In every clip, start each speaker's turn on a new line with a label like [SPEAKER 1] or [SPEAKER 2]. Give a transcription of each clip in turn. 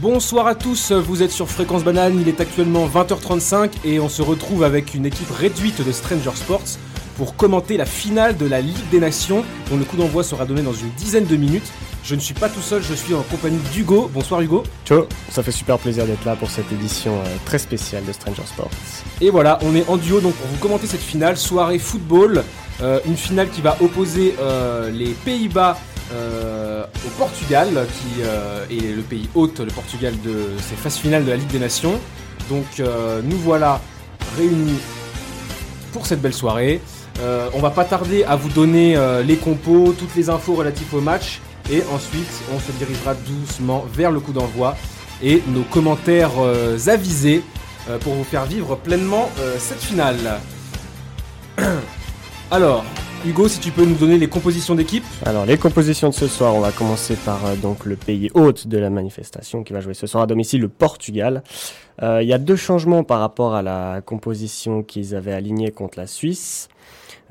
[SPEAKER 1] Bonsoir à tous, vous êtes sur Fréquence Banane, il est actuellement 20h35 et on se retrouve avec une équipe réduite de Stranger Sports pour commenter la finale de la Ligue des Nations dont le coup d'envoi sera donné dans une dizaine de minutes. Je ne suis pas tout seul, je suis en compagnie d'Hugo. Bonsoir Hugo.
[SPEAKER 2] Ciao, ça fait super plaisir d'être là pour cette édition euh, très spéciale de Stranger Sports.
[SPEAKER 1] Et voilà, on est en duo donc pour vous commenter cette finale, soirée football, euh, une finale qui va opposer euh, les Pays-Bas euh, au Portugal, qui euh, est le pays hôte, le Portugal de ses phases finales de la Ligue des Nations. Donc euh, nous voilà réunis pour cette belle soirée. Euh, on va pas tarder à vous donner euh, les compos, toutes les infos relatives au match, et ensuite on se dirigera doucement vers le coup d'envoi et nos commentaires euh, avisés euh, pour vous faire vivre pleinement euh, cette finale. Alors, Hugo, si tu peux nous donner les compositions d'équipe.
[SPEAKER 2] Alors les compositions de ce soir, on va commencer par euh, donc le pays hôte de la manifestation qui va jouer ce soir à domicile, le Portugal. Euh, Il y a deux changements par rapport à la composition qu'ils avaient alignée contre la Suisse.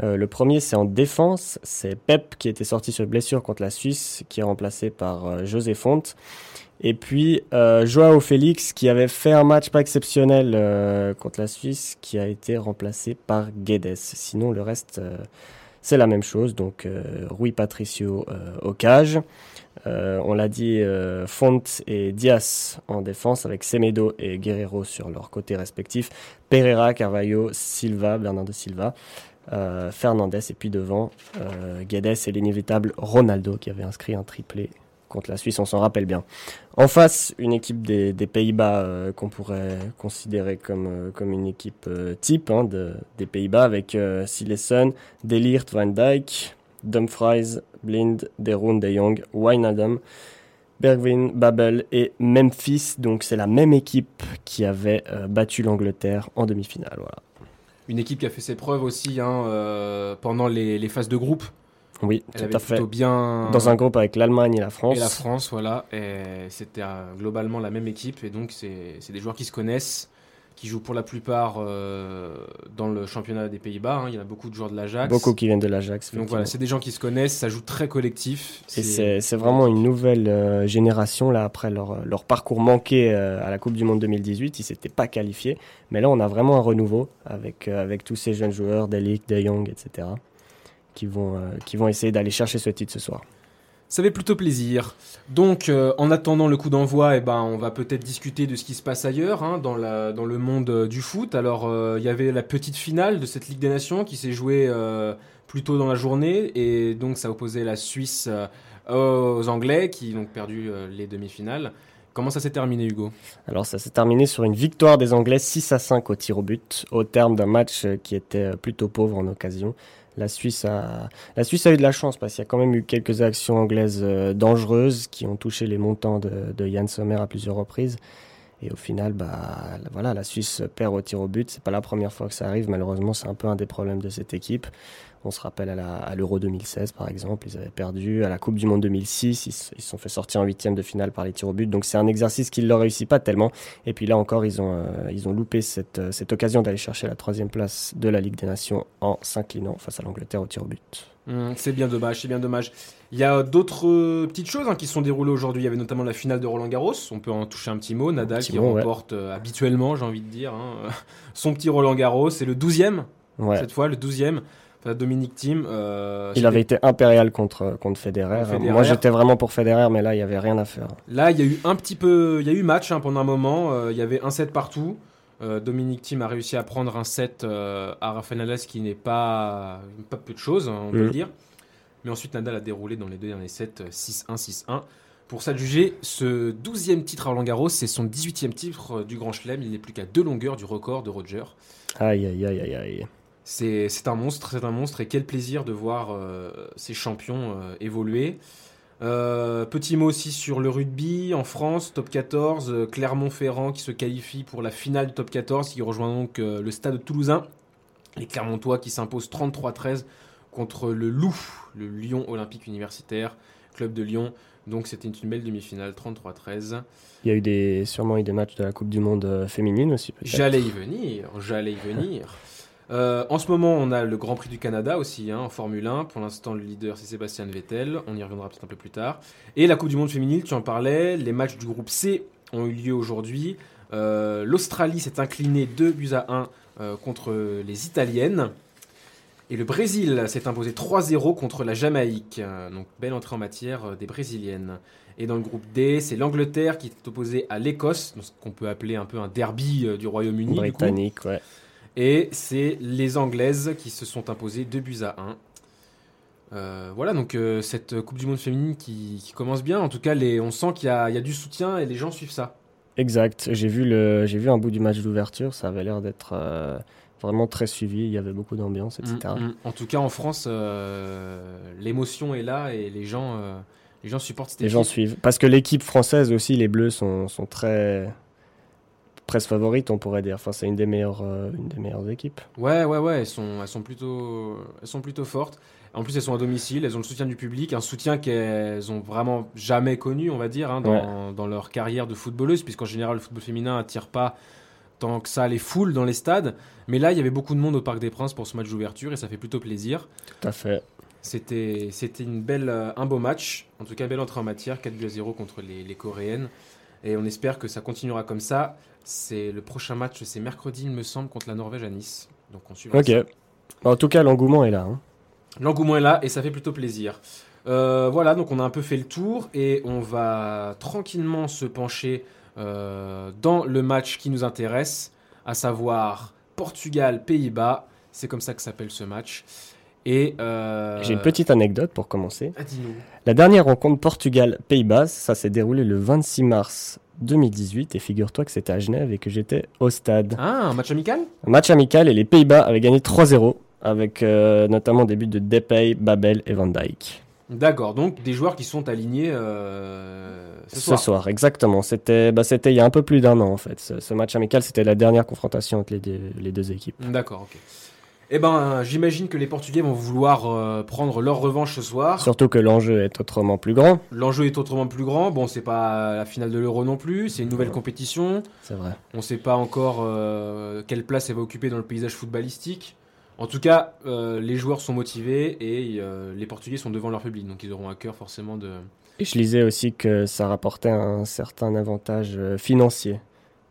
[SPEAKER 2] Euh, le premier, c'est en défense, c'est Pep qui était sorti sur blessure contre la Suisse, qui est remplacé par euh, José Fonte. Et puis euh, Joao Félix qui avait fait un match pas exceptionnel euh, contre la Suisse, qui a été remplacé par Guedes. Sinon, le reste, euh, c'est la même chose, donc euh, Rui Patricio euh, au cage. Euh, on l'a dit, euh, Font et Diaz en défense avec Semedo et Guerrero sur leur côté respectif. Pereira, Carvalho, Silva, Bernardo Silva, euh, Fernandez et puis devant euh, Guedes et l'inévitable Ronaldo qui avait inscrit un triplé contre la Suisse, on s'en rappelle bien. En face, une équipe des, des Pays-Bas euh, qu'on pourrait considérer comme, euh, comme une équipe euh, type hein, de- des Pays-Bas avec euh, Silesen, Delirte, Van Dijk, Dumfries, Blind, Derun, De Jong, Wijnaldum, Bergwijn, Babel et Memphis. Donc c'est la même équipe qui avait euh, battu l'Angleterre en demi-finale. Voilà.
[SPEAKER 1] Une équipe qui a fait ses preuves aussi hein, euh, pendant les, les phases de groupe.
[SPEAKER 2] Oui,
[SPEAKER 1] Elle
[SPEAKER 2] tout
[SPEAKER 1] avait
[SPEAKER 2] à fait.
[SPEAKER 1] plutôt bien.
[SPEAKER 2] Dans un groupe avec l'Allemagne et la France.
[SPEAKER 1] Et la France, voilà. Et c'était euh, globalement la même équipe. Et donc, c'est c'est des joueurs qui se connaissent, qui jouent pour la plupart euh, dans le championnat des Pays-Bas. hein. Il y en a beaucoup de joueurs de l'Ajax.
[SPEAKER 2] Beaucoup qui viennent de l'Ajax.
[SPEAKER 1] Donc voilà,
[SPEAKER 2] effectivement.
[SPEAKER 1] c'est des gens qui se connaissent, ça joue très collectif.
[SPEAKER 2] Et c'est c'est vraiment une nouvelle euh, génération là après leur, euh, leur parcours manqué euh, à la Coupe du Monde 2018, ils s'étaient pas qualifiés, mais là on a vraiment un renouveau avec euh, avec tous ces jeunes joueurs, Delic, De Jong, etc. qui vont euh, qui vont essayer d'aller chercher ce titre ce soir.
[SPEAKER 1] Ça fait plutôt plaisir. Donc, euh, en attendant le coup d'envoi, eh ben, on va peut-être discuter de ce qui se passe ailleurs, hein, dans, la- dans le monde euh, du foot. Alors, euh, il y avait la petite finale de cette Ligue des Nations qui s'est jouée euh, plus tôt dans la journée. Et donc, ça opposait la Suisse euh, aux Anglais qui ont perdu euh, les demi-finales. Comment ça s'est terminé, Hugo
[SPEAKER 2] Alors ça s'est terminé sur une victoire des Anglais 6 à 5 au tir au but, au terme d'un match euh, qui était euh, plutôt pauvre en occasion. La Suisse a, la Suisse a eu de la chance parce qu'il y a quand même eu quelques actions anglaises euh, dangereuses qui ont touché les montants de, de Yann Sommer à plusieurs reprises. Et au final, bah, voilà, la Suisse perd au tir au but. C'est pas la première fois que ça arrive. Malheureusement, c'est un peu un des problèmes de cette équipe. On se rappelle à la- à l'Euro 2016, par exemple, ils avaient perdu. À la Coupe du Monde 2006, ils se ils se sont fait sortir en huitième de finale par les tirs au but. Donc c'est un exercice qui ne leur réussit pas tellement. Et puis là encore, ils ont, euh, ils ont loupé cette, euh, cette occasion d'aller chercher la troisième place de la Ligue des Nations en s'inclinant face à l'Angleterre au tir au but.
[SPEAKER 1] Hum, c'est bien dommage, c'est bien dommage. Il y a d'autres euh, petites choses hein, qui se sont déroulées aujourd'hui. Il y avait notamment la finale de Roland Garros. On peut en toucher un petit mot. Nadal
[SPEAKER 2] petit
[SPEAKER 1] qui
[SPEAKER 2] mot, ouais.
[SPEAKER 1] remporte euh, habituellement, j'ai envie de dire, hein, son petit Roland Garros. C'est le 12e,
[SPEAKER 2] Ouais.
[SPEAKER 1] cette fois, le 12e. Enfin, Dominique Thiem. euh,
[SPEAKER 2] Il
[SPEAKER 1] c'était-
[SPEAKER 2] avait été impérial contre, euh, contre Federer. hein.
[SPEAKER 1] Contre Federer.
[SPEAKER 2] Moi, j'étais vraiment pour Federer, mais là, il n'y avait rien à faire.
[SPEAKER 1] Là, il y a eu un petit peu. Il y a eu match hein, pendant un moment. Euh, il y avait un set partout. Euh, Dominique Thiem a réussi à prendre un set euh, à Rafael Nadal, ce qui n'est pas, pas peu de choses, hein, on peut
[SPEAKER 2] Mhm.
[SPEAKER 1] le dire. Mais ensuite, Nadal a déroulé dans les deux derniers sets euh, 6-1, 6-1. Pour s'adjuger, ce 12e titre à Roland Garros, c'est son 18e titre euh, du Grand Chelem. Il n'est plus qu'à deux longueurs du record de Roger.
[SPEAKER 2] Aïe, aïe, aïe, aïe, aïe.
[SPEAKER 1] C'est c'est un monstre, c'est un monstre, et quel plaisir de voir euh, ces champions euh, évoluer. Euh, petit mot aussi sur le rugby en France, top 14, euh, Clermont-Ferrand qui se qualifie pour la finale du top 14, qui rejoint donc euh, le stade toulousain. Les Clermontois qui s'imposent 33-13 contre le Loup, le Lyon Olympique Universitaire, club de Lyon. Donc c'était une belle demi-finale, 33-13.
[SPEAKER 2] Il y a eu des, sûrement eu des matchs de la Coupe du Monde euh, féminine aussi, peut-être.
[SPEAKER 1] J'allais y venir, j'allais y venir. Euh, en ce moment, on a le Grand Prix du Canada aussi hein, en Formule 1. Pour l'instant, le leader, c'est Sébastien Vettel. On y reviendra peut-être un peu plus tard. Et la Coupe du Monde féminine, tu en parlais. Les matchs du groupe C ont eu lieu aujourd'hui. Euh, L'Australie s'est inclinée 2 buts à 1 euh, contre les Italiennes. Et le Brésil s'est imposé 3-0 contre la Jamaïque. Euh, Donc belle entrée en matière euh, des Brésiliennes. Et dans le groupe D, c'est l'Angleterre qui est opposée à l'Écosse, donc ce qu'on peut appeler un peu un derby euh, du Royaume-Uni. du coup.
[SPEAKER 2] Britannique, ouais.
[SPEAKER 1] Et c'est les Anglaises qui se sont imposées 2 buts à 1. Euh, voilà, donc euh, cette Coupe du Monde féminine qui, qui commence bien. En tout cas, les, on sent qu'il y, a- il y a du soutien et les gens suivent ça.
[SPEAKER 2] Exact. J'ai vu, le... j'ai vu un bout du match d'ouverture. Ça avait l'air d'être euh, vraiment très suivi. Il y avait beaucoup d'ambiance, etc.
[SPEAKER 1] Mm, mm. En tout cas, en France, euh, l'émotion est là et les gens, euh, les gens supportent cette
[SPEAKER 2] Les gens
[SPEAKER 1] équipe.
[SPEAKER 2] suivent. Parce que l'équipe française aussi, les Bleus sont, sont très. presque favorites, on pourrait dire. Enfin, c'est une, des meilleures, euh, une des meilleures équipes.
[SPEAKER 1] Ouais, ouais, ouais, elles sont, elles sont plutôt, elles sont plutôt fortes. En plus, elles sont à domicile, elles ont le soutien du public, un soutien qu'elles ont vraiment jamais connu, on va dire, hein, dans, dans leur carrière de footballeuse, puisqu'en général, le football féminin attire pas tant que ça les foules dans les stades. Mais là, il y avait beaucoup de monde au Parc des Princes pour ce match d'ouverture et ça fait plutôt plaisir.
[SPEAKER 2] Tout à fait.
[SPEAKER 1] C'était, c'était une belle, euh, un beau match, en tout cas, belle entrée en matière, 4 buts à 0 contre les, les Coréennes. Et on espère que ça continuera comme ça. C'est le prochain match, c'est mercredi, il me semble, contre la Norvège à Nice. Donc on suivra
[SPEAKER 2] Ok.
[SPEAKER 1] ça.
[SPEAKER 2] En tout cas, l'engouement est là. hein.
[SPEAKER 1] L'engouement est là et ça fait plutôt plaisir. Euh, voilà, donc on a un peu fait le tour et on va tranquillement se pencher euh, dans le match qui nous intéresse, à savoir Portugal-Pays-Bas. C'est comme ça que s'appelle ce match. Et euh,
[SPEAKER 2] J'ai une petite anecdote pour commencer.
[SPEAKER 1] Ah, dis-nous.
[SPEAKER 2] La dernière rencontre Portugal-Pays-Bas, ça s'est déroulé le 26 mars 2018 et figure-toi que c'était à Genève et que j'étais au stade.
[SPEAKER 1] Ah, un match amical
[SPEAKER 2] Un match amical et les Pays-Bas avaient gagné 3-0 avec euh, notamment des buts de Depay, Babel et Van Dijk.
[SPEAKER 1] D'accord, donc des joueurs qui sont alignés euh, ce
[SPEAKER 2] Ce
[SPEAKER 1] soir.
[SPEAKER 2] soir, exactement. C'était bah, c'était il y a un peu plus d'un an en fait. Ce, ce match amical, c'était la dernière confrontation entre les deux, les deux équipes.
[SPEAKER 1] D'accord, ok. Eh ben, j'imagine que les Portugais vont vouloir euh, prendre leur revanche ce soir.
[SPEAKER 2] Surtout que l'enjeu est autrement plus grand.
[SPEAKER 1] L'enjeu est autrement plus grand. Bon, c'est pas la finale de l'Euro non plus. C'est une nouvelle compétition.
[SPEAKER 2] C'est vrai.
[SPEAKER 1] On sait pas encore euh, quelle place elle va occuper dans le paysage footballistique. En tout cas, euh, les joueurs sont motivés et euh, les Portugais sont devant leur public, donc ils auront à cœur forcément de.
[SPEAKER 2] Et je lisais aussi que ça rapportait un certain avantage euh, financier,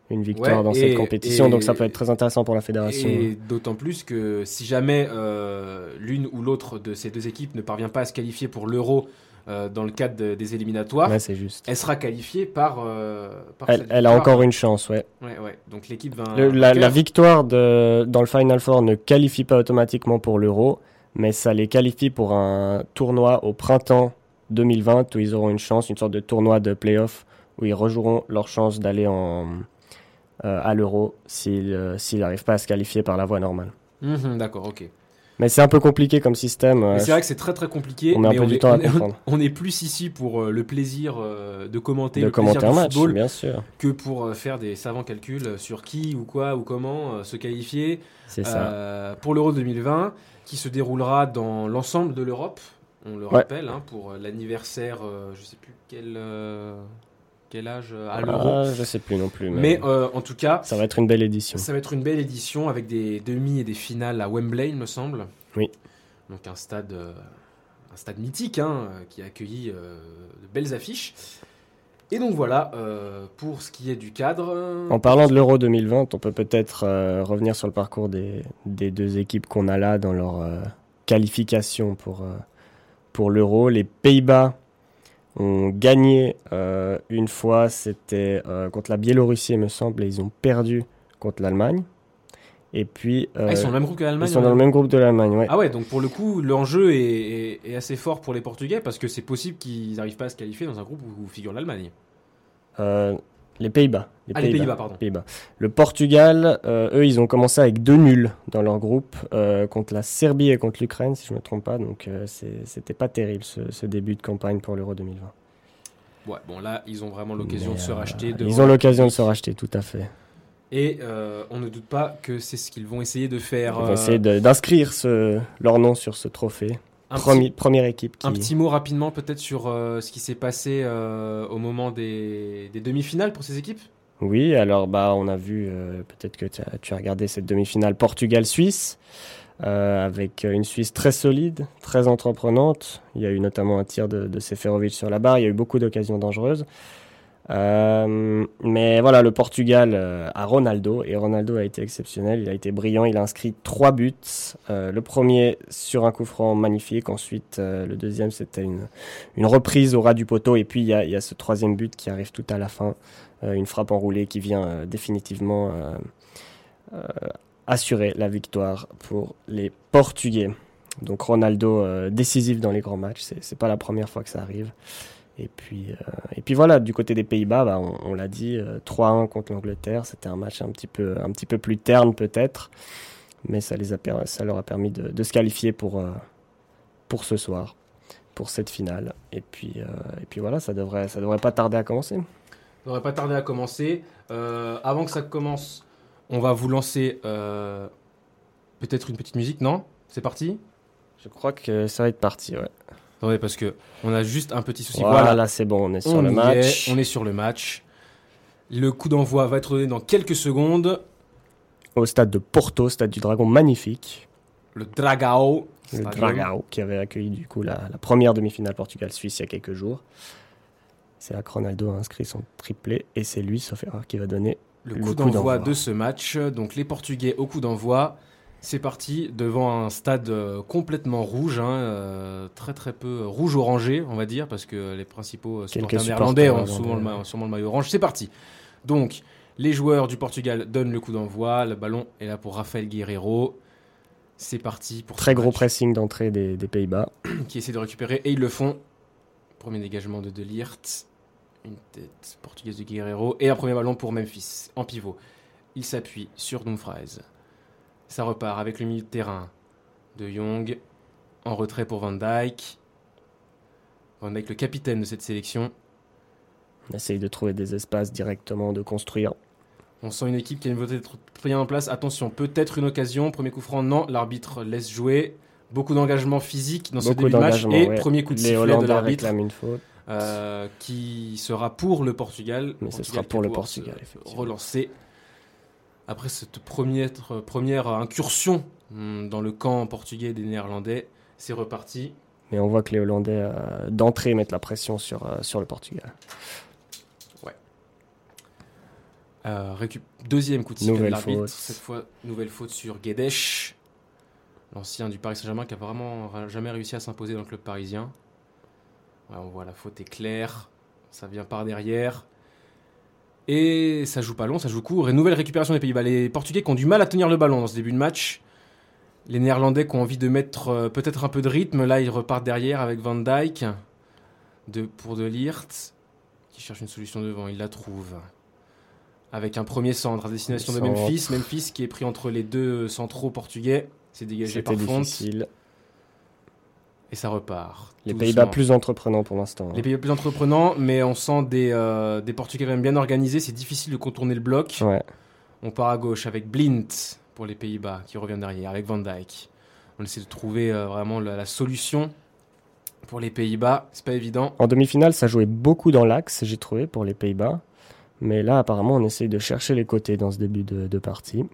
[SPEAKER 2] une victoire
[SPEAKER 1] Ouais,
[SPEAKER 2] dans
[SPEAKER 1] et-
[SPEAKER 2] cette compétition,
[SPEAKER 1] et-
[SPEAKER 2] donc ça peut être très intéressant pour la fédération.
[SPEAKER 1] Et d'autant plus que si jamais euh, l'une ou l'autre de ces deux équipes ne parvient pas à se qualifier pour l'Euro euh, dans le cadre de- des éliminatoires,
[SPEAKER 2] Ouais, c'est juste.
[SPEAKER 1] elle sera qualifiée par. euh, par
[SPEAKER 2] Elle,
[SPEAKER 1] cette
[SPEAKER 2] elle a
[SPEAKER 1] victoire.
[SPEAKER 2] encore une chance, ouais.
[SPEAKER 1] Ouais, ouais. Donc l'équipe va.
[SPEAKER 2] Le- la,
[SPEAKER 1] à
[SPEAKER 2] la
[SPEAKER 1] cœur.
[SPEAKER 2] victoire de, dans le Final Four ne qualifie pas automatiquement pour l'Euro, mais ça les qualifie pour un tournoi au printemps 2020 où ils auront une chance, une sorte de tournoi de play-off où ils rejoueront leur chance d'aller en euh, à l'Euro s'ils euh, s'ils n'arrivent pas à se qualifier par la voie normale.
[SPEAKER 1] Mhm, D'accord, ok.
[SPEAKER 2] Mais c'est un peu compliqué comme système. euh,
[SPEAKER 1] Mais c'est vrai que c'est très très compliqué.
[SPEAKER 2] on met un
[SPEAKER 1] mais
[SPEAKER 2] peu du temps à
[SPEAKER 1] on est-
[SPEAKER 2] comprendre.
[SPEAKER 1] on est plus ici pour euh, le plaisir euh, de commenter,
[SPEAKER 2] de
[SPEAKER 1] le plaisir
[SPEAKER 2] commenter un
[SPEAKER 1] du
[SPEAKER 2] match,
[SPEAKER 1] football
[SPEAKER 2] bien sûr.
[SPEAKER 1] que pour euh, faire des savants calculs sur qui ou quoi ou comment euh, se qualifier
[SPEAKER 2] C'est ça.
[SPEAKER 1] euh, pour l'Euro 2020 qui se déroulera dans l'ensemble de l'Europe. On le
[SPEAKER 2] Ouais.
[SPEAKER 1] rappelle hein, pour euh, l'anniversaire, euh, je sais plus quel, euh, quel âge euh, à l'Euro.
[SPEAKER 2] Ah, je sais plus non plus. Mais,
[SPEAKER 1] Mais euh, en tout cas,
[SPEAKER 2] ça va être une belle édition.
[SPEAKER 1] ça va être une belle édition avec des demi et des finales à Wembley, il me semble.
[SPEAKER 2] Oui.
[SPEAKER 1] Donc un stade, euh, un stade mythique hein, euh, qui a accueilli euh, de belles affiches. Et donc voilà, euh, pour ce qui est du cadre. euh,
[SPEAKER 2] En parlant de l'Euro 2020, on peut peut-être euh, revenir sur le parcours des, des deux équipes qu'on a là dans leur euh, qualification pour, euh, pour l'Euro. Les Pays-Bas ont gagné euh, une fois, c'était euh, contre la Biélorussie, il me semble, et ils ont perdu contre l'Allemagne. Et puis, euh,
[SPEAKER 1] ah, ils sont dans le même groupe que l'Allemagne.
[SPEAKER 2] ils sont dans
[SPEAKER 1] ouais.
[SPEAKER 2] le même groupe de l'Allemagne, ouais.
[SPEAKER 1] Ah ouais, donc pour le coup, l'enjeu est, est- est assez fort pour les Portugais parce que c'est possible qu'ils n'arrivent pas à se qualifier dans un groupe où où figure l'Allemagne.
[SPEAKER 2] Euh, les Pays-Bas.
[SPEAKER 1] Ah, les Pays-Bas, pardon.
[SPEAKER 2] Pays-Bas. Le Portugal, euh, eux, ils ont commencé avec deux nuls dans leur groupe euh, contre la Serbie et contre l'Ukraine, si je me trompe pas. Donc, euh, c'est- c'était pas terrible ce, ce début de campagne pour l'Euro 2020.
[SPEAKER 1] Ouais, bon là, ils ont vraiment l'occasion
[SPEAKER 2] Mais,
[SPEAKER 1] de se
[SPEAKER 2] euh,
[SPEAKER 1] racheter. de
[SPEAKER 2] Ils ont l'occasion de se racheter, tout à fait.
[SPEAKER 1] Et euh, on ne doute pas que c'est ce qu'ils vont essayer de faire.
[SPEAKER 2] Ils vont
[SPEAKER 1] euh,
[SPEAKER 2] essayer de- d'inscrire ce- leur nom sur ce trophée.
[SPEAKER 1] un petit-
[SPEAKER 2] Premi- Première équipe qui.
[SPEAKER 1] Un petit mot rapidement peut-être sur euh, ce qui s'est passé euh, au moment des, des demi-finales pour ces équipes
[SPEAKER 2] Oui, alors bah on a vu, euh, peut-être que tu as, tu as regardé cette demi-finale Portugal-Suisse, euh, avec euh, une Suisse très solide, très entreprenante. Il y a eu notamment un tir de, de Seferovic sur la barre, il y a eu beaucoup d'occasions dangereuses. Euh, mais voilà, le Portugal euh, a Ronaldo et Ronaldo a été exceptionnel. Il a été brillant. Il a inscrit trois buts. Euh, le premier sur un coup franc magnifique. Ensuite, euh, le deuxième c'était une une reprise au ras du poteau. Et puis il y a, il y a ce troisième but qui arrive tout à la fin. Euh, une frappe enroulée qui vient euh, définitivement euh, assurer la victoire pour les Portugais. Donc Ronaldo euh, décisif dans les grands matchs. C'est pas la première fois que ça arrive. Et puis, euh, et puis voilà, du côté des Pays-Bas, bah, on, on l'a dit, euh, 3-1 contre l'Angleterre, c'était un match un petit peu, un petit peu plus terne peut-être, mais ça, les a, ça leur a permis de, de se qualifier pour, euh, pour ce soir, pour cette finale. Et puis, euh, et puis voilà, ça devrait, ça devrait pas tarder à commencer. Ça
[SPEAKER 1] devrait pas tarder à commencer. Euh, avant que ça commence, on va vous lancer euh, peut-être une petite musique, non C'est parti
[SPEAKER 2] Je crois que ça va être parti, ouais.
[SPEAKER 1] Attendez, parce que on a juste un petit souci.
[SPEAKER 2] Voilà, voilà. c'est bon, on est sur
[SPEAKER 1] on
[SPEAKER 2] le match.
[SPEAKER 1] Est, on est sur le match. Le coup d'envoi va être donné dans quelques secondes.
[SPEAKER 2] Au stade de Porto, stade du Dragon magnifique.
[SPEAKER 1] Le Dragao.
[SPEAKER 2] Le Dragao, qui avait accueilli du coup la, la première demi-finale Portugal-Suisse il y a quelques jours. C'est là que Ronaldo a inscrit son triplé et c'est lui, sauf erreur, qui va donner
[SPEAKER 1] le, le coup, d'envoi de ce match. Donc les Portugais au coup d'envoi. C'est parti devant un stade euh, complètement rouge, hein, euh, très très peu euh, rouge-orangé, on va dire, parce que les principaux euh, supporters néerlandais ont souvent le, ma sûrement le maillot orange. C'est parti. Donc, les joueurs du Portugal donnent le coup d'envoi. Le ballon est là pour Rafael Guerrero. C'est parti pour.
[SPEAKER 2] Très gros match. pressing d'entrée des, des Pays-Bas.
[SPEAKER 1] Qui essaie de récupérer et ils le font. Premier dégagement de De Liert. Une tête portugaise de Guerrero. Et un premier ballon pour Memphis, en pivot. Il s'appuie sur Dumfries. Ça repart avec le milieu de terrain de Young en retrait pour Van Dyke. Van Dyke, le capitaine de cette sélection.
[SPEAKER 2] On essaye de trouver des espaces directement, de construire.
[SPEAKER 1] On sent une équipe qui a une volonté d'être bien en place. Attention, peut-être une occasion. Premier coup franc, non. L'arbitre laisse jouer. Beaucoup d'engagement physique dans Beaucoup ce début de match. Et ouais. premier coup de
[SPEAKER 2] Les
[SPEAKER 1] sifflet de l'arbitre.
[SPEAKER 2] une faute.
[SPEAKER 1] Euh, qui sera pour le Portugal.
[SPEAKER 2] Mais Portugal ce sera pour le Portugal,
[SPEAKER 1] euh,
[SPEAKER 2] effectivement.
[SPEAKER 1] Relancer après cette première, première, incursion hum, dans le camp portugais des Néerlandais, c'est reparti.
[SPEAKER 2] Mais on voit que les Hollandais euh, d'entrée mettent la pression sur, euh, sur le Portugal.
[SPEAKER 1] Ouais. Euh, récup... Deuxième coup de sifflet de l'arbitre. Cette fois, nouvelle faute sur Guedes, l'ancien du Paris Saint-Germain qui a vraiment jamais réussi à s'imposer dans le club parisien. Ouais, on voit la faute est claire, ça vient par derrière. Et ça joue pas long, ça joue court. Et nouvelle récupération des Pays-Bas. Les Portugais qui ont du mal à tenir le ballon dans ce début de match. Les Néerlandais qui ont envie de mettre euh, peut-être un peu de rythme. Là, ils repartent derrière avec Van Dijk de, pour De Liert qui cherche une solution devant. Il la trouve. Avec un premier centre à destination de Memphis. Memphis qui est pris entre les deux centraux portugais. C'est dégagé par Font.
[SPEAKER 2] difficile.
[SPEAKER 1] Et ça repart.
[SPEAKER 2] Les Pays-Bas plus entreprenants pour l'instant. hein.
[SPEAKER 1] Les Pays-Bas plus entreprenants, mais on sent des, euh, des Portugais quand même bien organisés. C'est difficile de contourner le bloc.
[SPEAKER 2] Ouais.
[SPEAKER 1] On part à gauche avec Blint pour les Pays-Bas qui revient derrière, avec Van Dyke. On essaie de trouver euh, vraiment la, la, solution pour les Pays-Bas. C'est pas évident.
[SPEAKER 2] En demi-finale, ça jouait beaucoup dans l'axe, j'ai trouvé, pour les Pays-Bas. Mais là, apparemment, on essaye de chercher les côtés dans ce début de, de partie.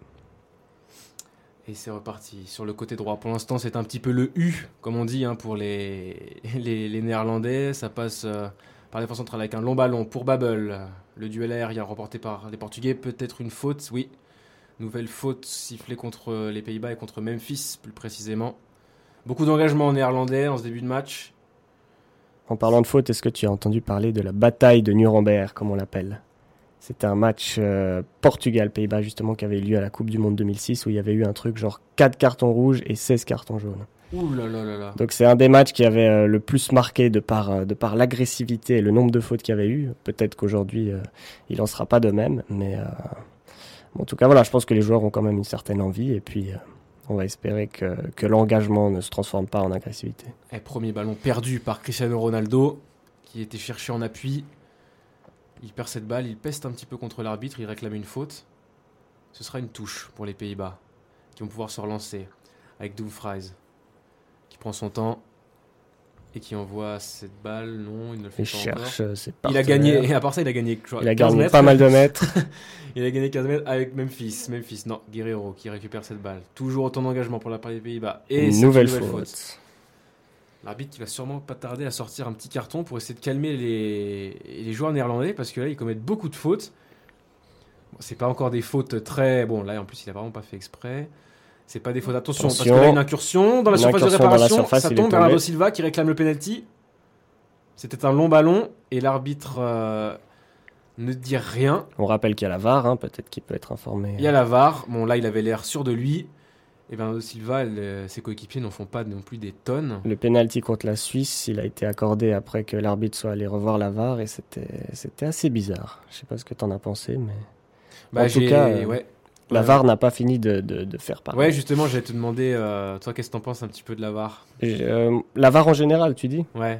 [SPEAKER 1] Et c'est reparti sur le côté droit. Pour l'instant, c'est un petit peu le U, comme on dit, hein, pour les, les, les, Néerlandais. Ça passe euh, par défense centrale avec un long ballon pour Babel. Le duel aérien remporté par les Portugais. Peut-être une faute, oui. Nouvelle faute sifflée contre les Pays-Bas et contre Memphis, plus précisément. Beaucoup d'engagement en néerlandais en ce début de match.
[SPEAKER 2] En parlant de faute, est-ce que tu as entendu parler de la bataille de Nuremberg, comme on l'appelle c'était un match euh, Portugal-Pays-Bas justement qui avait lieu à la Coupe du Monde 2006 où il y avait eu un truc genre 4 cartons rouges et 16 cartons jaunes.
[SPEAKER 1] Ouh là là là
[SPEAKER 2] Donc c'est un des matchs qui avait euh, le plus marqué de par, euh, de par l'agressivité et le nombre de fautes qu'il y avait eu. Peut-être qu'aujourd'hui euh, il en sera pas de même, mais bon, en tout cas voilà, je pense que les joueurs ont quand même une certaine envie et puis euh, on va espérer que, que l'engagement ne se transforme pas en agressivité.
[SPEAKER 1] Et Eh, premier ballon perdu par Cristiano Ronaldo qui était cherché en appui il perd cette balle, il peste un petit peu contre l'arbitre, il réclame une faute. Ce sera une touche pour les Pays-Bas, qui vont pouvoir se relancer avec Dumfries, qui prend son temps et qui envoie cette balle. Non, il ne le fait
[SPEAKER 2] il
[SPEAKER 1] pas
[SPEAKER 2] cherche
[SPEAKER 1] encore.
[SPEAKER 2] Ses
[SPEAKER 1] il a gagné, et à part ça, il a gagné,
[SPEAKER 2] il a gagné mètres. pas mal de mètres.
[SPEAKER 1] il a gagné 15 mètres avec Memphis. Memphis, non, Guerrero qui récupère cette balle. Toujours autant d'engagement pour la part des Pays-Bas.
[SPEAKER 2] Et une nouvelle, nouvelle, faute. faute.
[SPEAKER 1] L'arbitre qui va sûrement pas tarder à sortir un petit carton pour essayer de calmer les, les joueurs néerlandais parce que là, ils commettent beaucoup de fautes. Bon, c'est pas encore des fautes très. Bon, là, en plus, il a vraiment pas fait exprès. C'est pas des fautes. Attention,
[SPEAKER 2] Attention.
[SPEAKER 1] parce que là, une incursion dans la
[SPEAKER 2] Une
[SPEAKER 1] surface de
[SPEAKER 2] incursion dans la
[SPEAKER 1] réparation.
[SPEAKER 2] surface,
[SPEAKER 1] ça
[SPEAKER 2] il est
[SPEAKER 1] tombe,
[SPEAKER 2] tombé.
[SPEAKER 1] Bernardo Silva qui réclame le penalty. C'était un long ballon et l'arbitre euh, ne dit rien.
[SPEAKER 2] On rappelle qu'il y a la VAR, hein, peut-être qu'il peut être informé.
[SPEAKER 1] Il y a la VAR. Bon, là, il avait l'air sûr de lui. Et Bernardo Silva, le- ses coéquipiers n'en font pas non plus des tonnes.
[SPEAKER 2] Le penalty contre la Suisse, il a été accordé après que l'arbitre soit allé revoir la VAR et c'était c'était assez bizarre. Je sais pas ce que t'en as pensé, mais
[SPEAKER 1] Bah,
[SPEAKER 2] En tout
[SPEAKER 1] j'ai-
[SPEAKER 2] cas, euh,
[SPEAKER 1] ouais.
[SPEAKER 2] la
[SPEAKER 1] Ouais.
[SPEAKER 2] VAR n'a pas fini de, de- de faire parler.
[SPEAKER 1] Ouais, justement, j'allais te demander, euh, toi, qu'est-ce que t'en penses un petit peu de la VAR
[SPEAKER 2] Je- euh, la VAR en général, tu dis
[SPEAKER 1] Ouais.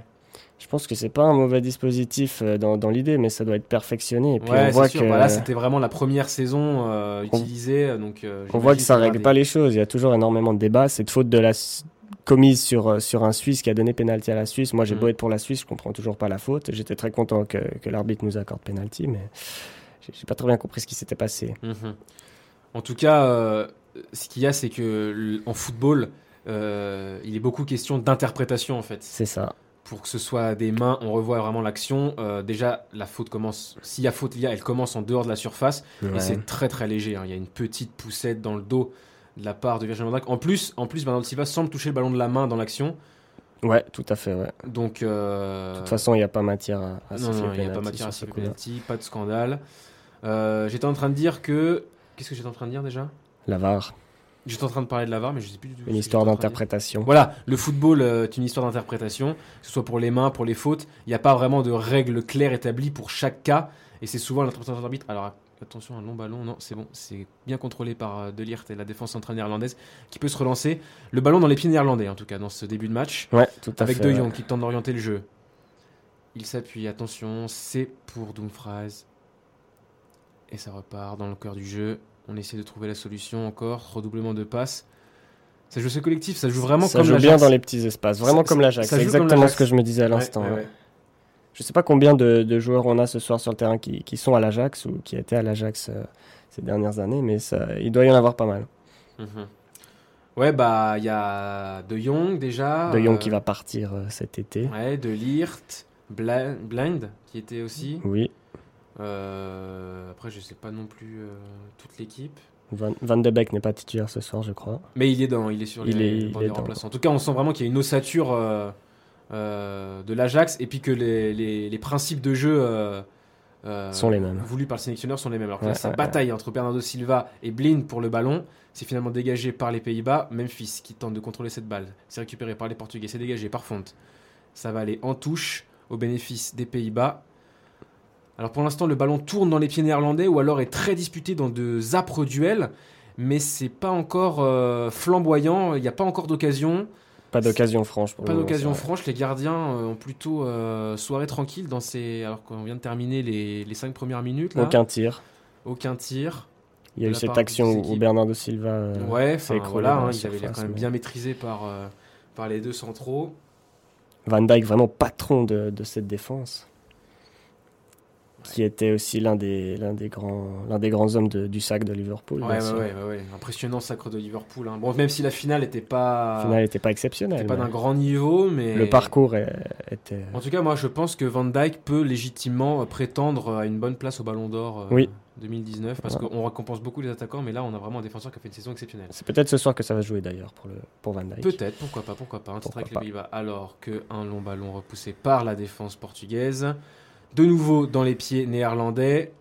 [SPEAKER 2] Je pense que c'est pas un mauvais dispositif euh, dans, dans l'idée, mais ça doit être perfectionné. Et puis
[SPEAKER 1] ouais,
[SPEAKER 2] on voit
[SPEAKER 1] c'est sûr.
[SPEAKER 2] que
[SPEAKER 1] Bah, là, c'était vraiment la première saison euh,
[SPEAKER 2] On-
[SPEAKER 1] utilisée, euh, donc. euh,
[SPEAKER 2] on voit que
[SPEAKER 1] j'imagine qu'il y
[SPEAKER 2] ça
[SPEAKER 1] aura
[SPEAKER 2] règle
[SPEAKER 1] des-
[SPEAKER 2] pas les choses. Il y a toujours énormément de débats. Cette faute de la S- commise sur euh, sur un Suisse qui a donné pénalty à la Suisse. Moi, j'ai
[SPEAKER 1] Mhm.
[SPEAKER 2] beau être pour la Suisse, je comprends toujours pas la faute. J'étais très content que, que l'arbitre nous accorde pénalty, mais j'ai- j'ai pas très bien compris ce qui s'était passé.
[SPEAKER 1] Mhm. En tout cas, euh, ce qu'il y a, c'est que l- en football, euh, il est beaucoup question d'interprétation en fait.
[SPEAKER 2] C'est ça.
[SPEAKER 1] Pour que ce soit des mains, on revoit vraiment l'action. Euh, déjà, la faute commence. S'il y a faute, il y a, elle commence en dehors de la surface. Et c'est très très léger. hein. Il y a une petite poussette dans le dos de la part de Virgil van Dijk. En plus, en plus, Bernardo Silva semble toucher le ballon de la main dans l'action.
[SPEAKER 2] Ouais, tout à fait. ouais.
[SPEAKER 1] Donc, euh,
[SPEAKER 2] De toute façon, il n'y a pas matière à,
[SPEAKER 1] non,
[SPEAKER 2] à siffler
[SPEAKER 1] non, il n'y a pas
[SPEAKER 2] penalty
[SPEAKER 1] matière à
[SPEAKER 2] sur ce
[SPEAKER 1] siffler
[SPEAKER 2] coup-là.
[SPEAKER 1] penalty, pas de scandale. Euh, j'étais en train de dire que. Qu'est-ce que j'étais en train de dire déjà
[SPEAKER 2] La VAR,
[SPEAKER 1] J'étais en train de parler de la VAR, mais je sais plus du tout. ce
[SPEAKER 2] une
[SPEAKER 1] que
[SPEAKER 2] histoire
[SPEAKER 1] j'étais en train de dire.
[SPEAKER 2] d'interprétation.
[SPEAKER 1] Voilà, le football euh, est une histoire d'interprétation, que ce soit pour les mains, pour les fautes. Il n'y a pas vraiment de règles claires établies pour chaque cas, et c'est souvent l'interprétation de l'arbitre. Alors attention, un long ballon, non, c'est bon, c'est bien contrôlé par euh, De Ligt et la défense centrale néerlandaise qui peut se relancer. Le ballon dans les pieds néerlandais, en tout cas, dans ce début de match,
[SPEAKER 2] Ouais, tout à
[SPEAKER 1] avec
[SPEAKER 2] fait.
[SPEAKER 1] De
[SPEAKER 2] ouais.
[SPEAKER 1] Jong qui tente d'orienter le jeu. Il s'appuie, attention, c'est pour Doomfries. Et ça repart dans le cœur du jeu. On essaie de trouver la solution encore, redoublement de passes. Ça joue ce collectif, ça joue vraiment
[SPEAKER 2] ça
[SPEAKER 1] comme
[SPEAKER 2] joue
[SPEAKER 1] l'Ajax.
[SPEAKER 2] bien dans les petits espaces, vraiment
[SPEAKER 1] Ça-
[SPEAKER 2] comme
[SPEAKER 1] ça-
[SPEAKER 2] l'Ajax.
[SPEAKER 1] ça
[SPEAKER 2] C'est
[SPEAKER 1] joue comme
[SPEAKER 2] exactement
[SPEAKER 1] l'Ajax.
[SPEAKER 2] ce que je me disais à
[SPEAKER 1] Ouais,
[SPEAKER 2] l'instant.
[SPEAKER 1] ouais,
[SPEAKER 2] ouais.
[SPEAKER 1] ouais.
[SPEAKER 2] Je sais pas combien de, de joueurs on a ce soir sur le terrain qui, qui sont à l'Ajax ou qui étaient à l'Ajax euh, ces dernières années, mais ça, il doit y en avoir pas mal.
[SPEAKER 1] Mhm. Ouais, bah, il y a De Jong déjà.
[SPEAKER 2] de Jong
[SPEAKER 1] euh,
[SPEAKER 2] qui va partir euh, cet été.
[SPEAKER 1] Ouais, De Lirt, Bla- Blind qui était aussi.
[SPEAKER 2] Oui,
[SPEAKER 1] Euh, après, je sais pas non plus euh, toute l'équipe.
[SPEAKER 2] Van, Van de Beek n'est pas titulaire ce soir, je crois.
[SPEAKER 1] Mais il est dans, il est sur
[SPEAKER 2] Il
[SPEAKER 1] les,
[SPEAKER 2] est- il
[SPEAKER 1] bancs
[SPEAKER 2] est
[SPEAKER 1] des
[SPEAKER 2] dans.
[SPEAKER 1] remplaçants. En tout cas, on sent vraiment qu'il y a une ossature euh, euh, de l'Ajax et puis que les, les- les principes de jeu euh, euh,
[SPEAKER 2] Sont les mêmes.
[SPEAKER 1] voulus par le sélectionneur sont les mêmes. Alors que là,
[SPEAKER 2] Ouais,
[SPEAKER 1] sa
[SPEAKER 2] ouais,
[SPEAKER 1] bataille entre Bernardo Silva et Blind pour le ballon, c'est finalement dégagé par les Pays-Bas. Memphis qui tente de contrôler cette balle, c'est récupéré par les Portugais, c'est dégagé par Fonte. Ça va aller en touche au bénéfice des Pays-Bas. Alors pour l'instant, le ballon tourne dans les pieds néerlandais ou alors est très disputé dans de âpres duels, mais c'est pas encore euh, flamboyant, il n'y a pas encore d'occasion,
[SPEAKER 2] Pas d'occasion franche pour
[SPEAKER 1] pas
[SPEAKER 2] le moment,
[SPEAKER 1] d'occasion
[SPEAKER 2] ça.
[SPEAKER 1] franche, les gardiens euh, ont plutôt euh, soirée tranquille dans ces alors qu'on vient de terminer les, les cinq premières minutes là.
[SPEAKER 2] Aucun tir.
[SPEAKER 1] Aucun tir.
[SPEAKER 2] Il y
[SPEAKER 1] De
[SPEAKER 2] a eu
[SPEAKER 1] la
[SPEAKER 2] cette
[SPEAKER 1] part de
[SPEAKER 2] action
[SPEAKER 1] ces
[SPEAKER 2] où
[SPEAKER 1] équipes.
[SPEAKER 2] Bernardo Silva euh,
[SPEAKER 1] ouais,
[SPEAKER 2] c'est
[SPEAKER 1] enfin
[SPEAKER 2] écroulé
[SPEAKER 1] voilà,
[SPEAKER 2] dans la
[SPEAKER 1] hein, ils avaient l'air
[SPEAKER 2] surface,
[SPEAKER 1] quand même
[SPEAKER 2] mais-
[SPEAKER 1] bien maîtrisés par euh, par les deux centraux.
[SPEAKER 2] Van Dyke vraiment patron de, de cette défense, qui était aussi l'un des, l'un des, grands, l'un des grands hommes de- du sac de Liverpool.
[SPEAKER 1] Ouais,
[SPEAKER 2] bien
[SPEAKER 1] ouais,
[SPEAKER 2] sûr.
[SPEAKER 1] ouais, ouais, ouais. impressionnant sacre de Liverpool. hein. Bon, même si la finale n'était
[SPEAKER 2] Au
[SPEAKER 1] pas,
[SPEAKER 2] final, il n'était pas exceptionnel.
[SPEAKER 1] était pas
[SPEAKER 2] mais
[SPEAKER 1] d'un grand niveau, mais
[SPEAKER 2] Le parcours est- était.
[SPEAKER 1] En tout cas, moi, je pense que Van Dyke peut légitimement euh, prétendre euh, à une bonne place au Ballon d'Or euh,
[SPEAKER 2] Oui.
[SPEAKER 1] 2019 parce
[SPEAKER 2] Ouais.
[SPEAKER 1] qu'on récompense beaucoup les attaquants, mais là, on a vraiment un défenseur qui a fait une saison exceptionnelle.
[SPEAKER 2] C'est peut-être ce soir que ça va se jouer d'ailleurs pour, le, pour Van Dyke.
[SPEAKER 1] Peut-être, pourquoi pas, pourquoi pas, un titre
[SPEAKER 2] Pourquoi
[SPEAKER 1] avec les
[SPEAKER 2] pas.
[SPEAKER 1] Pays-Bas, alors qu'un long ballon repoussé par la défense portugaise, de nouveau dans les pieds néerlandais,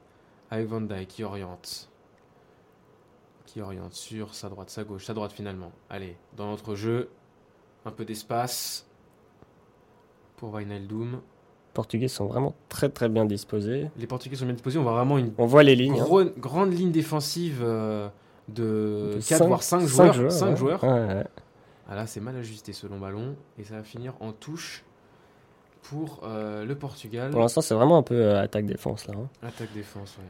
[SPEAKER 1] avec Van Dyke qui oriente. Qui oriente sur sa droite, sa gauche, sa droite finalement. Allez, dans notre jeu, un peu d'espace pour Wijnaldum.
[SPEAKER 2] Les Portugais sont vraiment très très bien disposés.
[SPEAKER 1] Les Portugais sont bien disposés, on voit vraiment une
[SPEAKER 2] On voit les lignes. hein.
[SPEAKER 1] Gro- grande ligne défensive euh, de
[SPEAKER 2] De
[SPEAKER 1] 4
[SPEAKER 2] cinq-
[SPEAKER 1] euh, voire 5
[SPEAKER 2] cinq
[SPEAKER 1] joueurs. cinq
[SPEAKER 2] ouais.
[SPEAKER 1] joueurs.
[SPEAKER 2] Ouais, ouais.
[SPEAKER 1] Ah là, c'est mal ajusté ce long ballon et ça va finir en touche pour euh, le Portugal.
[SPEAKER 2] Pour l'instant, c'est vraiment un peu euh, attaque-défense là. hein.
[SPEAKER 1] Attaque défense, ouais.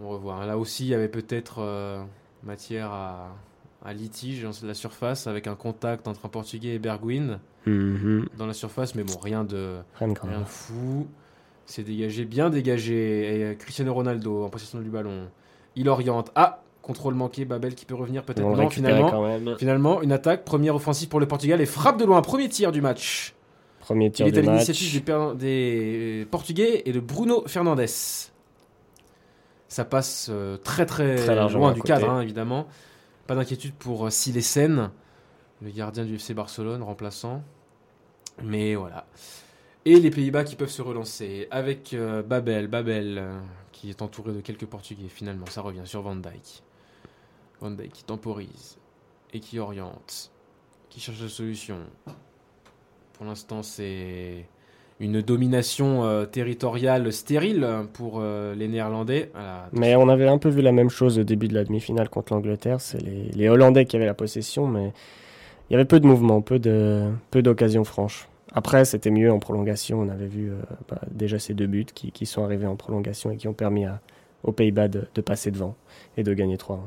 [SPEAKER 1] On revoit. hein. Là aussi, il y avait peut-être euh, matière à, à litige dans la surface avec un contact entre un Portugais et Bergwijn dans la surface, mais bon, rien de,
[SPEAKER 2] Rien de grave.
[SPEAKER 1] Rien de fou. euh, C'est dégagé, bien dégagé. Et euh, Cristiano Ronaldo en possession du ballon. Il oriente. Ah Contrôle manqué, Babel qui peut revenir peut-être.
[SPEAKER 2] Ils vont
[SPEAKER 1] Non,
[SPEAKER 2] récupérer
[SPEAKER 1] finalement,
[SPEAKER 2] quand même.
[SPEAKER 1] finalement, une attaque, première offensive pour le Portugal et frappe de loin, premier tir du match.
[SPEAKER 2] Premier tir
[SPEAKER 1] Il est à
[SPEAKER 2] du match.
[SPEAKER 1] l'initiative du per- des euh, Portugais et de Bruno Fernandes. Ça passe euh, très très,
[SPEAKER 2] Très largement
[SPEAKER 1] loin
[SPEAKER 2] à
[SPEAKER 1] du
[SPEAKER 2] côté.
[SPEAKER 1] cadre, hein, évidemment. Pas d'inquiétude pour euh, Silesen, le gardien du FC Barcelone, remplaçant. Mais voilà. Et les Pays-Bas qui peuvent se relancer avec euh, Babel, Babel, euh, qui est entouré de quelques Portugais finalement. Ça revient sur Van Dijk. Van Dijk qui temporise et qui oriente, qui cherche la solution. Pour l'instant, c'est une domination euh, territoriale stérile pour euh, les Néerlandais. Voilà.
[SPEAKER 2] Mais on avait un peu vu la même chose au début de la demi-finale contre l'Angleterre. C'est les, les Hollandais qui avaient la possession, mais il y avait peu de mouvement, peu de peu d'occasions franches. Après, c'était mieux en prolongation. On avait vu euh, bah, déjà ces deux buts qui, qui sont arrivés en prolongation et qui ont permis à- aux Pays-Bas de, de passer devant et de gagner 3-1.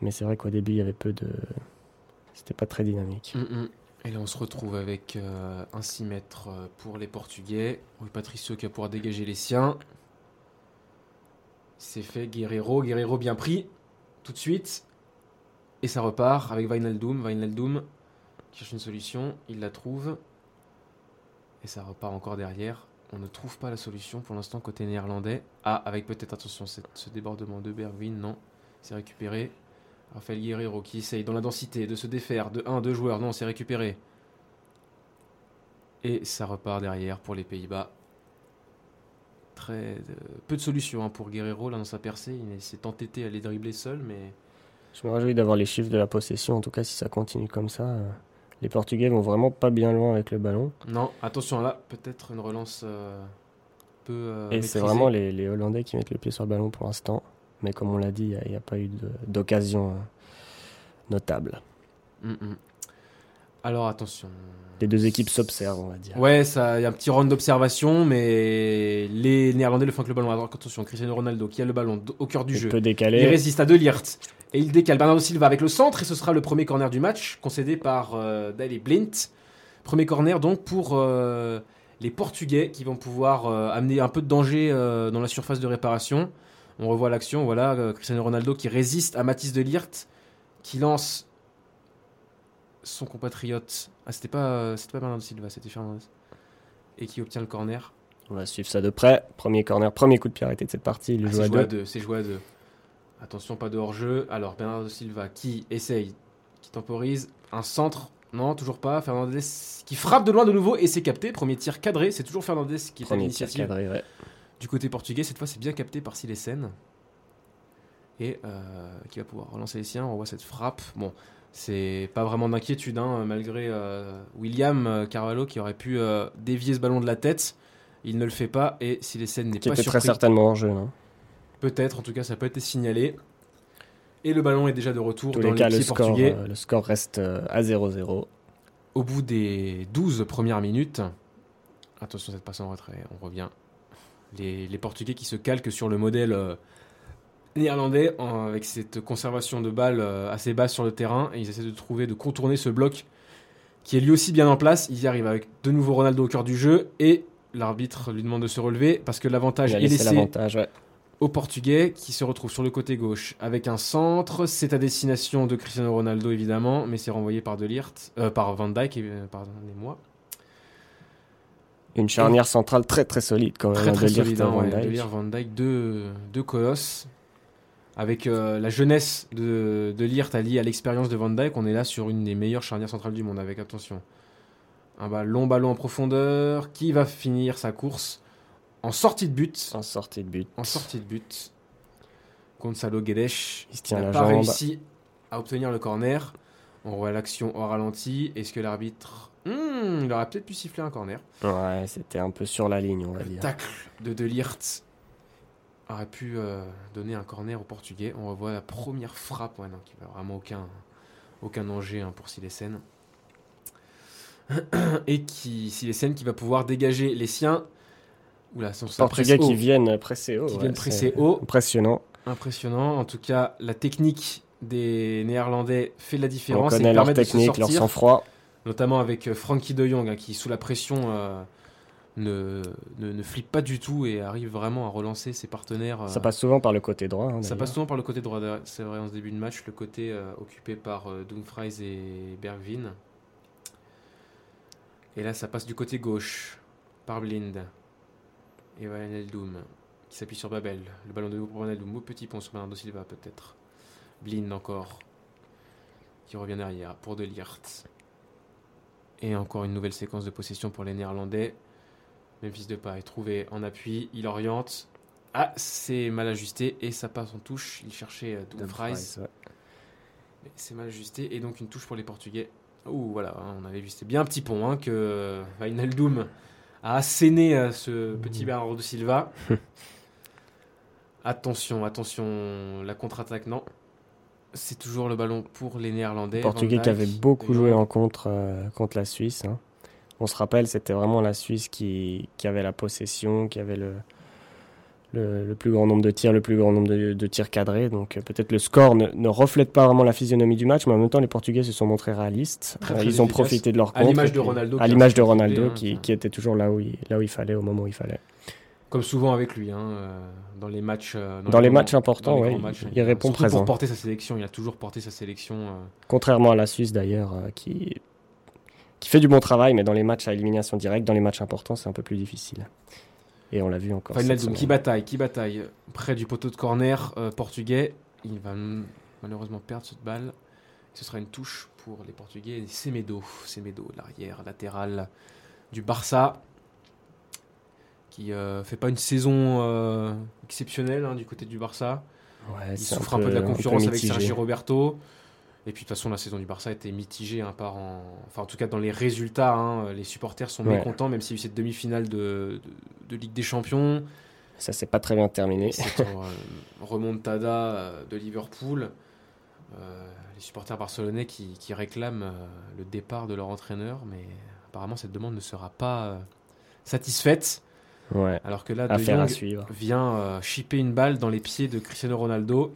[SPEAKER 2] Mais c'est vrai qu'au début, il y avait peu de. C'était pas très dynamique.
[SPEAKER 1] Mm, mm. Et là, on se retrouve avec euh, un 6 mètres euh, pour les Portugais. Oui, Patricio qui va pouvoir dégager les siens. C'est fait, Guerrero. Guerrero bien pris, tout de suite. Et ça repart avec Wijnaldum. Wijnaldum qui cherche une solution, il la trouve. Et ça repart encore derrière. On ne trouve pas la solution pour l'instant côté néerlandais. Ah, avec peut-être, attention, cette- ce débordement de Bergwijn, non. C'est récupéré. Rafael Guerrero qui essaye dans la densité de se défaire de 1, 2 joueurs. Non, c'est récupéré. Et ça repart derrière pour les Pays-Bas. Très euh, peu de solutions hein, pour Guerrero là dans sa percée. Il s'est entêté à les dribbler seul, mais
[SPEAKER 2] Je me réjouis d'avoir les chiffres de la possession. En tout cas, si ça continue comme ça, euh, les Portugais vont vraiment pas bien loin avec le ballon.
[SPEAKER 1] non. Attention là, peut-être une relance euh, peu. euh,
[SPEAKER 2] Et c'est
[SPEAKER 1] maîtrisée.
[SPEAKER 2] vraiment les, les Hollandais qui mettent le pied sur le ballon pour l'instant. Mais comme on l'a dit, il n'y a, il y a pas eu de- d'occasion euh, notable.
[SPEAKER 1] Mm, mm. Alors attention.
[SPEAKER 2] Les deux équipes s'observent, on va dire.
[SPEAKER 1] Ouais, ça, il y a un petit round d'observation, mais les Néerlandais le font avec le ballon. Alors, attention, Cristiano Ronaldo qui a le ballon d- au cœur du
[SPEAKER 2] Il
[SPEAKER 1] jeu.
[SPEAKER 2] peut
[SPEAKER 1] Il
[SPEAKER 2] décaler.
[SPEAKER 1] résiste à De Ligt. Et il décale Bernardo Silva avec le centre. Et ce sera le premier corner du match, concédé par euh, Daley Blint. Premier corner donc pour euh, les Portugais qui vont pouvoir euh, amener un peu de danger euh, dans la surface de réparation. On revoit l'action. Voilà, euh, Cristiano Ronaldo qui résiste à Mathis De Ligt qui lance son compatriote. Ah, c'était pas, euh, c'était pas Bernardo Silva, c'était Fernandez. Et qui obtient le corner.
[SPEAKER 2] On va suivre ça de près. Premier corner, premier coup de pied arrêté de cette partie. Il
[SPEAKER 1] Ah,
[SPEAKER 2] le joue
[SPEAKER 1] c'est
[SPEAKER 2] à
[SPEAKER 1] joué à
[SPEAKER 2] deux.
[SPEAKER 1] deux, c'est joué à deux. Attention, pas de hors-jeu. Alors, Bernardo Silva qui essaye, qui temporise. Un centre, non, toujours pas. Fernandez qui frappe de loin de nouveau et c'est capté. Premier tir cadré, c'est toujours Fernandez qui est à
[SPEAKER 2] Premier tir
[SPEAKER 1] l'initiative
[SPEAKER 2] cadré, ouais.
[SPEAKER 1] du côté portugais. Cette fois, c'est bien capté par Silesen. Et euh, qui va pouvoir relancer les siens. On voit cette frappe. Bon, c'est pas vraiment d'inquiétude, hein, malgré euh, William euh, Carvalho qui aurait pu euh, dévier ce ballon de la tête. Il ne le fait pas et Silesen n'est
[SPEAKER 2] Qui
[SPEAKER 1] pas
[SPEAKER 2] était
[SPEAKER 1] surpris.
[SPEAKER 2] très certainement en jeu. hein. non
[SPEAKER 1] Peut-être, en tout cas, ça peut être signalé. Et le ballon est déjà de retour
[SPEAKER 2] Tous
[SPEAKER 1] dans
[SPEAKER 2] les cas, le
[SPEAKER 1] les
[SPEAKER 2] score,
[SPEAKER 1] portugais.
[SPEAKER 2] euh, le score reste euh, à 0-0.
[SPEAKER 1] Au bout des 12 premières minutes, attention, cette passe en retrait, on revient. Les, les Portugais qui se calquent sur le modèle euh, néerlandais en- avec cette conservation de balles euh, assez basse sur le terrain et ils essaient de trouver, de contourner ce bloc qui est lui aussi bien en place. Ils y arrivent avec de nouveau Ronaldo au cœur du jeu et l'arbitre lui demande de se relever parce que l'avantage
[SPEAKER 2] Il a
[SPEAKER 1] est
[SPEAKER 2] laissé
[SPEAKER 1] Ah, laissé
[SPEAKER 2] l'avantage. ouais.
[SPEAKER 1] au Portugais qui se retrouve sur le côté gauche avec un centre. C'est à destination de Cristiano Ronaldo évidemment, mais c'est renvoyé par De Ligt, euh, par Van Dijk, euh, pardonnez-moi.
[SPEAKER 2] Une charnière centrale très très solide quand même.
[SPEAKER 1] Très très
[SPEAKER 2] de Ligt
[SPEAKER 1] solide,
[SPEAKER 2] à
[SPEAKER 1] hein,
[SPEAKER 2] Van
[SPEAKER 1] ouais,
[SPEAKER 2] Dijk.
[SPEAKER 1] De Ligt, Van Dijk, deux, deux colosses. Avec euh, la jeunesse de, de Ligt alliée à l'expérience de Van Dijk, on est là sur une des meilleures charnières centrales du monde avec attention. Un ballon long ballon en profondeur qui va finir sa course en sortie de but.
[SPEAKER 2] En sortie de but.
[SPEAKER 1] En sortie de but, Gonzalo Guedes
[SPEAKER 2] Il se
[SPEAKER 1] qui
[SPEAKER 2] tient
[SPEAKER 1] n'a
[SPEAKER 2] la
[SPEAKER 1] pas
[SPEAKER 2] jambe.
[SPEAKER 1] réussi à obtenir le corner. On voit l'action au ralenti. Est-ce que l'arbitre. Hmm, il aurait peut-être pu siffler un corner.
[SPEAKER 2] Ouais, c'était un peu sur la ligne, on va
[SPEAKER 1] Le
[SPEAKER 2] dire.
[SPEAKER 1] tacle de De Ligt aurait pu euh, donner un corner au Portugais. On revoit la première frappe, ouais, non, qui va vraiment aucun, aucun danger hein, pour Silesen. Et qui, Silesen qui va pouvoir dégager les siens. Oula, son ça presse
[SPEAKER 2] Portugais
[SPEAKER 1] haut,
[SPEAKER 2] qui viennent presser haut.
[SPEAKER 1] qui
[SPEAKER 2] ouais,
[SPEAKER 1] viennent
[SPEAKER 2] c'est
[SPEAKER 1] presser haut.
[SPEAKER 2] Impressionnant.
[SPEAKER 1] Impressionnant. En tout cas, la technique des Néerlandais fait la
[SPEAKER 2] On
[SPEAKER 1] différence. et
[SPEAKER 2] connaît leur
[SPEAKER 1] permet de se
[SPEAKER 2] technique, leur
[SPEAKER 1] sortir,
[SPEAKER 2] sang-froid.
[SPEAKER 1] Notamment avec euh, Frankie de Jong, hein, qui, sous la pression, euh, ne, ne, ne flippe pas du tout et arrive vraiment à relancer ses partenaires. euh,
[SPEAKER 2] Ça passe souvent par le côté droit. hein,
[SPEAKER 1] ça
[SPEAKER 2] d'ailleurs.
[SPEAKER 1] passe souvent par le côté droit. d'ailleurs. C'est vrai, en ce début de match, le côté euh, occupé par euh, Dumfries et Bergvin. Et là, ça passe du côté gauche par Blind et Vanel Doom qui s'appuie sur Babel. Le ballon de haut pour Vanel Doom. Au petit pont sur Bernardo Silva, peut-être. Blind encore qui revient derrière pour De Liert. Et encore une nouvelle séquence de possession pour les Néerlandais. Memphis Depay est trouvé en appui, il oriente. Ah, c'est mal ajusté et ça passe en touche. Il cherchait euh, Dumfries,
[SPEAKER 2] Dumfries, ouais.
[SPEAKER 1] mais c'est mal ajusté et donc une touche pour les Portugais. Ouh, voilà, hein, on avait vu, c'était bien un petit pont hein, que euh, Wijnaldum a asséné à ce petit Bernardo Silva. attention, attention, la contre-attaque, non. C'est toujours le ballon pour les Néerlandais.
[SPEAKER 2] Portugais
[SPEAKER 1] Van
[SPEAKER 2] qui
[SPEAKER 1] Dijk
[SPEAKER 2] avait beaucoup
[SPEAKER 1] et
[SPEAKER 2] joué en contre euh, contre la Suisse. hein. On se rappelle, c'était vraiment la Suisse qui, qui avait la possession, qui avait le, le, le plus grand nombre de tirs, le plus grand nombre de, de tirs cadrés. Donc euh, peut-être le score ne, ne reflète pas vraiment la physionomie du match, mais en même temps, les Portugais se sont montrés réalistes.
[SPEAKER 1] Très,
[SPEAKER 2] Euh,
[SPEAKER 1] très
[SPEAKER 2] ils ont
[SPEAKER 1] efficaces.
[SPEAKER 2] profité de leur
[SPEAKER 1] À
[SPEAKER 2] contre.
[SPEAKER 1] l'image
[SPEAKER 2] et
[SPEAKER 1] de
[SPEAKER 2] puis-
[SPEAKER 1] Ronaldo
[SPEAKER 2] À
[SPEAKER 1] qui a
[SPEAKER 2] l'image de
[SPEAKER 1] toujours été,
[SPEAKER 2] Ronaldo
[SPEAKER 1] hein,
[SPEAKER 2] qui,
[SPEAKER 1] enfin.
[SPEAKER 2] qui était toujours là où, il, là où il fallait, au moment où il fallait.
[SPEAKER 1] Comme souvent avec lui, hein, euh, dans les matchs, euh,
[SPEAKER 2] Dans les
[SPEAKER 1] grands-
[SPEAKER 2] matchs importants,
[SPEAKER 1] les
[SPEAKER 2] ouais,
[SPEAKER 1] grands
[SPEAKER 2] il- il
[SPEAKER 1] hein.
[SPEAKER 2] répond
[SPEAKER 1] Surtout
[SPEAKER 2] présent.
[SPEAKER 1] Pour porter sa sélection, il a toujours porté sa sélection. euh,
[SPEAKER 2] Contrairement à la Suisse d'ailleurs, euh, qui, qui fait du bon travail, mais dans les matchs à élimination directe, dans les matchs importants, c'est un peu plus difficile. Et on l'a vu encore.
[SPEAKER 1] Final
[SPEAKER 2] cette
[SPEAKER 1] Zoom, qui
[SPEAKER 2] semaine.
[SPEAKER 1] bataille, qui bataille près du poteau de corner euh, portugais. Il va m- malheureusement perdre cette balle. Ce sera une touche pour les Portugais. Et Semedo, Semedo, l'arrière latéral du Barça, qui euh, fait pas une saison euh, exceptionnelle hein, du côté du Barça.
[SPEAKER 2] Ouais,
[SPEAKER 1] Il
[SPEAKER 2] c'est
[SPEAKER 1] souffre un peu, de la concurrence avec
[SPEAKER 2] mitigé.
[SPEAKER 1] Sergi Roberto. Et puis de toute façon, la saison du Barça était mitigée hein, par en... Enfin, en tout cas, dans les résultats, hein, les supporters sont
[SPEAKER 2] Ouais.
[SPEAKER 1] mécontents, même s'il y a eu cette demi-finale de, de- de Ligue des Champions.
[SPEAKER 2] Ça s'est pas très bien terminé.
[SPEAKER 1] Cette euh, remontada euh, de Liverpool. Euh, les supporters barcelonais qui, qui réclament euh, le départ de leur entraîneur, mais apparemment, cette demande ne sera pas euh, satisfaite.
[SPEAKER 2] Ouais.
[SPEAKER 1] Alors que là, Ah, De
[SPEAKER 2] Affaire à
[SPEAKER 1] Jong
[SPEAKER 2] suivre.
[SPEAKER 1] vient euh, chipper une balle dans les pieds de Cristiano Ronaldo.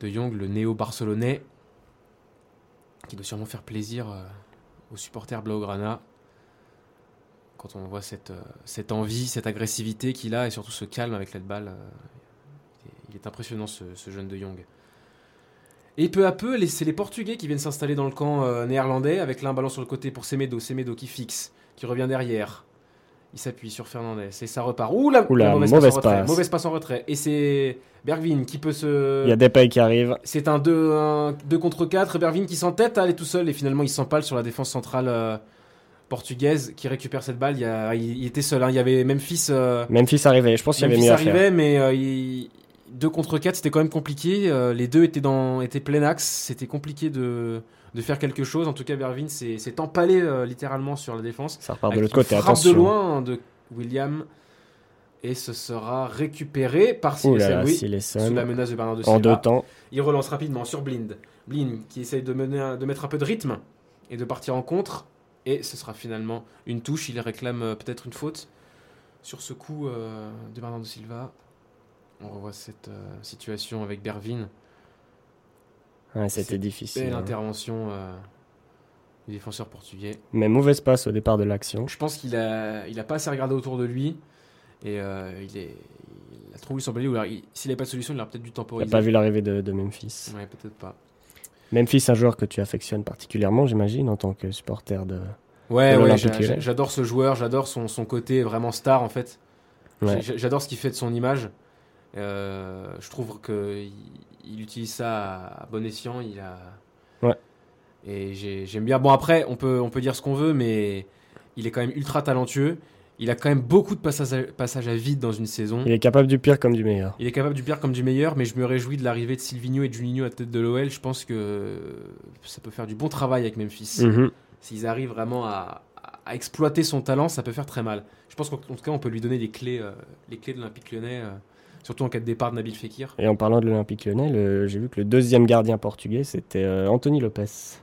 [SPEAKER 1] De Jong, le néo-barcelonais, qui doit sûrement faire plaisir euh, aux supporters Blaugrana. Quand on voit cette, euh, cette envie, cette agressivité qu'il a et surtout ce calme avec la balle, euh, il est- il est impressionnant ce, ce jeune De Jong. Et peu à peu, les- c'est les Portugais qui viennent s'installer dans le camp euh, néerlandais avec l'un ballon sur le côté pour Semedo. Semedo qui fixe, qui revient derrière. Il s'appuie sur Fernandez et ça repart. Ouh la,
[SPEAKER 2] Oula,
[SPEAKER 1] la
[SPEAKER 2] mauvaise
[SPEAKER 1] en retrait,
[SPEAKER 2] passe.
[SPEAKER 1] Mauvaise passe en retrait. Et c'est Bergvin qui peut se.
[SPEAKER 2] Il y a des pays qui arrivent.
[SPEAKER 1] C'est un 2 un- 2 contre 4. Bervin qui s'entête à aller tout seul et finalement il s'empale sur la défense centrale euh, portugaise qui récupère cette balle. Il, y a- il- il était seul. hein. Il y avait Memphis. euh,
[SPEAKER 2] Memphis arrivait. Je pense qu'il y avait
[SPEAKER 1] Memphis
[SPEAKER 2] mieux à faire.
[SPEAKER 1] arrivait, mais 2 contre 4 c'était quand même compliqué. Euh, les deux étaient, dans, étaient plein axe. C'était compliqué de, de faire quelque chose. En tout cas, Bervin s'est s'est empalé euh, littéralement sur la défense.
[SPEAKER 2] Ça repart de
[SPEAKER 1] Avec
[SPEAKER 2] l'autre
[SPEAKER 1] une
[SPEAKER 2] côté.
[SPEAKER 1] Ah, frappe de
[SPEAKER 2] Attention.
[SPEAKER 1] loin hein, de William. Et ce sera récupéré par
[SPEAKER 2] Ouh
[SPEAKER 1] Silas
[SPEAKER 2] là là,
[SPEAKER 1] Eloui,
[SPEAKER 2] s'il est seul.
[SPEAKER 1] sous la menace de Bernardo Silva.
[SPEAKER 2] En deux temps.
[SPEAKER 1] Il relance rapidement sur Blind. Blind qui essaye de, mener un- de mettre un peu de rythme et de partir en contre. Et ce sera finalement une touche. Il réclame euh, peut-être une faute sur ce coup euh, de Bernardo Silva. On revoit cette euh, situation avec Bervin.
[SPEAKER 2] Ouais,
[SPEAKER 1] C'est
[SPEAKER 2] C'était difficile.
[SPEAKER 1] Belle
[SPEAKER 2] hein.
[SPEAKER 1] intervention euh, du défenseur portugais.
[SPEAKER 2] Mais mauvaise passe au départ de l'action.
[SPEAKER 1] Je pense qu'il a, il a pas assez regardé autour de lui. Et euh, il, est, il a trop voulu s'emballer. ou alors il- S'il n'avait pas de solution, il aurait peut-être dû
[SPEAKER 2] Il n'a
[SPEAKER 1] temporiser.
[SPEAKER 2] pas vu l'arrivée de, de Memphis.
[SPEAKER 1] Ouais, peut-être pas.
[SPEAKER 2] Memphis, un joueur que tu affectionnes particulièrement, j'imagine, en tant que supporter de.
[SPEAKER 1] Ouais,
[SPEAKER 2] de
[SPEAKER 1] ouais,
[SPEAKER 2] l'Olympique
[SPEAKER 1] j'a-
[SPEAKER 2] Lyonnais.
[SPEAKER 1] j'a- j'adore ce joueur, j'adore son, son côté vraiment star en fait.
[SPEAKER 2] Ouais.
[SPEAKER 1] J'ai- J'adore ce qu'il fait de son image. Euh, je trouve que il, il utilise ça à, à bon escient. Il a.
[SPEAKER 2] Ouais.
[SPEAKER 1] Et j'ai- j'aime bien. Bon après, on peut on peut dire ce qu'on veut, mais il est quand même ultra talentueux. Il a quand même beaucoup de passages à, passages à vide dans une saison.
[SPEAKER 2] Il est capable du pire comme du meilleur.
[SPEAKER 1] Il est capable du pire comme du meilleur, mais je me réjouis de l'arrivée de Silvino et de Juninho à tête de l'OL. Je pense que ça peut faire du bon travail avec Memphis.
[SPEAKER 2] Mhm.
[SPEAKER 1] S'ils arrivent vraiment à, à exploiter son talent, ça peut faire très mal. Je pense qu'en en tout cas, on peut lui donner les clés, euh, les clés de l'Olympique lyonnais, euh, surtout en cas de départ de Nabil Fekir.
[SPEAKER 2] Et en parlant de l'Olympique lyonnais, le- j'ai vu que le deuxième gardien portugais, c'était euh, Anthony Lopez.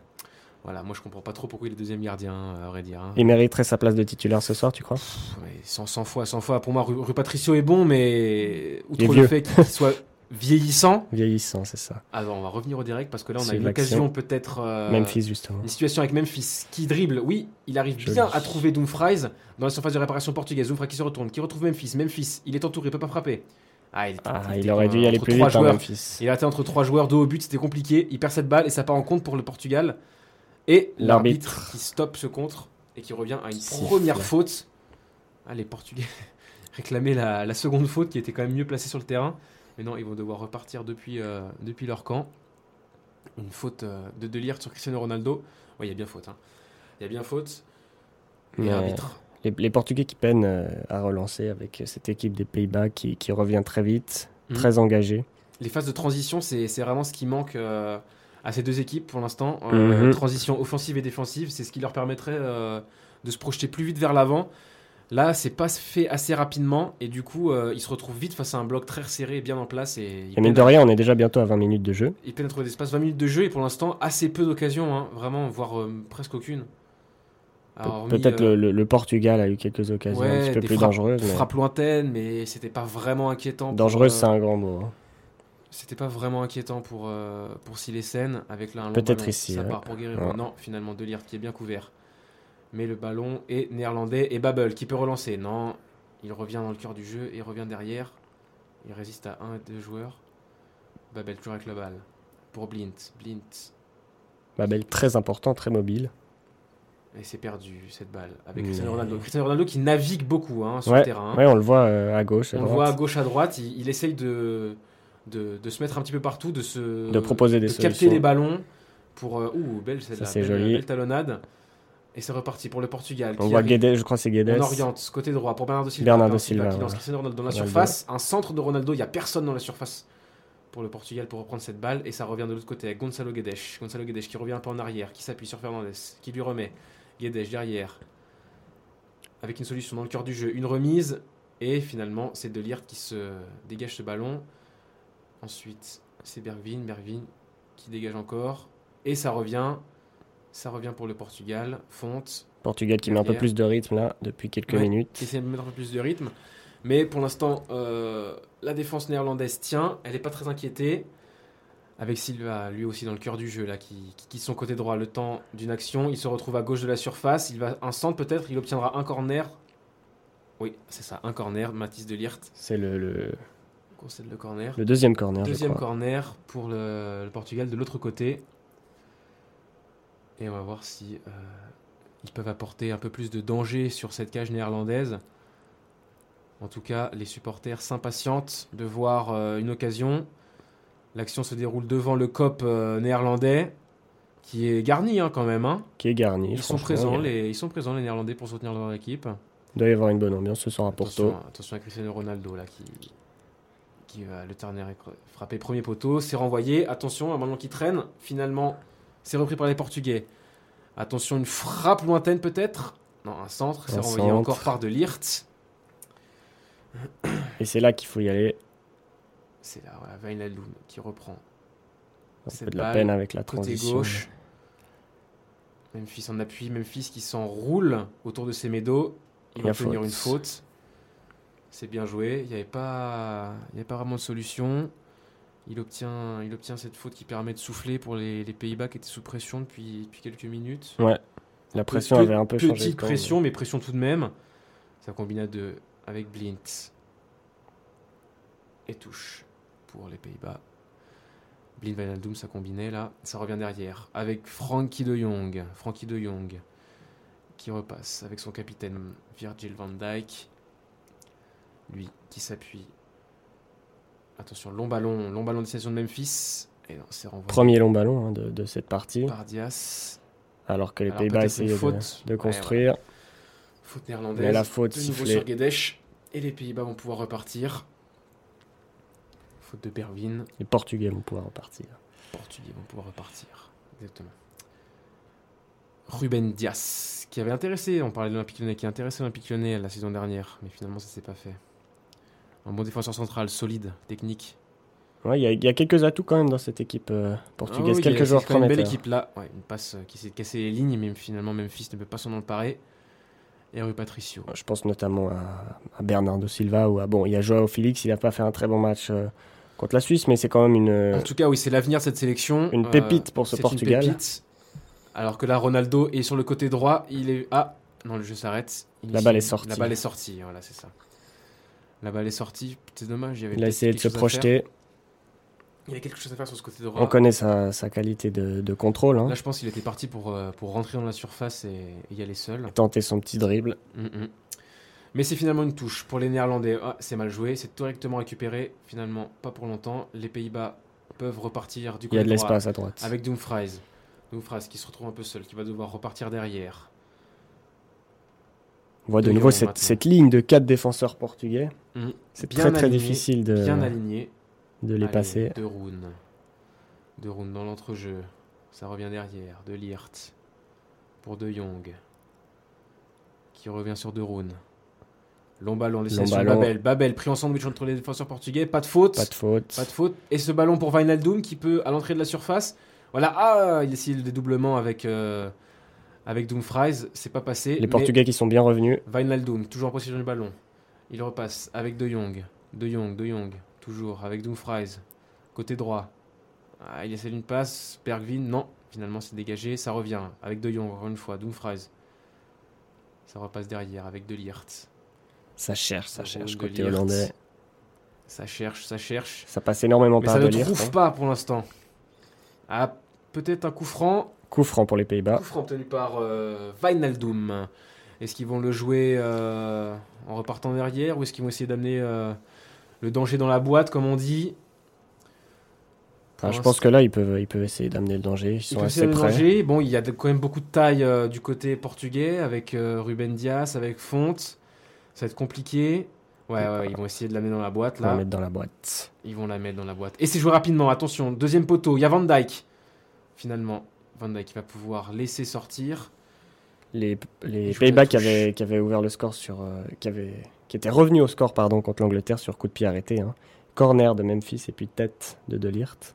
[SPEAKER 1] Voilà, moi je comprends pas trop pourquoi il est deuxième gardien, à vrai dire. hein.
[SPEAKER 2] Il mériterait sa place de titulaire ce soir, tu crois
[SPEAKER 1] Pff, mais 100, 100 fois, 100 fois. Pour moi, Rue, Rue Patricio est bon, mais
[SPEAKER 2] Il est
[SPEAKER 1] outre le
[SPEAKER 2] vieux.
[SPEAKER 1] fait qu'il soit vieillissant.
[SPEAKER 2] Vieillissant, c'est ça.
[SPEAKER 1] Alors, on va revenir au direct parce que là, on a
[SPEAKER 2] C'est
[SPEAKER 1] une
[SPEAKER 2] l'action.
[SPEAKER 1] occasion peut-être. euh,
[SPEAKER 2] Memphis, justement.
[SPEAKER 1] Une situation avec Memphis qui dribble. Oui, il arrive
[SPEAKER 2] Joli.
[SPEAKER 1] bien à trouver Dumfries dans la surface de réparation portugaise. Dumfries qui se retourne, qui retrouve Memphis. Memphis, il est entouré, il peut pas frapper. Ah, il, était-
[SPEAKER 2] Ah,
[SPEAKER 1] était
[SPEAKER 2] il aurait dû y
[SPEAKER 1] entre
[SPEAKER 2] aller plus
[SPEAKER 1] trois
[SPEAKER 2] vite, hein,
[SPEAKER 1] joueurs.
[SPEAKER 2] Memphis.
[SPEAKER 1] Il a été entre trois joueurs, dos au but, c'était compliqué. Il perd cette balle et ça part en compte pour le Portugal. Et
[SPEAKER 2] L'arbitre.
[SPEAKER 1] l'arbitre qui stoppe ce contre et qui revient à une
[SPEAKER 2] Siffle.
[SPEAKER 1] première faute. Ah, les Portugais réclamaient la, la seconde faute qui était quand même mieux placée sur le terrain. Mais non, ils vont devoir repartir depuis, euh, depuis leur camp. Une faute euh, de Delire sur Cristiano Ronaldo. Oui, il y a bien faute. hein. Il y a bien faute. Et
[SPEAKER 2] Mais,
[SPEAKER 1] l'arbitre.
[SPEAKER 2] Les, les Portugais qui peinent euh, à relancer avec euh, cette équipe des Pays-Bas qui, qui revient très vite,
[SPEAKER 1] Mhm.
[SPEAKER 2] très engagée.
[SPEAKER 1] Les phases de transition, c'est c'est vraiment ce qui manque euh, à ces deux équipes pour l'instant. Euh,
[SPEAKER 2] Mhm.
[SPEAKER 1] Transition offensive et défensive, c'est ce qui leur permettrait euh, de se projeter plus vite vers l'avant. Là, c'est pas fait assez rapidement et du coup, euh, ils se retrouvent vite face à un bloc très serré et bien en place. Et ils
[SPEAKER 2] Et mine
[SPEAKER 1] peinent
[SPEAKER 2] de
[SPEAKER 1] à-
[SPEAKER 2] rien, on est déjà bientôt à 20 minutes de jeu.
[SPEAKER 1] ils peinent à trouver des espaces 20 minutes de jeu et pour l'instant, assez peu d'occasions, hein, vraiment, voire euh, presque aucune.
[SPEAKER 2] Pe-
[SPEAKER 1] Alors, hormis,
[SPEAKER 2] Peut-être
[SPEAKER 1] euh,
[SPEAKER 2] le, le- le Portugal a eu quelques occasions un
[SPEAKER 1] ouais,
[SPEAKER 2] petit peu
[SPEAKER 1] des
[SPEAKER 2] plus
[SPEAKER 1] frappes-
[SPEAKER 2] dangereuses. mais-
[SPEAKER 1] Frappe lointaine, mais c'était pas vraiment inquiétant. pour,
[SPEAKER 2] Dangereuse,
[SPEAKER 1] euh,
[SPEAKER 2] c'est un grand mot. hein.
[SPEAKER 1] C'était pas vraiment inquiétant pour, euh, pour Silesen avec là un long
[SPEAKER 2] Peut-être
[SPEAKER 1] ballon.
[SPEAKER 2] ici,
[SPEAKER 1] Ça
[SPEAKER 2] ouais.
[SPEAKER 1] part pour Guerrero.
[SPEAKER 2] Ouais.
[SPEAKER 1] Non, finalement, Delirte qui est bien couvert. Mais le ballon est néerlandais et Babel qui peut relancer. Non, il revient dans le cœur du jeu et revient derrière. Il résiste à un et deux joueurs. Babel toujours avec la balle. Pour Blint. Blint.
[SPEAKER 2] Babel très important, très mobile.
[SPEAKER 1] Et c'est perdu cette balle avec
[SPEAKER 2] Mais-
[SPEAKER 1] Cristiano Ronaldo. Cristiano Ronaldo qui navigue beaucoup hein, sur le terrain.
[SPEAKER 2] Ouais, on le voit euh, à gauche, à
[SPEAKER 1] On le
[SPEAKER 2] droite,
[SPEAKER 1] voit à gauche, à droite. Il, il essaye de, de, de se mettre un petit peu partout, de se.
[SPEAKER 2] de proposer des
[SPEAKER 1] de
[SPEAKER 2] solutions.
[SPEAKER 1] capter les ballons pour euh, ouh belle celle-là,
[SPEAKER 2] Ça, c'est
[SPEAKER 1] belle-
[SPEAKER 2] joli.
[SPEAKER 1] belle talonnade et c'est reparti pour le Portugal
[SPEAKER 2] On
[SPEAKER 1] qui
[SPEAKER 2] voit
[SPEAKER 1] arrive.
[SPEAKER 2] Guedes, je crois que c'est Guedes.
[SPEAKER 1] on oriente côté droit pour Bernardo Silva
[SPEAKER 2] Bernardo
[SPEAKER 1] qui
[SPEAKER 2] Silva,
[SPEAKER 1] lance
[SPEAKER 2] ouais.
[SPEAKER 1] Cristiano Ronaldo dans la
[SPEAKER 2] Ronaldo.
[SPEAKER 1] surface un centre de Ronaldo il y a personne dans la surface pour le Portugal pour reprendre cette balle et ça revient de l'autre côté avec Gonzalo Guedes Gonzalo Guedes qui revient un peu en arrière qui s'appuie sur Fernandez qui lui remet Guedes derrière avec une solution dans le cœur du jeu une remise et finalement c'est Delirte qui se dégage ce ballon ensuite c'est Bergvin Bergvin qui dégage encore et ça revient ça revient pour le Portugal Fonte
[SPEAKER 2] Portugal qui met un peu
[SPEAKER 1] Derrière.
[SPEAKER 2] plus de rythme là depuis quelques
[SPEAKER 1] Ouais. qui
[SPEAKER 2] minutes.
[SPEAKER 1] essaie de mettre un peu plus de rythme. Mais pour l'instant, euh, la défense néerlandaise tient, elle n'est pas très inquiétée. Avec Silva, lui aussi dans le cœur du jeu, là, qui, qui quitte son côté droit le temps d'une action. Il se retrouve à gauche de la surface, il va un centre peut-être, il obtiendra un corner. Oui, c'est ça, un corner. Mathis Delirte
[SPEAKER 2] C'est le, le,
[SPEAKER 1] concède le corner.
[SPEAKER 2] le deuxième corner, je
[SPEAKER 1] Deuxième
[SPEAKER 2] crois.
[SPEAKER 1] corner pour le, le Portugal de l'autre côté. Et on va voir si euh, ils peuvent apporter un peu plus de danger sur cette cage néerlandaise. En tout cas, les supporters s'impatientent de voir euh, une occasion. L'action se déroule devant le COP euh, néerlandais, qui est garni hein, quand même. hein.
[SPEAKER 2] Qui est garni.
[SPEAKER 1] Ils sont,
[SPEAKER 2] franchement,
[SPEAKER 1] présents,
[SPEAKER 2] il y a-
[SPEAKER 1] les, ils sont présents, les Néerlandais, pour soutenir leur équipe.
[SPEAKER 2] Il doit y avoir une bonne ambiance ce soir à Porto.
[SPEAKER 1] Attention, attention à Cristiano Ronaldo là qui qui va le turner est cre- frappé premier poteau, c'est renvoyé. Attention, un ballon qui traîne. Finalement, c'est repris par les Portugais. Attention, une frappe lointaine peut-être. Non, un centre, c'est
[SPEAKER 2] Un
[SPEAKER 1] renvoyé
[SPEAKER 2] centre.
[SPEAKER 1] encore par de Lirt.
[SPEAKER 2] Et c'est là qu'il faut y aller.
[SPEAKER 1] C'est là, voilà, Wijnaldum qui reprend
[SPEAKER 2] Un
[SPEAKER 1] Cette
[SPEAKER 2] peu de la
[SPEAKER 1] balle,
[SPEAKER 2] peine avec la
[SPEAKER 1] côté
[SPEAKER 2] transition.
[SPEAKER 1] gauche. Memphis en appui, Memphis qui s'enroule autour de ses médos. Il
[SPEAKER 2] Il y
[SPEAKER 1] va
[SPEAKER 2] a
[SPEAKER 1] obtenir
[SPEAKER 2] faute.
[SPEAKER 1] une faute. C'est bien joué. Il n'y avait, pas... il y avait pas vraiment de solution. Il obtient, il obtient cette faute qui permet de souffler pour les, les Pays-Bas qui étaient sous pression depuis, depuis quelques minutes.
[SPEAKER 2] La pression
[SPEAKER 1] Pe-
[SPEAKER 2] avait un peu changé.
[SPEAKER 1] Petite
[SPEAKER 2] de camp,
[SPEAKER 1] pression, mais pression tout de même. Ça combine à deux avec Blint. Et touche pour les Pays-Bas. Blint Wijnaldum, ça combinait là. Ça revient derrière avec Frankie de Jong. Frankie de Jong qui repasse avec son capitaine Virgil van Dijk. Lui qui s'appuie. Attention, long ballon, long ballon de destination de Memphis. Et non, c'est renvoyé
[SPEAKER 2] Premier long ballon hein, de, de cette partie.
[SPEAKER 1] par Dias.
[SPEAKER 2] Alors que les
[SPEAKER 1] Ah. Alors,
[SPEAKER 2] Pays-Bas
[SPEAKER 1] peut-être une
[SPEAKER 2] essayaient de,
[SPEAKER 1] faute.
[SPEAKER 2] de
[SPEAKER 1] Ouais,
[SPEAKER 2] construire.
[SPEAKER 1] Faute néerlandaise.
[SPEAKER 2] Mais la faute
[SPEAKER 1] De nouveau
[SPEAKER 2] sifflée.
[SPEAKER 1] sur Guedes. Et les Pays-Bas vont pouvoir repartir. Faute de Bervin.
[SPEAKER 2] Les Portugais vont pouvoir repartir.
[SPEAKER 1] Portugais vont pouvoir repartir. Exactement. Ruben Dias, qui avait intéressé, on parlait de l'Olympique Lyonnais, qui a intéressé l'Olympique Lyonnais la saison dernière, mais finalement ça s'est pas fait. Un bon défenseur central, solide, technique.
[SPEAKER 2] Ouais, Il y, a- il y a quelques atouts quand même dans cette équipe euh,
[SPEAKER 1] Ah
[SPEAKER 2] portugaise.
[SPEAKER 1] oui, il y
[SPEAKER 2] quelques
[SPEAKER 1] a-
[SPEAKER 2] joueurs
[SPEAKER 1] c'est quand même Une belle
[SPEAKER 2] prometteurs.
[SPEAKER 1] équipe là, Ouais, une passe euh, qui s'est cassée les lignes, mais finalement Memphis ne peut pas s'en emparer. Et Rui Patricio.
[SPEAKER 2] Je pense notamment à, à Bernardo Silva ou à bon, il y a Joao Félix, il n'a pas fait un très bon match euh, contre la Suisse, mais c'est quand même une.
[SPEAKER 1] En tout cas, oui, c'est l'avenir de cette sélection.
[SPEAKER 2] Euh,
[SPEAKER 1] Euh,
[SPEAKER 2] Une pépite pour ce
[SPEAKER 1] c'est
[SPEAKER 2] Portugal.
[SPEAKER 1] Une pépite. Alors que là, Ronaldo est sur le côté droit. Il est. Ah Non, le jeu s'arrête. Il-
[SPEAKER 2] La balle est sortie.
[SPEAKER 1] La balle est sortie, voilà, c'est ça. La balle est sortie. C'est dommage. Il, y avait
[SPEAKER 2] euh, Il a
[SPEAKER 1] peut-être
[SPEAKER 2] essayé de
[SPEAKER 1] quelque
[SPEAKER 2] se
[SPEAKER 1] chose à
[SPEAKER 2] projeter.
[SPEAKER 1] faire. Il y avait quelque chose à faire sur ce côté droit.
[SPEAKER 2] On connaît sa, sa qualité de, de contrôle. Hein.
[SPEAKER 1] Là, je pense qu'il était parti pour, euh, pour rentrer dans la surface et, et y aller seul.
[SPEAKER 2] Tenter son petit dribble.
[SPEAKER 1] Mhm. Mais c'est finalement une touche pour les Néerlandais. Ah, c'est mal joué, c'est directement récupéré. Finalement, pas pour longtemps. Les Pays-Bas peuvent repartir du
[SPEAKER 2] Il
[SPEAKER 1] côté
[SPEAKER 2] y a de
[SPEAKER 1] droit
[SPEAKER 2] l'espace à droite.
[SPEAKER 1] avec Dumfries. Dumfries qui se retrouve un peu seul, qui va devoir repartir derrière.
[SPEAKER 2] On voit de
[SPEAKER 1] De
[SPEAKER 2] nouveau
[SPEAKER 1] Lyon,
[SPEAKER 2] cette,
[SPEAKER 1] maintenant.
[SPEAKER 2] cette ligne de quatre défenseurs portugais.
[SPEAKER 1] Mhm.
[SPEAKER 2] C'est
[SPEAKER 1] Bien
[SPEAKER 2] très très
[SPEAKER 1] aligné,
[SPEAKER 2] difficile de,
[SPEAKER 1] Bien aligné.
[SPEAKER 2] de les
[SPEAKER 1] Allez,
[SPEAKER 2] passer.
[SPEAKER 1] De Roon. De Roon dans l'entrejeu. Ça revient derrière. De Lirt. Pour De Jong. Qui revient sur De Roon. Long ballon, laissé
[SPEAKER 2] Long
[SPEAKER 1] sur
[SPEAKER 2] ballon.
[SPEAKER 1] Babel. Babel pris en sandwich entre les défenseurs portugais. Pas de faute.
[SPEAKER 2] Pas de faute.
[SPEAKER 1] Pas de faute. Et ce ballon pour Vinaldoom qui peut, à l'entrée de la surface. Voilà. Ah, il essaye le dédoublement avec, euh, avec Doomfries. C'est pas passé.
[SPEAKER 2] Les
[SPEAKER 1] mais-
[SPEAKER 2] Portugais qui sont bien revenus.
[SPEAKER 1] Wijnaldum, toujours en possession du ballon. Il repasse avec De Jong. De Jong, De Jong, toujours avec Dumfries. Côté droit. Ah, il essaie d'une passe. Bergvin, non. Finalement, c'est dégagé. Ça revient avec De Jong, encore une fois. Dumfries. Ça repasse derrière avec De Liert.
[SPEAKER 2] Ça cherche, ça
[SPEAKER 1] De
[SPEAKER 2] cherche
[SPEAKER 1] Roon,
[SPEAKER 2] côté
[SPEAKER 1] De Liert.
[SPEAKER 2] hollandais.
[SPEAKER 1] Ça cherche, ça cherche.
[SPEAKER 2] Ça passe énormément
[SPEAKER 1] Mais
[SPEAKER 2] par
[SPEAKER 1] ça ne
[SPEAKER 2] de Liert,
[SPEAKER 1] trouve
[SPEAKER 2] hein.
[SPEAKER 1] pas pour l'instant. Ah, peut-être un coup franc.
[SPEAKER 2] Coup franc pour les Pays-Bas.
[SPEAKER 1] Coup franc obtenu par euh, Wijnaldum. Est-ce qu'ils vont le jouer euh, en repartant derrière ou est-ce qu'ils vont essayer d'amener euh, le danger dans la boîte, comme on dit
[SPEAKER 2] Ah, je
[SPEAKER 1] Pour
[SPEAKER 2] pense que là, ils peuvent, ils peuvent essayer d'amener le danger. Ils
[SPEAKER 1] Ils
[SPEAKER 2] sont
[SPEAKER 1] peuvent
[SPEAKER 2] assez
[SPEAKER 1] essayer de
[SPEAKER 2] prêts.
[SPEAKER 1] danger. Bon, il y a de- quand même beaucoup de taille euh, du côté portugais avec euh, Ruben Dias, avec Fonte. Ça va être compliqué. Ouais, ouais, ils vont essayer de l'amener dans la boîte
[SPEAKER 2] On va
[SPEAKER 1] là.
[SPEAKER 2] mettre dans la boîte.
[SPEAKER 1] Ils vont la mettre dans la boîte. Et c'est joué rapidement, attention. Deuxième poteau, il y a Van Dyke. Finalement, Van Dyke va pouvoir laisser sortir.
[SPEAKER 2] Les, les
[SPEAKER 1] Ils jouent
[SPEAKER 2] Pays-Bas
[SPEAKER 1] la
[SPEAKER 2] qui
[SPEAKER 1] touche.
[SPEAKER 2] avaient, qui avaient ouvert le score sur. euh, qui, avaient, qui étaient revenus au score pardon, contre l'Angleterre sur coup de pied arrêté. hein. Corner de Memphis et puis tête de De Lirt.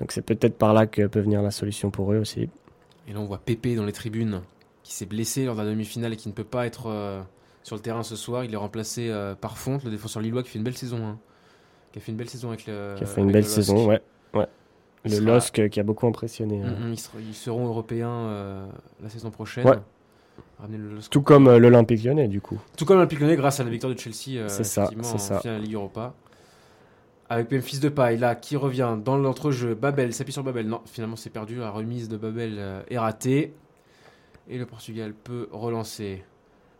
[SPEAKER 2] Donc c'est peut-être par là que peut venir la solution pour eux aussi.
[SPEAKER 1] Et là, on voit Pépé dans les tribunes, qui s'est blessé lors de la demi-finale et qui ne peut pas être euh, sur le terrain ce soir. Il est remplacé euh, par Fonte, le défenseur lillois, qui fait une belle saison. hein. Qui a fait une belle saison avec le.
[SPEAKER 2] qui a fait une
[SPEAKER 1] Euh, avec
[SPEAKER 2] belle
[SPEAKER 1] le LOSC.
[SPEAKER 2] saison, ouais. ouais.
[SPEAKER 1] Il
[SPEAKER 2] Le
[SPEAKER 1] sera-
[SPEAKER 2] LOSC euh, qui a beaucoup impressionné.
[SPEAKER 1] Mm,
[SPEAKER 2] euh.
[SPEAKER 1] mm, ils, ser- ils seront européens euh, la saison prochaine.
[SPEAKER 2] Ouais.
[SPEAKER 1] Ramener le LOSC.
[SPEAKER 2] Tout comme euh, l'Olympique lyonnais, du coup.
[SPEAKER 1] Tout comme l'Olympique Lyonnais grâce à la victoire de Chelsea euh,
[SPEAKER 2] C'est ça,
[SPEAKER 1] effectivement,
[SPEAKER 2] c'est ça.
[SPEAKER 1] en finale de Ligue Europa. Avec Memphis Depay là qui revient dans l'entrejeu. Babel s'appuie sur Babel. Non, finalement c'est perdu. La remise de Babel euh, est ratée. Et le Portugal peut relancer.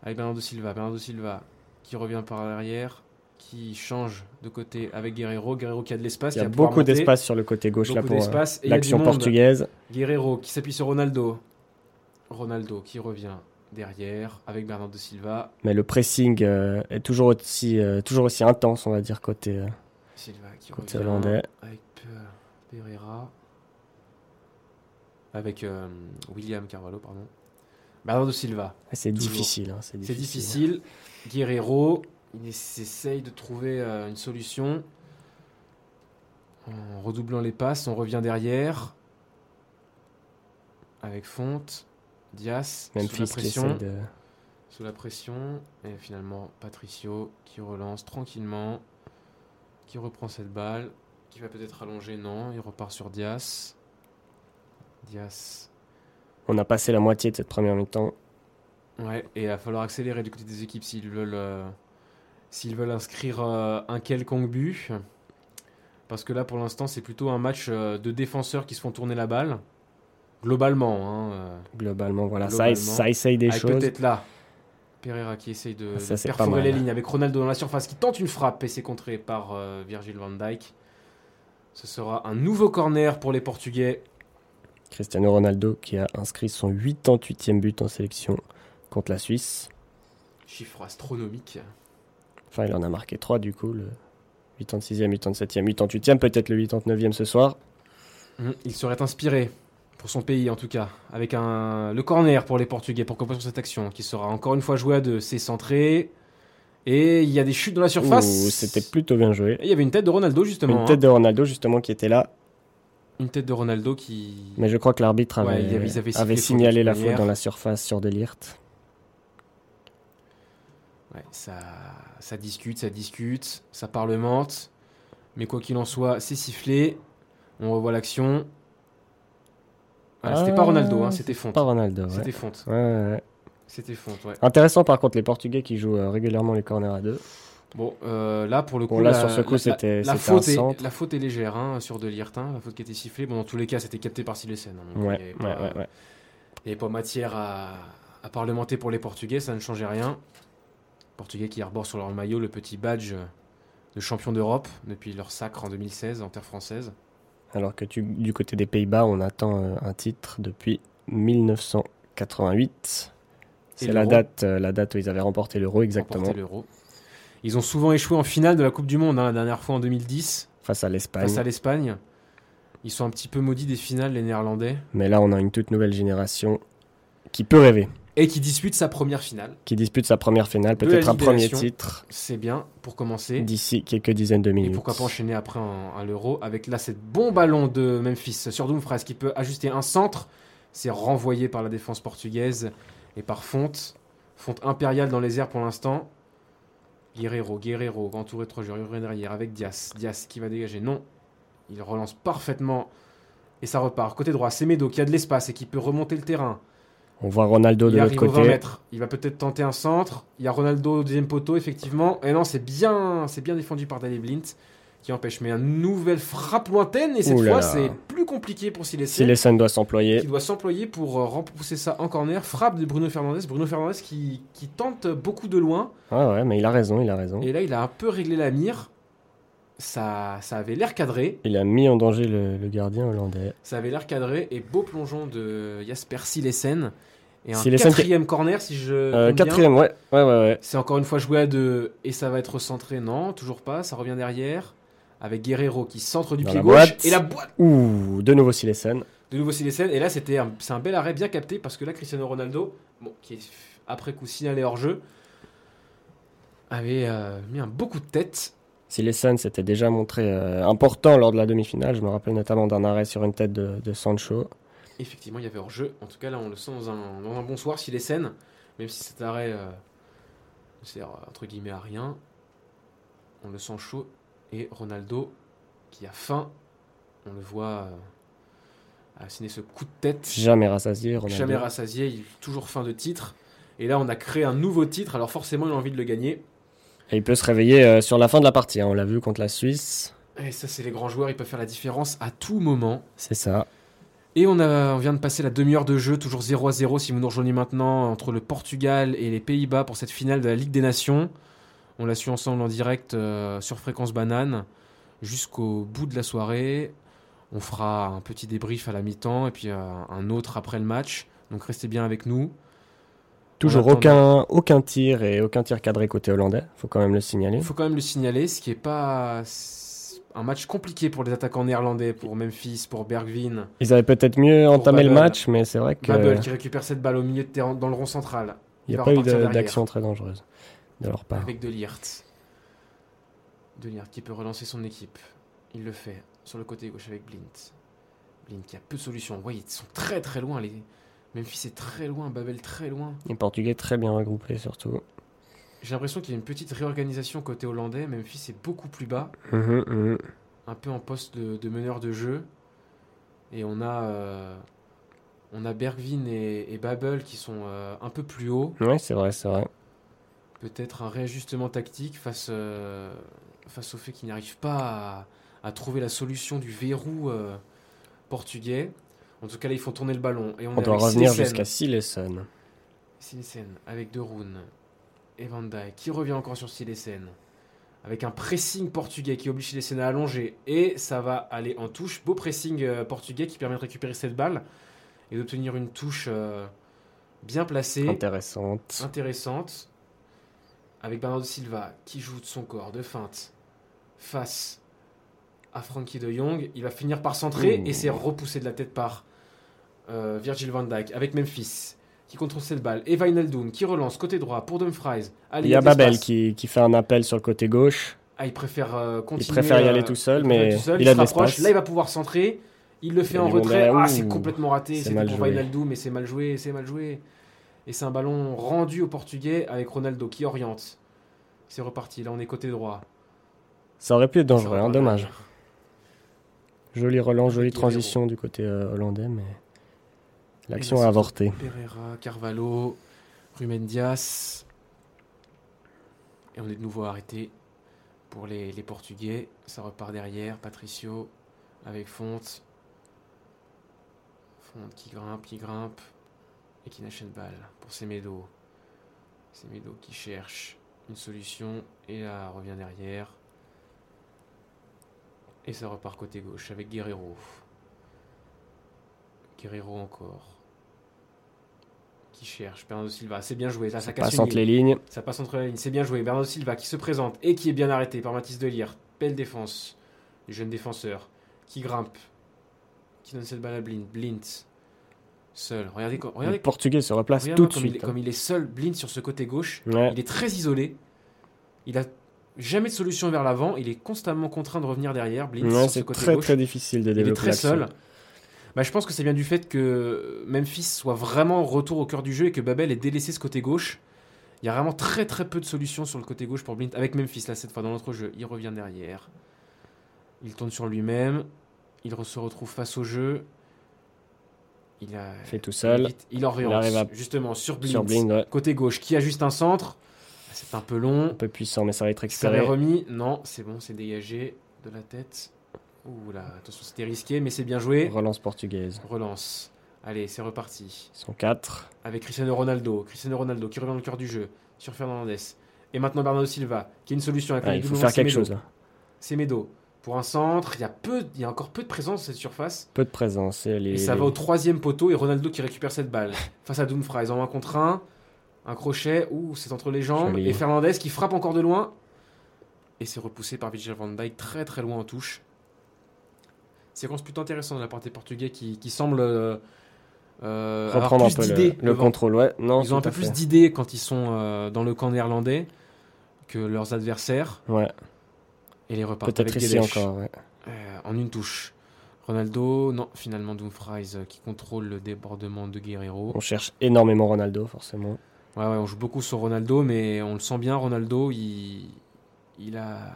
[SPEAKER 1] Avec Bernardo Silva. Bernardo Silva qui revient par l'arrière. Qui change de côté avec Guerrero. Guerrero qui a de l'espace.
[SPEAKER 2] Il y a
[SPEAKER 1] qui va pouvoir
[SPEAKER 2] beaucoup
[SPEAKER 1] monter.
[SPEAKER 2] d'espace sur le côté gauche là
[SPEAKER 1] Beaucoup
[SPEAKER 2] pour euh,
[SPEAKER 1] d'espace. et il y a du
[SPEAKER 2] l'action
[SPEAKER 1] monde.
[SPEAKER 2] portugaise.
[SPEAKER 1] Guerrero qui s'appuie sur Ronaldo. Ronaldo qui revient derrière avec Bernardo Silva.
[SPEAKER 2] Mais le pressing euh, est toujours aussi, euh, toujours aussi intense, on va dire, côté, euh,
[SPEAKER 1] Silva qui
[SPEAKER 2] côté
[SPEAKER 1] revient.
[SPEAKER 2] hollandais.
[SPEAKER 1] avec euh, Pereira, avec euh, William Carvalho, pardon. Bernardo Silva,
[SPEAKER 2] Et C'est
[SPEAKER 1] Toujours.
[SPEAKER 2] difficile, hein, c'est
[SPEAKER 1] c'est
[SPEAKER 2] difficile.
[SPEAKER 1] difficile. Guerrero, il ess- essaye de trouver euh, une solution en redoublant les passes. On revient derrière avec Fonte, Dias, sous la
[SPEAKER 2] Memphis qui
[SPEAKER 1] pression,
[SPEAKER 2] essaie de...
[SPEAKER 1] sous la pression, et finalement Patricio qui relance tranquillement, qui reprend cette balle, qui va peut-être allonger, non, il repart sur Dias. Dias.
[SPEAKER 2] On a passé la moitié de cette première mi-temps.
[SPEAKER 1] Ouais, et il va falloir accélérer du côté des équipes s'ils veulent, euh, s'ils veulent inscrire euh, un quelconque but. Parce que là, pour l'instant, c'est plutôt un match euh, de défenseurs qui se font tourner la balle. Globalement, hein, euh,
[SPEAKER 2] Globalement, voilà,
[SPEAKER 1] Globalement.
[SPEAKER 2] Ça, ça essaye des
[SPEAKER 1] avec
[SPEAKER 2] choses. Ah,
[SPEAKER 1] peut-être là Pereira qui essaye de,
[SPEAKER 2] Ça,
[SPEAKER 1] de
[SPEAKER 2] c'est pas
[SPEAKER 1] perforer
[SPEAKER 2] mal.
[SPEAKER 1] les lignes avec Ronaldo dans la surface qui tente une frappe et c'est contré par euh, Virgil van Dijk. Ce sera un nouveau corner pour les Portugais.
[SPEAKER 2] Cristiano Ronaldo qui a inscrit son 88e but en sélection contre la Suisse.
[SPEAKER 1] Chiffre astronomique.
[SPEAKER 2] Enfin, il en a marqué 3 du coup, le 86e, 87e, 88e, peut-être le 89e ce soir.
[SPEAKER 1] Mm, Il serait inspiré pour son pays en tout cas avec un le corner pour les Portugais pour compenser cette action qui sera encore une fois jouée à deux. C'est centré et il y a des chutes dans la surface. hein.
[SPEAKER 2] Ouh, C'était plutôt bien joué.
[SPEAKER 1] Et il y avait une tête de Ronaldo justement.
[SPEAKER 2] Une tête de Ronaldo justement qui était là,
[SPEAKER 1] hein. Une tête de Ronaldo qui.
[SPEAKER 2] mais je crois que l'arbitre
[SPEAKER 1] Ouais,
[SPEAKER 2] avait,
[SPEAKER 1] il y avait- ils avaient sifflé
[SPEAKER 2] avait
[SPEAKER 1] faute de
[SPEAKER 2] signalé
[SPEAKER 1] toute
[SPEAKER 2] la faute
[SPEAKER 1] manière.
[SPEAKER 2] dans la surface sur Delirte.
[SPEAKER 1] Ouais, ça, ça discute, ça discute, ça parlemente. Mais quoi qu'il en soit, c'est sifflé. On revoit l'action. Voilà, c'était
[SPEAKER 2] Ah,
[SPEAKER 1] pas Ronaldo, hein, c'était Fonte.
[SPEAKER 2] Pas Ronaldo. Ouais.
[SPEAKER 1] C'était Fonte.
[SPEAKER 2] Ouais, ouais, ouais.
[SPEAKER 1] C'était Fonte, ouais.
[SPEAKER 2] Intéressant par contre les Portugais qui jouent euh, régulièrement les corners à deux.
[SPEAKER 1] Bon, euh, là, pour le coup,
[SPEAKER 2] Bon, là,
[SPEAKER 1] la-
[SPEAKER 2] sur ce coup,
[SPEAKER 1] la-
[SPEAKER 2] c'était-
[SPEAKER 1] la,
[SPEAKER 2] c'était
[SPEAKER 1] faute
[SPEAKER 2] un
[SPEAKER 1] est,
[SPEAKER 2] centre.
[SPEAKER 1] la faute est légère hein, sur De Liertin, la faute qui était sifflée. Bon, dans tous les cas, c'était capté par Silesen. hein, donc il y
[SPEAKER 2] Ouais,
[SPEAKER 1] avait
[SPEAKER 2] ouais,
[SPEAKER 1] pas-
[SPEAKER 2] ouais, ouais.
[SPEAKER 1] Il n'y avait pas matière à, à parlementer pour les Portugais, ça ne changeait rien. Portugais qui arborent sur leur maillot le petit badge de champion d'Europe depuis leur sacre en 2016 en terre française.
[SPEAKER 2] Alors que tu- du côté des Pays-Bas, on attend euh, un titre depuis 1988.
[SPEAKER 1] Et
[SPEAKER 2] C'est la
[SPEAKER 1] l'Euro.
[SPEAKER 2] date, euh, la date où ils avaient remporté l'euro exactement,
[SPEAKER 1] remporter l'Euro. Ils ont souvent échoué en finale de la Coupe du Monde, hein, la dernière fois en 2010,
[SPEAKER 2] face à l'Espagne.
[SPEAKER 1] face à l'Espagne. Ils sont un petit peu maudits des finales, les Néerlandais.
[SPEAKER 2] Mais là, on a une toute nouvelle génération qui peut rêver,
[SPEAKER 1] Et qui dispute sa première finale.
[SPEAKER 2] qui dispute sa première finale,
[SPEAKER 1] De la
[SPEAKER 2] peut-être un premier
[SPEAKER 1] libération.
[SPEAKER 2] titre
[SPEAKER 1] C'est bien, pour commencer.
[SPEAKER 2] d'ici quelques dizaines de
[SPEAKER 1] Et
[SPEAKER 2] minutes.
[SPEAKER 1] pourquoi pas enchaîner après un, un l'euro avec là cette bon ballon de Memphis sur Dumfries qui peut ajuster un centre. C'est renvoyé par la défense portugaise et par Fonte. Fonte impériale dans les airs pour l'instant. Guerrero, Guerrero, entouré de trois joueurs, Urbain derrière avec Dias. Dias qui va dégager. Non, il relance parfaitement et ça repart. Côté droit, c'est Medo qui a de l'espace et qui peut remonter le terrain.
[SPEAKER 2] On voit Ronaldo de
[SPEAKER 1] Il
[SPEAKER 2] l'autre
[SPEAKER 1] arrive au 20
[SPEAKER 2] côté.
[SPEAKER 1] mètres. Il va peut-être tenter un centre. Il y a Ronaldo au deuxième poteau, effectivement. Et non, c'est bien, c'est bien défendu par Daley Blint qui empêche. Mais une nouvelle frappe lointaine. Et cette
[SPEAKER 2] Ouh là
[SPEAKER 1] fois,
[SPEAKER 2] là.
[SPEAKER 1] c'est plus compliqué pour
[SPEAKER 2] Si
[SPEAKER 1] Silesi
[SPEAKER 2] les Suns doivent s'employer,
[SPEAKER 1] qui doit s'employer pour euh, repousser ça en corner. Frappe de Bruno Fernandez. Bruno Fernandez qui, qui tente beaucoup de loin.
[SPEAKER 2] Ah ouais, ouais, mais il a raison, il a raison.
[SPEAKER 1] Et là, il a un peu réglé la mire. Ça, ça avait l'air cadré.
[SPEAKER 2] Il a mis en danger le, le gardien hollandais.
[SPEAKER 1] Ça avait l'air cadré. Et beau plongeon de Jasper Silesen. Et un
[SPEAKER 2] Silesen qui-
[SPEAKER 1] quatrième corner, si je.
[SPEAKER 2] Euh,
[SPEAKER 1] compte bien.
[SPEAKER 2] quatrième, ouais, ouais, ouais, ouais.
[SPEAKER 1] C'est encore une fois joué à deux et ça va être centré. Non, toujours pas. Ça revient derrière avec Guerrero qui centre du
[SPEAKER 2] Dans
[SPEAKER 1] pied
[SPEAKER 2] la
[SPEAKER 1] gauche
[SPEAKER 2] boîte.
[SPEAKER 1] et la boîte.
[SPEAKER 2] Ouh, de nouveau Silesen.
[SPEAKER 1] De nouveau Silesen et là c'était un- c'est un bel arrêt bien capté parce que là Cristiano Ronaldo, bon, qui est après coup signalé hors jeu, avait euh, mis un beaucoup de tête.
[SPEAKER 2] Silesen s'était déjà montré euh, important lors de la demi-finale. Je me rappelle notamment d'un arrêt sur une tête de, de Sancho.
[SPEAKER 1] Effectivement, il y avait hors jeu. En tout cas là on le sent dans un, dans un bon soir Silesen, même si cet arrêt euh, ne sert euh, entre guillemets à rien. On le sent chaud et Ronaldo qui a faim, on le voit euh, asséner ce coup de tête.
[SPEAKER 2] Jamais rassasié, Ronaldo.
[SPEAKER 1] Jamais rassasié, il est toujours fin de titre. Et là, on a créé un nouveau titre, alors forcément, il a envie de le gagner.
[SPEAKER 2] Et il peut se réveiller euh, sur la fin de la partie. hein. On l'a vu contre la Suisse.
[SPEAKER 1] Et ça, c'est les grands joueurs, ils peuvent faire la différence à tout moment.
[SPEAKER 2] C'est ça.
[SPEAKER 1] Et on, a, on vient de passer la demi-heure de jeu, toujours 0 à 0 si vous nous rejoignez maintenant, entre le Portugal et les Pays-Bas pour cette finale de la Ligue des Nations. On l'a su ensemble en direct euh, sur Fréquence Banane jusqu'au bout de la soirée. On fera un petit débrief à la mi-temps et puis euh, un autre après le match. Donc restez bien avec nous.
[SPEAKER 2] Toujours
[SPEAKER 1] En
[SPEAKER 2] aucun, aucun tir et aucun tir cadré côté hollandais. Faut quand même le signaler.
[SPEAKER 1] Il faut quand même le signaler, ce qui est pas c'est un match compliqué pour les attaquants néerlandais, pour Memphis, pour Bergvin.
[SPEAKER 2] Ils avaient peut-être mieux
[SPEAKER 1] Pour
[SPEAKER 2] entamé le
[SPEAKER 1] Babel.
[SPEAKER 2] match, mais c'est vrai
[SPEAKER 1] Babel
[SPEAKER 2] qu'il
[SPEAKER 1] qui récupère cette balle au milieu de terrain dans le rond central. il
[SPEAKER 2] n'y a
[SPEAKER 1] va
[SPEAKER 2] pas eu
[SPEAKER 1] repartir
[SPEAKER 2] de-
[SPEAKER 1] derrière.
[SPEAKER 2] d'action très dangereuse de leur part.
[SPEAKER 1] Avec De Liert. De Liert qui peut relancer son équipe. Il le fait sur le côté gauche avec Blint. Blint qui a peu de solutions. Ouais, ils sont très très loin. Les... Memphis est très loin, Babel très loin.
[SPEAKER 2] Les Portugais très bien regroupés surtout.
[SPEAKER 1] J'ai l'impression qu'il y a une petite réorganisation côté hollandais. Memphis est beaucoup plus bas.
[SPEAKER 2] Mhm, mhm.
[SPEAKER 1] un peu en poste de, de meneur de jeu. Et on a, euh, on a Bergvin et, et Babel qui sont euh, un peu plus haut.
[SPEAKER 2] Ouais, c'est vrai, c'est vrai.
[SPEAKER 1] Peut-être un réajustement tactique face, euh, face au fait qu'ils n'arrivent pas à, à trouver la solution du verrou euh, portugais. En tout cas, là, ils font tourner le ballon. Et on,
[SPEAKER 2] On
[SPEAKER 1] est
[SPEAKER 2] doit
[SPEAKER 1] avec
[SPEAKER 2] revenir
[SPEAKER 1] Silesen.
[SPEAKER 2] jusqu'à Silesen.
[SPEAKER 1] Silesen avec De Roon et Van Dijk qui revient encore sur Silesen avec un pressing portugais qui oblige Silesen à allonger et ça va aller en touche. Beau pressing euh, portugais qui permet de récupérer cette balle et d'obtenir une touche euh, bien placée,
[SPEAKER 2] Intéressante.
[SPEAKER 1] intéressante avec Bernardo Silva qui joue de son corps de feinte face à Frankie de Jong. Il va finir par centrer
[SPEAKER 2] Ouh.
[SPEAKER 1] et c'est repoussé de la tête par euh, Virgil van Dijk avec Memphis qui contrôle cette balle et Wijnaldum qui relance côté droit pour Dumfries. Allez,
[SPEAKER 2] Il y a
[SPEAKER 1] d'espace.
[SPEAKER 2] Babel qui, qui fait un appel sur le côté gauche.
[SPEAKER 1] Ah, il préfère euh, continuer.
[SPEAKER 2] préfère y
[SPEAKER 1] euh,
[SPEAKER 2] aller tout seul,
[SPEAKER 1] il préfère
[SPEAKER 2] mais
[SPEAKER 1] aller tout seul,
[SPEAKER 2] il
[SPEAKER 1] il,
[SPEAKER 2] a
[SPEAKER 1] se
[SPEAKER 2] de l'espace.
[SPEAKER 1] rapproche. Là, il va pouvoir centrer. Il le fait
[SPEAKER 2] y a
[SPEAKER 1] en
[SPEAKER 2] du monde
[SPEAKER 1] retrait.
[SPEAKER 2] derrière.
[SPEAKER 1] Ah, c'est
[SPEAKER 2] Ouh,
[SPEAKER 1] complètement raté.
[SPEAKER 2] c'est
[SPEAKER 1] C'était
[SPEAKER 2] mal
[SPEAKER 1] pour
[SPEAKER 2] joué.
[SPEAKER 1] Wijnaldum, mais c'est mal joué, c'est mal joué. Et c'est un ballon rendu aux Portugais avec Ronaldo qui oriente. C'est reparti. Là, on est côté droit.
[SPEAKER 2] Ça aurait pu être
[SPEAKER 1] Ça
[SPEAKER 2] dangereux,
[SPEAKER 1] aurait
[SPEAKER 2] hein,
[SPEAKER 1] pas
[SPEAKER 2] dommage. Jolie relance, jolie
[SPEAKER 1] Guerrero.
[SPEAKER 2] transition du côté euh, hollandais, mais l'action
[SPEAKER 1] Et là,
[SPEAKER 2] a
[SPEAKER 1] c'est
[SPEAKER 2] avorté.
[SPEAKER 1] Pereira, Carvalho, Rumen Dias. Et on est de nouveau arrêté pour les, les Portugais. Ça repart derrière. Patricio avec Fonte. Fonte qui grimpe, qui grimpe. Et qui n'achète balle pour Semedo. Semedo qui cherche une solution. Et là, revient derrière. Et ça repart côté gauche avec Guerrero. Guerrero encore. Qui cherche Bernardo Silva. C'est bien joué. Là, ça, casse
[SPEAKER 2] Passe
[SPEAKER 1] une
[SPEAKER 2] entre
[SPEAKER 1] ligne.
[SPEAKER 2] les lignes.
[SPEAKER 1] Ça passe entre la ligne, c'est bien joué. Bernardo Silva qui se présente et qui est bien arrêté par Mathis Delire. Belle défense du jeune défenseur qui grimpe, qui donne cette balle à Blind. Blind seul. Regardez, co-
[SPEAKER 2] Le
[SPEAKER 1] regardez,
[SPEAKER 2] Portugais se replace
[SPEAKER 1] regardez
[SPEAKER 2] tout de
[SPEAKER 1] hein, comme, il, est-
[SPEAKER 2] suite. hein.
[SPEAKER 1] comme il est seul, Blind sur ce côté gauche.
[SPEAKER 2] Ouais.
[SPEAKER 1] Il est très isolé. Il a jamais de solution vers l'avant. Il est constamment contraint de revenir derrière. Blind
[SPEAKER 2] Ouais,
[SPEAKER 1] sur ce
[SPEAKER 2] c'est
[SPEAKER 1] côté
[SPEAKER 2] très
[SPEAKER 1] gauche.
[SPEAKER 2] très difficile
[SPEAKER 1] Il
[SPEAKER 2] de
[SPEAKER 1] est
[SPEAKER 2] développer
[SPEAKER 1] très
[SPEAKER 2] l'action.
[SPEAKER 1] seul. Bah, je pense que c'est bien du fait que Memphis soit vraiment en retour au cœur du jeu et que Babel ait délaissé ce côté gauche. Il y a vraiment très très peu de solutions sur le côté gauche pour Blint. Avec Memphis, là, cette fois dans notre jeu, il revient derrière. Il tourne sur lui-même. Il re- se retrouve face au jeu. Il a.
[SPEAKER 2] Fait tout seul.
[SPEAKER 1] Il, il en
[SPEAKER 2] Il arrive à-
[SPEAKER 1] relance, justement, sur Blint.
[SPEAKER 2] Sur Blind, ouais.
[SPEAKER 1] Côté gauche, qui a juste un centre. C'est un peu long.
[SPEAKER 2] Un peu puissant, mais ça va être
[SPEAKER 1] Ça avait
[SPEAKER 2] récupéré.
[SPEAKER 1] remis. Non, c'est bon, c'est dégagé de la tête. Ouh là, attention, c'était risqué, mais c'est bien joué.
[SPEAKER 2] Relance portugaise.
[SPEAKER 1] Relance. Allez, c'est reparti.
[SPEAKER 2] Ils sont 4.
[SPEAKER 1] Avec Cristiano Ronaldo. Cristiano Ronaldo qui revient dans le cœur du jeu sur Fernandez. Et maintenant Bernardo Silva qui a une solution avec
[SPEAKER 2] il faut faire quelque chose. là.
[SPEAKER 1] C'est Medo. Pour un centre, il y, a peu, il y a encore peu de présence dans cette surface.
[SPEAKER 2] Peu de présence. Et les-
[SPEAKER 1] Et ça
[SPEAKER 2] les-
[SPEAKER 1] va au troisième poteau et Ronaldo qui récupère cette balle. Face à Dumfries en un contre un. Un crochet, ouh, c'est entre les jambes.
[SPEAKER 2] Joli.
[SPEAKER 1] Et Fernandez qui frappe encore de loin. Et c'est repoussé par Virgil van Dijk très très loin en touche. Séquence plutôt intéressante de la part des Portugais qui, qui semble euh, euh, avoir
[SPEAKER 2] reprendre un
[SPEAKER 1] plus
[SPEAKER 2] peu le,
[SPEAKER 1] d'idées
[SPEAKER 2] le
[SPEAKER 1] devant.
[SPEAKER 2] contrôle. Ouais. Non,
[SPEAKER 1] Ils ont un
[SPEAKER 2] tout
[SPEAKER 1] peu
[SPEAKER 2] à
[SPEAKER 1] plus
[SPEAKER 2] fait.
[SPEAKER 1] d'idées quand ils sont euh, dans le camp néerlandais que leurs adversaires.
[SPEAKER 2] Ouais.
[SPEAKER 1] Et les repartent
[SPEAKER 2] Peut-être
[SPEAKER 1] avec
[SPEAKER 2] ici
[SPEAKER 1] Guedes.
[SPEAKER 2] encore. ouais.
[SPEAKER 1] Euh, en une touche. Ronaldo, non, finalement Dumfries euh, qui contrôle le débordement de Guerrero.
[SPEAKER 2] On cherche énormément Ronaldo, forcément.
[SPEAKER 1] Ouais, ouais, on joue beaucoup sur Ronaldo, mais on le sent bien, Ronaldo, il, il a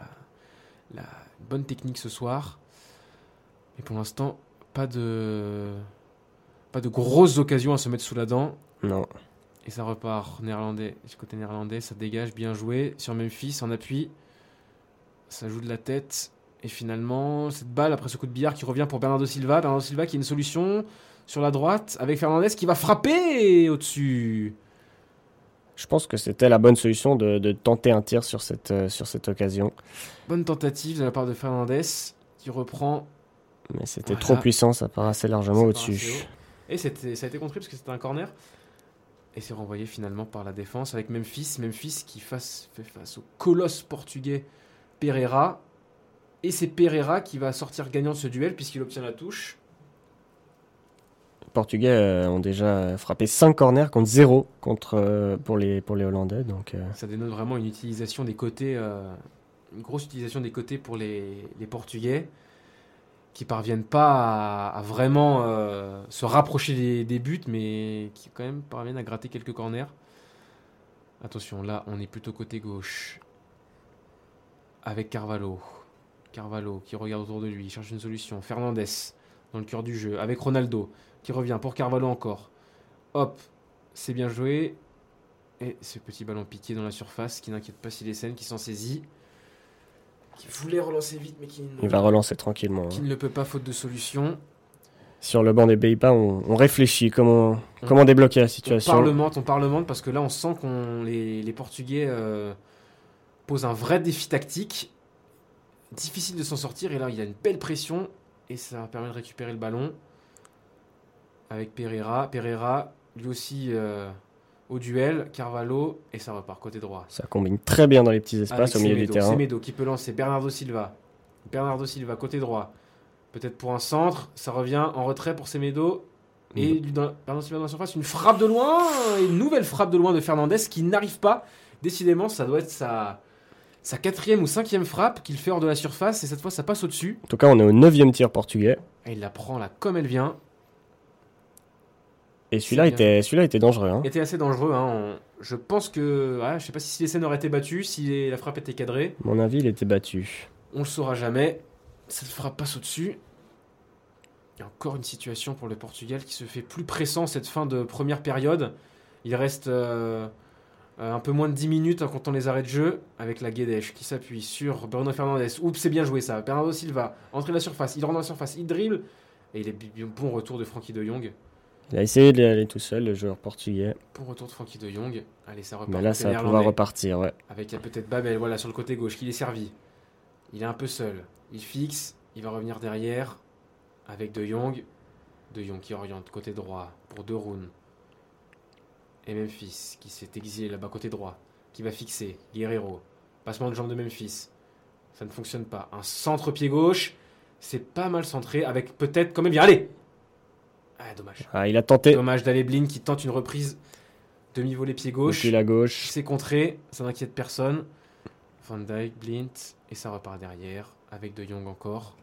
[SPEAKER 1] la bonne technique ce soir. Mais pour l'instant, pas de, pas de grosses occasions à se mettre sous la dent.
[SPEAKER 2] Non.
[SPEAKER 1] Et ça repart néerlandais. Du côté néerlandais, ça dégage, bien joué. Sur Memphis, en appui. Ça joue de la tête. Et finalement, cette balle après ce coup de billard qui revient pour Bernardo Silva. Bernardo Silva qui a une solution sur la droite avec Fernandez qui va frapper au-dessus.
[SPEAKER 2] Je pense que c'était la bonne solution de, de tenter un tir sur cette, euh, sur cette occasion.
[SPEAKER 1] Bonne tentative de la part de Fernandez qui reprend.
[SPEAKER 2] Mais c'était
[SPEAKER 1] Voilà.
[SPEAKER 2] trop puissant, ça part assez largement
[SPEAKER 1] Ça part
[SPEAKER 2] au-dessus.
[SPEAKER 1] assez haut. Et c'était- ça a été contré parce que c'était un corner. Et c'est renvoyé finalement par la défense avec Memphis. Memphis qui face, fait face au colosse portugais Pereira. Et c'est Pereira qui va sortir gagnant de ce duel puisqu'il obtient la touche.
[SPEAKER 2] Les Portugais euh, ont déjà euh, frappé 5 corners contre 0 contre, euh, pour, les, pour les Hollandais. Donc, euh,
[SPEAKER 1] Ça dénote vraiment une utilisation des côtés, euh, une grosse utilisation des côtés pour les, les Portugais qui parviennent pas à, à vraiment euh, se rapprocher des, des buts, mais qui quand même parviennent à gratter quelques corners. Attention, là, on est plutôt côté gauche avec Carvalho. Carvalho qui regarde autour de lui, il cherche une solution. Fernandez dans le cœur du jeu avec Ronaldo qui revient pour Carvalho encore. Hop, c'est bien joué. Et ce petit ballon piqué dans la surface qui n'inquiète pas Silesen qui s'en saisit. Qui voulait relancer vite mais qui ne,
[SPEAKER 2] il va relancer tranquillement. hein.
[SPEAKER 1] qui ne le peut pas faute de solution.
[SPEAKER 2] Sur le banc des Pays-Bas, on, on réfléchit comment, comment débloquer
[SPEAKER 1] Mm.
[SPEAKER 2] la
[SPEAKER 1] On
[SPEAKER 2] situation.
[SPEAKER 1] parlemente, on parlemente parce que là on sent qu'on les, les Portugais euh, posent un vrai défi tactique. Difficile de s'en sortir et là il y a une belle pression et ça permet de récupérer le ballon avec Pereira. Pereira lui aussi euh, au duel, Carvalho et ça repart côté droit.
[SPEAKER 2] Ça combine très bien dans les petits
[SPEAKER 1] Avec
[SPEAKER 2] espaces au milieu du
[SPEAKER 1] Semedo.
[SPEAKER 2] terrain.
[SPEAKER 1] Semedo qui peut lancer Bernardo Silva. Bernardo Silva côté droit. Peut-être pour un centre, ça revient en retrait pour Semedo. Et
[SPEAKER 2] Mm.
[SPEAKER 1] lui dans, Bernardo Silva dans la surface, une frappe de loin, une nouvelle frappe de loin de Fernandez qui n'arrive pas. Décidément, ça doit être sa, sa quatrième ou cinquième frappe qu'il fait hors de la surface et cette fois ça passe au-dessus.
[SPEAKER 2] En tout cas, on est au 9 tir portugais.
[SPEAKER 1] Et il la prend là comme elle vient.
[SPEAKER 2] Et celui-là
[SPEAKER 1] C'est bien.
[SPEAKER 2] était, celui était dangereux. hein.
[SPEAKER 1] Était assez dangereux. hein. On- je pense que. ouais, je sais pas si les scènes auraient été battues, si les- la frappe était cadrée.
[SPEAKER 2] À mon avis, il était battu.
[SPEAKER 1] On le saura jamais. Cette frappe passe au-dessus. Et encore une situation pour le Portugal qui se fait plus pressant cette fin de première période. Il reste euh, euh, un peu moins de 10 minutes en comptant les arrêts de jeu avec la Guedes qui s'appuie sur Bruno Fernandez. Oups, c'est bien joué ça. Bernardo Silva entre la surface, il rentre dans la surface, il dribble et il est bi- bon retour de Frankie de Jong.
[SPEAKER 2] Il a essayé d'y aller tout seul, le joueur portugais.
[SPEAKER 1] Bon retour de Frankie de Jong. Allez, ça repart.
[SPEAKER 2] Mais là,
[SPEAKER 1] côté
[SPEAKER 2] ça va
[SPEAKER 1] néerlandais.
[SPEAKER 2] pouvoir repartir, ouais.
[SPEAKER 1] Avec euh, peut-être Babel, voilà, sur le côté gauche, qui est servi. Il est un peu seul. Il fixe, il va revenir derrière avec De Jong. De Jong qui oriente côté droit pour De Roon. Et Memphis qui s'est exilé là-bas côté droit, qui va fixer Guerrero. Passement de jambe de Memphis. Ça ne fonctionne pas. Un centre pied gauche, c'est pas mal centré avec peut-être quand même bien. Allez Ah, dommage.
[SPEAKER 2] Ah, il a tenté
[SPEAKER 1] Dommage d'Aleblin qui tente une reprise demi-volée pied gauche.
[SPEAKER 2] depuis la gauche.
[SPEAKER 1] C'est contré, ça n'inquiète personne. Van Dyke, Blint, et ça repart derrière, avec De Jong encore.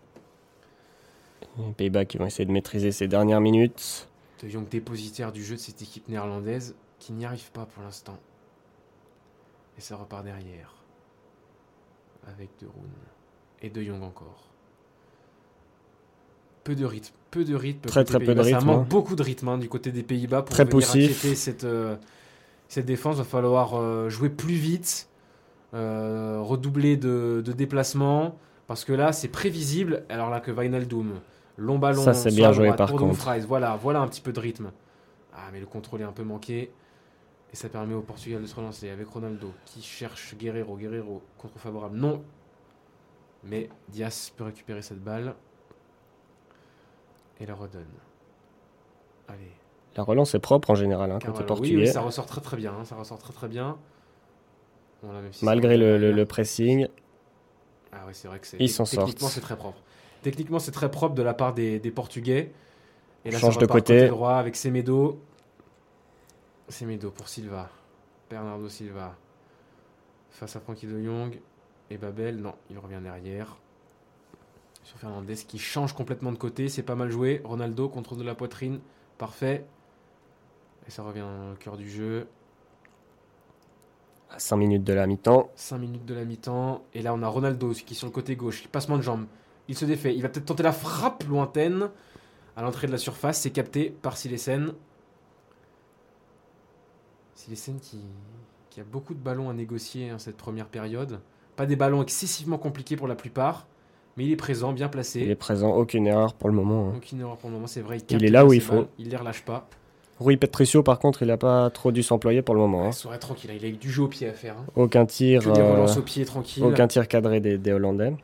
[SPEAKER 2] Les Pays-Bas qui vont essayer de maîtriser ces dernières minutes.
[SPEAKER 1] De Jong dépositaire du jeu de cette équipe néerlandaise, qui n'y arrive pas pour l'instant. Et ça repart derrière, avec De Roon, et De Jong encore. Peu de rythme, peu de rythme.
[SPEAKER 2] Très,
[SPEAKER 1] côté
[SPEAKER 2] très peu de
[SPEAKER 1] Pays-Bas. Ça
[SPEAKER 2] rythme,
[SPEAKER 1] manque
[SPEAKER 2] hein.
[SPEAKER 1] beaucoup de rythme hein, du côté des Pays-Bas pour
[SPEAKER 2] Très
[SPEAKER 1] venir
[SPEAKER 2] poussif.
[SPEAKER 1] inquiéter cette, euh, cette défense. Va falloir euh, jouer plus vite, euh, redoubler de, de déplacements, parce que là, c'est prévisible. Alors là, que Doom, long ballon,
[SPEAKER 2] Ça, c'est
[SPEAKER 1] sur
[SPEAKER 2] bien
[SPEAKER 1] la
[SPEAKER 2] joué,
[SPEAKER 1] droite
[SPEAKER 2] par
[SPEAKER 1] pour Doom
[SPEAKER 2] contre.
[SPEAKER 1] Fries. Voilà, voilà un petit peu de rythme. Ah, mais le contrôle est un peu manqué. Et ça permet au Portugal de se relancer avec Ronaldo qui cherche Guerrero. Guerrero, contre favorable. Non. Mais Diaz peut récupérer cette balle. Et la redonne. Allez.
[SPEAKER 2] La relance est propre en général, hein, côté
[SPEAKER 1] Carvalho. Oui,
[SPEAKER 2] portugais.
[SPEAKER 1] oui, ça ressort très très bien. hein, Ça ressort très très bien. Bon, là, même si
[SPEAKER 2] Malgré
[SPEAKER 1] c'est-
[SPEAKER 2] le, le- le pressing,
[SPEAKER 1] Ah ouais, c'est vrai que c'est.
[SPEAKER 2] Ils s'en
[SPEAKER 1] Techniquement,
[SPEAKER 2] sortent.
[SPEAKER 1] c'est très propre. Techniquement, c'est très propre de la part des, des Portugais. Et là,
[SPEAKER 2] Change
[SPEAKER 1] ça
[SPEAKER 2] de
[SPEAKER 1] repart
[SPEAKER 2] côté.
[SPEAKER 1] droit avec Semedo. Semedo pour Silva. Bernardo Silva. Face à Frankie de Jong. Et Babel, non, il revient derrière. Sur Fernandez qui change complètement de côté. C'est pas mal joué. Ronaldo, contrôle de la poitrine. Parfait. Et ça revient au cœur du jeu.
[SPEAKER 2] à 5 minutes de la mi-temps,
[SPEAKER 1] 5 minutes de la mi-temps. Et là, on a Ronaldo qui est sur le côté gauche. Passement de jambe. Il se défait. Il va peut-être tenter la frappe lointaine à l'entrée de la surface. C'est capté par Silesen. Silesen qui, qui a beaucoup de ballons à négocier en cette première période. Pas des ballons excessivement compliqués pour la plupart. Mais il est présent, bien
[SPEAKER 2] il est
[SPEAKER 1] placé.
[SPEAKER 2] présent, aucune erreur pour le moment. hein.
[SPEAKER 1] Donc il n'aura pour le moment, c'est vrai.
[SPEAKER 2] Il
[SPEAKER 1] capte
[SPEAKER 2] est là
[SPEAKER 1] bien
[SPEAKER 2] où
[SPEAKER 1] ses
[SPEAKER 2] il faut.
[SPEAKER 1] balles, Il ne les relâche pas.
[SPEAKER 2] Rui Patricio, par contre, il n'a pas trop dû s'employer pour le moment. hein.
[SPEAKER 1] Il serait tranquille. hein. Il a eu du jeu au pied à faire. hein.
[SPEAKER 2] Aucun tir,
[SPEAKER 1] Que des
[SPEAKER 2] euh,
[SPEAKER 1] relances au pied tranquille.
[SPEAKER 2] aucun tir cadré des, des Hollandais.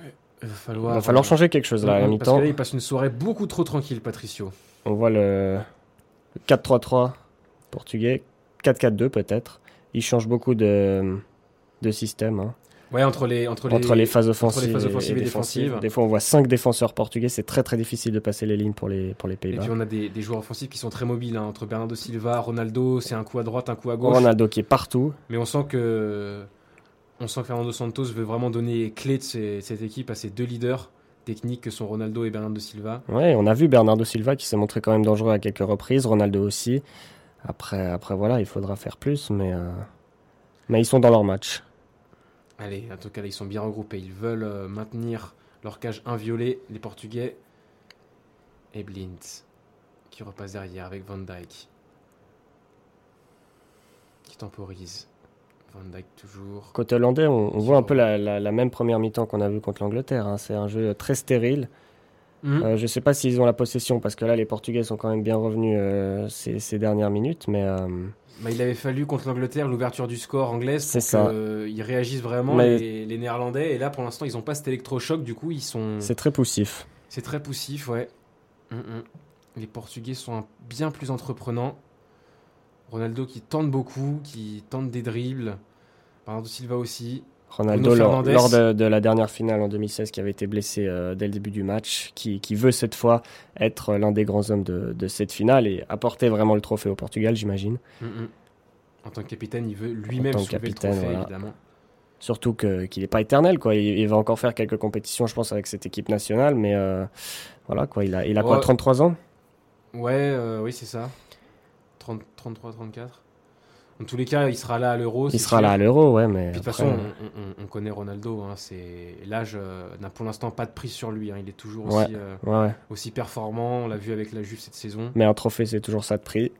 [SPEAKER 1] Il va
[SPEAKER 2] Il
[SPEAKER 1] falloir,
[SPEAKER 2] va falloir
[SPEAKER 1] euh,
[SPEAKER 2] changer quelque chose là à la
[SPEAKER 1] Parce
[SPEAKER 2] mi-temps.
[SPEAKER 1] que là, il passe une soirée beaucoup trop tranquille, Patricio.
[SPEAKER 2] On voit le le 4-3-3 portugais, 4-4-2 peut-être. Il change beaucoup de, de système hein.
[SPEAKER 1] Ouais, entre les, entre les,
[SPEAKER 2] entre les phases offensives,
[SPEAKER 1] phases offensives
[SPEAKER 2] et,
[SPEAKER 1] et
[SPEAKER 2] défensives.
[SPEAKER 1] défensives.
[SPEAKER 2] Des fois, on voit 5 défenseurs portugais, c'est très très difficile de passer les lignes pour les, pour les
[SPEAKER 1] Et
[SPEAKER 2] Pays-Bas.
[SPEAKER 1] puis on a des, des joueurs offensifs qui sont très mobiles, hein, entre Bernardo Silva, Ronaldo, c'est un coup à droite, un coup à gauche.
[SPEAKER 2] Ronaldo qui est partout.
[SPEAKER 1] Mais on sent que, on sent que Fernando Santos veut vraiment donner les clés de ces- cette équipe à ses deux leaders techniques que sont Ronaldo et Bernardo Silva.
[SPEAKER 2] Ouais, on a vu Bernardo Silva qui s'est montré quand même dangereux à quelques reprises, Ronaldo aussi. Après, après voilà, il faudra faire plus, mais, euh, mais ils sont dans leur match.
[SPEAKER 1] Allez, en tout cas, là, ils sont bien regroupés. Ils veulent euh, maintenir leur cage inviolée, les Portugais. Et Blint, qui repasse derrière avec Van Dyke. Qui temporise. Van Dyke toujours.
[SPEAKER 2] Côté hollandais, on, on voit un peu la, la- la même première mi-temps qu'on a vu contre l'Angleterre. hein. C'est un jeu très stérile.
[SPEAKER 1] Hmm.
[SPEAKER 2] Euh, je sais pas s'ils ont la possession, parce que là, les Portugais sont quand même bien revenus euh, ces, ces dernières minutes, mais... euh,
[SPEAKER 1] Bah, il avait fallu contre l'Angleterre l'ouverture du score anglaise
[SPEAKER 2] C'est
[SPEAKER 1] pour
[SPEAKER 2] ça.
[SPEAKER 1] qu'ils réagissent vraiment
[SPEAKER 2] Mais-
[SPEAKER 1] les, les Néerlandais. Et là, pour l'instant, ils n'ont pas cet électrochoc. Du coup, ils sont.
[SPEAKER 2] C'est très poussif.
[SPEAKER 1] C'est très poussif, ouais. Mm, mm. Les Portugais sont un- bien plus entreprenants. Ronaldo qui tente beaucoup, qui tente des dribbles. Bernardo Silva aussi.
[SPEAKER 2] Ronaldo,
[SPEAKER 1] Bruno
[SPEAKER 2] lors,
[SPEAKER 1] Fernandes.
[SPEAKER 2] lors de, de la dernière finale en 2016, qui avait été blessé euh, dès le début du match, qui, qui veut cette fois être euh, l'un des grands hommes de, de cette finale et apporter vraiment le trophée au Portugal, j'imagine.
[SPEAKER 1] Mm, mm. En tant que capitaine, il veut lui-même
[SPEAKER 2] tant que
[SPEAKER 1] soulever le
[SPEAKER 2] capitaine,
[SPEAKER 1] trophée,
[SPEAKER 2] voilà.
[SPEAKER 1] évidemment.
[SPEAKER 2] Surtout que- qu'il n'est pas éternel, quoi. Il, il va encore faire quelques compétitions, je pense, avec cette équipe nationale, mais euh, voilà, quoi. Il a, il a quoi,
[SPEAKER 1] Ouais.
[SPEAKER 2] 33 ans
[SPEAKER 1] Ouais, euh, oui, c'est ça. 30, 33, 34. En tous les cas, il sera là à l'Euro.
[SPEAKER 2] Il sera là à l'Euro, ouais, mais.
[SPEAKER 1] Puis de toute
[SPEAKER 2] après, euh, hein.
[SPEAKER 1] façon, on, on- on connaît Ronaldo. Hein, c'est l'âge euh, n'a pour l'instant pas de prix sur lui. hein, il est toujours aussi, euh,
[SPEAKER 2] ouais, ouais.
[SPEAKER 1] aussi performant. On l'a vu avec la Juve cette saison.
[SPEAKER 2] Mais un trophée, c'est toujours ça de prix.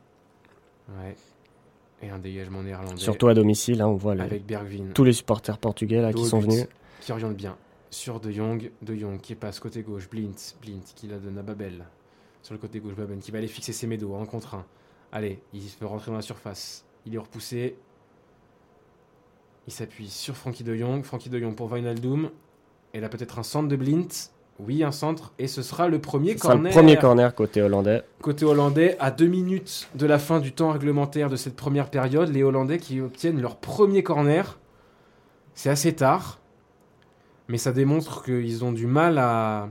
[SPEAKER 1] Ouais. Et un dégagement néerlandais.
[SPEAKER 2] Surtout à domicile, hein, on voit le-
[SPEAKER 1] avec Bergvin.
[SPEAKER 2] tous les supporters portugais là, qui
[SPEAKER 1] Dos
[SPEAKER 2] sont
[SPEAKER 1] au but,
[SPEAKER 2] venus.
[SPEAKER 1] Qui oriente bien. Sur De Jong, De Jong qui passe côté gauche, Blint, Blint qui la donne à Babel. Sur le côté gauche, Babel qui va aller fixer ses médos un contre un. Allez, il se fait rentrer dans la surface. Il est repoussé. Il s'appuie sur Frankie De Jong. Frankie De Jong pour Vinaldoom. Et là, peut-être un centre de Blint. Oui, un centre. Et ce sera le premier
[SPEAKER 2] Ce sera
[SPEAKER 1] corner.
[SPEAKER 2] le premier corner côté hollandais.
[SPEAKER 1] Côté hollandais, à deux minutes de la fin du temps réglementaire de cette première période, les Hollandais qui obtiennent leur premier corner. C'est assez tard, mais ça démontre qu'ils ont du mal à,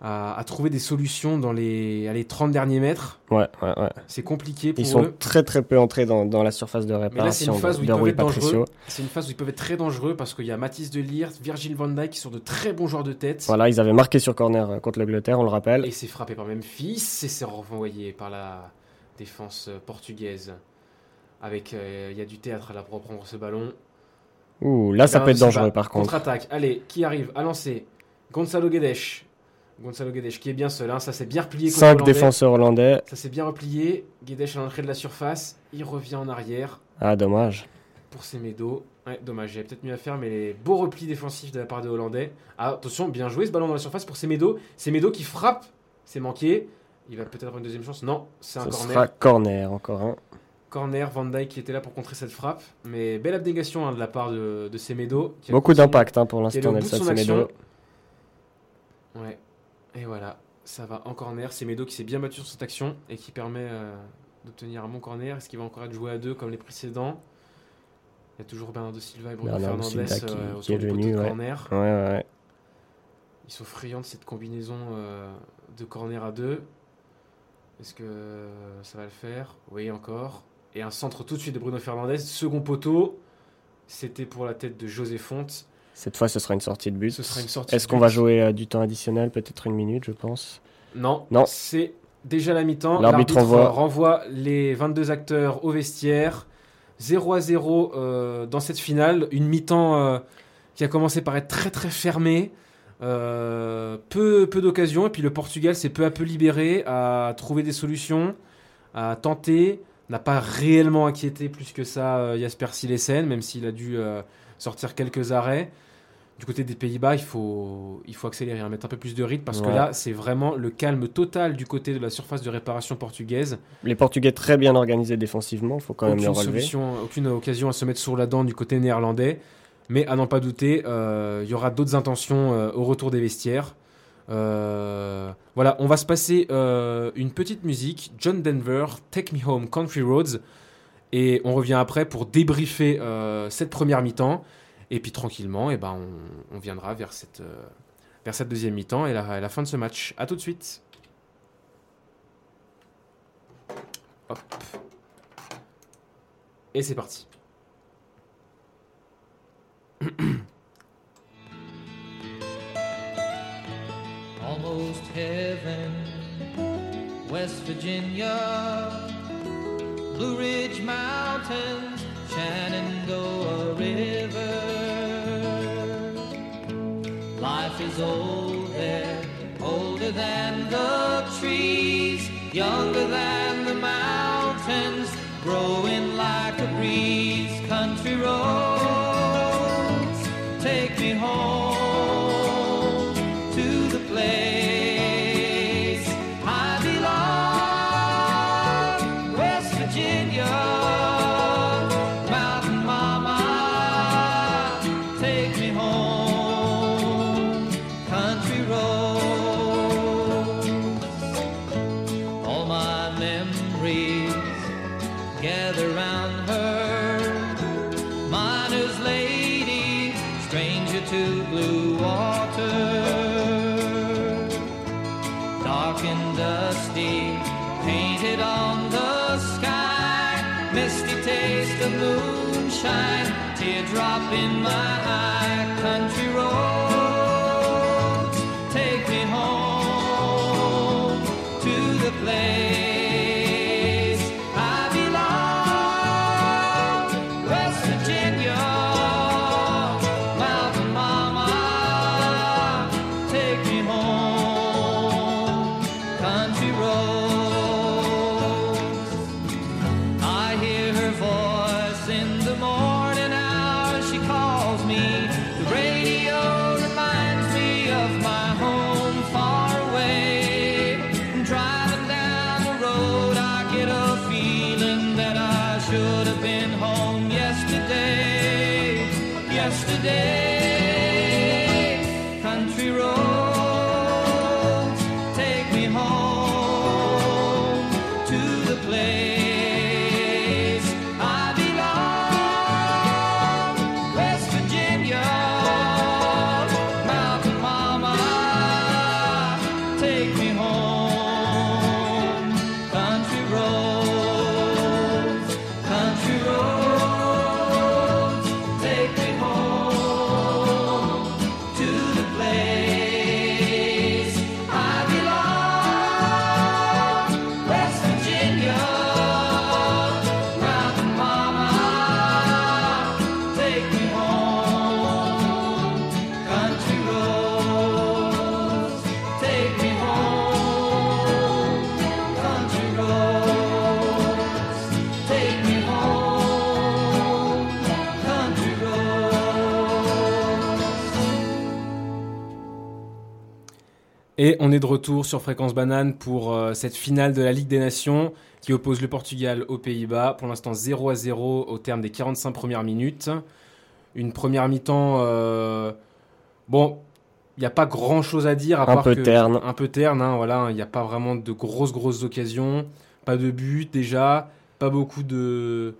[SPEAKER 1] à, à trouver des solutions dans les, à les 30 derniers mètres.
[SPEAKER 2] Ouais, ouais, ouais.
[SPEAKER 1] C'est compliqué pour
[SPEAKER 2] Ils sont
[SPEAKER 1] eux.
[SPEAKER 2] très très peu entrés dans, dans la surface de
[SPEAKER 1] Mais là, c'est
[SPEAKER 2] réparation
[SPEAKER 1] une phase
[SPEAKER 2] de,
[SPEAKER 1] où ils
[SPEAKER 2] de
[SPEAKER 1] peuvent
[SPEAKER 2] Rui
[SPEAKER 1] être dangereux.
[SPEAKER 2] Patricio.
[SPEAKER 1] C'est une phase où ils peuvent être très dangereux parce qu'il y a Mathis de Ligt, Virgil van Dijk qui sont de très bons joueurs de tête.
[SPEAKER 2] Voilà, ils avaient marqué sur corner euh, contre l'Angleterre, on le rappelle.
[SPEAKER 1] Et c'est frappé par Memphis, et c'est renvoyé par la défense euh, portugaise. Avec, euh, il y a du théâtre là pour reprendre ce ballon.
[SPEAKER 2] Ouh, là, Ah, ça
[SPEAKER 1] Là,
[SPEAKER 2] peut être
[SPEAKER 1] c'est
[SPEAKER 2] dangereux
[SPEAKER 1] pas-
[SPEAKER 2] par contre.
[SPEAKER 1] Contre-attaque, allez, qui arrive à lancer Gonzalo Guedes. Gonzalo Guedes qui est bien seul, hein, ça s'est bien replié. côté
[SPEAKER 2] 5
[SPEAKER 1] hollandais.
[SPEAKER 2] défenseurs hollandais.
[SPEAKER 1] Ça s'est bien replié. Guedes à l'entrée de la surface, il revient en arrière
[SPEAKER 2] Ah, dommage.
[SPEAKER 1] pour ses médos. Ouais, dommage, j'avais peut-être mieux à faire, mais les beaux replis défensifs de la part des Hollandais. Ah, attention, bien joué ce ballon dans la surface pour Semedo. Semedo qui frappe, c'est manqué. Il va peut-être avoir une deuxième chance. Non, c'est un
[SPEAKER 2] Ce
[SPEAKER 1] corner.
[SPEAKER 2] sera corner encore hein. un.
[SPEAKER 1] Corner, Van Dijk qui était là pour contrer cette frappe. Mais belle abnégation hein, de la part de, de Semedo. qui a
[SPEAKER 2] Beaucoup
[SPEAKER 1] continué-
[SPEAKER 2] d'impact hein, pour
[SPEAKER 1] qui allait au
[SPEAKER 2] l'instant,
[SPEAKER 1] bout de
[SPEAKER 2] Nelson
[SPEAKER 1] son
[SPEAKER 2] Semedo.
[SPEAKER 1] action. Ouais, et voilà, ça va en corner. Semedo qui s'est bien battu sur cette action et qui permet euh, d'obtenir un bon corner. Est-ce qu'il va encore être joué à deux comme les précédents Il y a toujours Bernardo Silva et Bruno
[SPEAKER 2] Bernardo
[SPEAKER 1] Fernandes
[SPEAKER 2] Silva qui-
[SPEAKER 1] euh, autour
[SPEAKER 2] qui est
[SPEAKER 1] du poteau
[SPEAKER 2] venu,
[SPEAKER 1] de
[SPEAKER 2] ouais.
[SPEAKER 1] corner.
[SPEAKER 2] Ouais, ouais, ouais.
[SPEAKER 1] Ils sont friands de cette combinaison euh, de corner à deux. Est-ce que euh, ça va le faire Oui, encore. Et un centre tout de suite de Bruno Fernandez. Second poteau. C'était pour la tête de José Fonte.
[SPEAKER 2] Cette fois, ce sera une sortie de but.
[SPEAKER 1] Ce sera une sortie
[SPEAKER 2] Est-ce
[SPEAKER 1] de
[SPEAKER 2] qu'on
[SPEAKER 1] but.
[SPEAKER 2] va jouer euh, du temps additionnel Peut-être une minute, je pense.
[SPEAKER 1] Non,
[SPEAKER 2] Non.
[SPEAKER 1] c'est déjà la mi-temps.
[SPEAKER 2] L'arbitre
[SPEAKER 1] euh,
[SPEAKER 2] renvoie.
[SPEAKER 1] renvoie les 22 acteurs au vestiaire. 0 à 0 euh, dans cette finale. Une mi-temps euh, qui a commencé par être très très fermée. Euh, peu peu d'occasions. Et puis le Portugal s'est peu à peu libéré, à trouver des solutions, à tenter. N'a pas réellement inquiété plus que ça euh, Jasper Silesen, même s'il a dû euh, sortir quelques arrêts. Du côté des Pays-Bas, il faut, il faut accélérer, hein, mettre un peu plus de rythme parce que
[SPEAKER 2] Ouais.
[SPEAKER 1] là, c'est vraiment le calme total du côté de la surface de réparation portugaise.
[SPEAKER 2] Les Portugais très bien organisés défensivement, faut quand même le
[SPEAKER 1] aucune,
[SPEAKER 2] relever.
[SPEAKER 1] solution, aucune occasion à se mettre sur la dent du côté néerlandais. Mais à n'en pas douter, euh, il y aura d'autres intentions euh, au retour des vestiaires. Euh, voilà, on va se passer euh, une petite musique. John Denver, Take Me Home, Country Roads. Et on revient après pour débriefer euh, cette première mi-temps. Et puis tranquillement, et ben, on, on viendra vers cette, euh, vers cette deuxième mi-temps et la, la fin de ce match. A tout de suite. Hop. Et c'est parti.
[SPEAKER 3] almost heaven. West Virginia, Blue Ridge Mountains, Shenandoah River. Life is old there, older than the trees, younger than the mountains, growing like a breeze. Country roads, take me home to the place I belong. West Virginia, Mountain Mama, take me home. Country roads, all my memories gather round her miner's lady, stranger to blue water. Dark and dusty, painted on the sky, misty taste of moonshine, teardrop in my eye, country roads, take me home to the place I belong. home, country roads. I hear her voice in the morning hour. She calls me. The radio reminds me of my home far away. Driving down the road, I get a feeling that I should have been home yesterday. Yesterday, country roads take me home to the place I belong. West Virginia, mountain mama, take me home. Country roads, country roads, take me home to the place I belong. West Virginia, mountain mama, take me home. Country roads, take me home. Country roads, take me home. Country roads.
[SPEAKER 1] Et on est de retour sur Fréquence Banane pour euh, cette finale de la Ligue des Nations qui oppose le Portugal aux Pays-Bas. Pour l'instant 0 à 0 au terme des 45 premières minutes. Une première mi-temps... euh, Bon, il n'y a pas grand-chose à dire à
[SPEAKER 2] Un
[SPEAKER 1] part
[SPEAKER 2] peu
[SPEAKER 1] que-
[SPEAKER 2] terne.
[SPEAKER 1] Un peu terne, hein, voilà. Il n'y a pas vraiment de grosses, grosses occasions. Pas de but déjà. Pas beaucoup de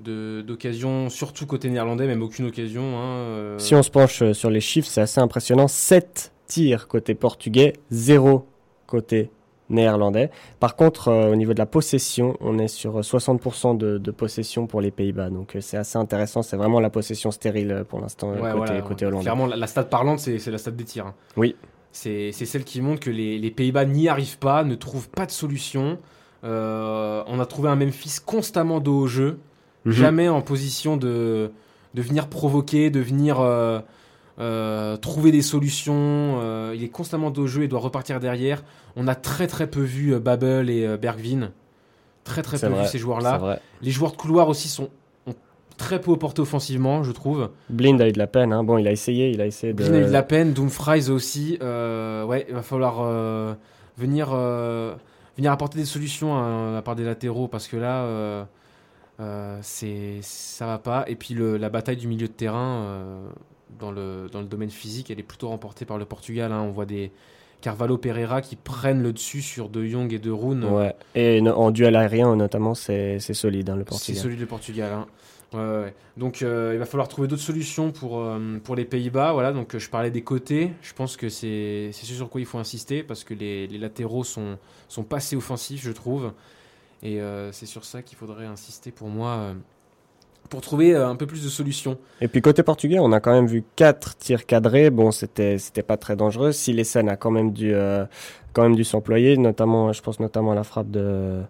[SPEAKER 1] de- d'occasions, surtout côté néerlandais, même aucune occasion. hein, euh.
[SPEAKER 2] Si on se penche euh, sur les chiffres, c'est assez impressionnant. 7 tirs côté portugais, 0 côté néerlandais. Par contre, euh, au niveau de la possession, on est sur euh, 60% de, de possession pour les Pays-Bas. Donc euh, c'est assez intéressant. C'est vraiment la possession stérile euh, pour l'instant euh,
[SPEAKER 1] Ouais,
[SPEAKER 2] côté,
[SPEAKER 1] voilà,
[SPEAKER 2] côté
[SPEAKER 1] ouais.
[SPEAKER 2] hollandais.
[SPEAKER 1] Clairement, la, la stade parlante, c'est c'est la stade des tirs. hein.
[SPEAKER 2] Oui.
[SPEAKER 1] C'est c'est celle qui montre que les, les Pays-Bas n'y arrivent pas, ne trouvent pas de solution. Euh, on a trouvé un Memphis constamment dos au jeu,
[SPEAKER 2] Mhm.
[SPEAKER 1] jamais en position de, de venir provoquer, de venir euh, euh, trouver des solutions. Euh, il est constamment dos au jeu et doit repartir derrière. On a très très peu vu euh, Babel et euh, Bergvin. Très très
[SPEAKER 2] C'est
[SPEAKER 1] peu
[SPEAKER 2] vrai,
[SPEAKER 1] vu ces
[SPEAKER 2] C'est
[SPEAKER 1] joueurs-là.
[SPEAKER 2] vrai.
[SPEAKER 1] Les joueurs de couloir aussi sont ont très peu porté offensivement, je trouve.
[SPEAKER 2] Blind a eu de la peine. hein. Bon, il a essayé. Il a essayé de.
[SPEAKER 1] Bin a eu de la peine, Doomfries aussi. Euh, ouais, il va falloir euh, venir, euh, venir apporter des solutions à, la part des latéraux parce que là, euh, euh, c'est ça va pas. Et puis le- la bataille du milieu de terrain euh, dans, le, dans le domaine physique, elle est plutôt remportée par le Portugal. hein. On voit des Carvalho Pereira qui prennent le dessus sur De Jong et De Roon.
[SPEAKER 2] Ouais. Et no- en duel aérien, notamment, c'est c'est solide hein, le
[SPEAKER 1] C'est
[SPEAKER 2] Portugal.
[SPEAKER 1] celui du Portugal. hein. Ouais, ouais, ouais. Donc euh, il va falloir trouver d'autres solutions pour, euh, pour les Pays-Bas. Voilà, donc euh, je parlais des côtés. Je pense que c'est c'est ce sur quoi il faut insister parce que les, les latéraux sont, sont pas assez offensifs, je trouve. Et euh, c'est sur ça qu'il faudrait insister pour moi euh, pour trouver euh, un peu plus de solutions.
[SPEAKER 2] Et puis côté portugais, on a quand même vu quatre tirs cadrés. Bon, c'était c'était pas très dangereux. Si les scènes a quand même dû euh, quand même dû s'employer, notamment je pense notamment à la frappe de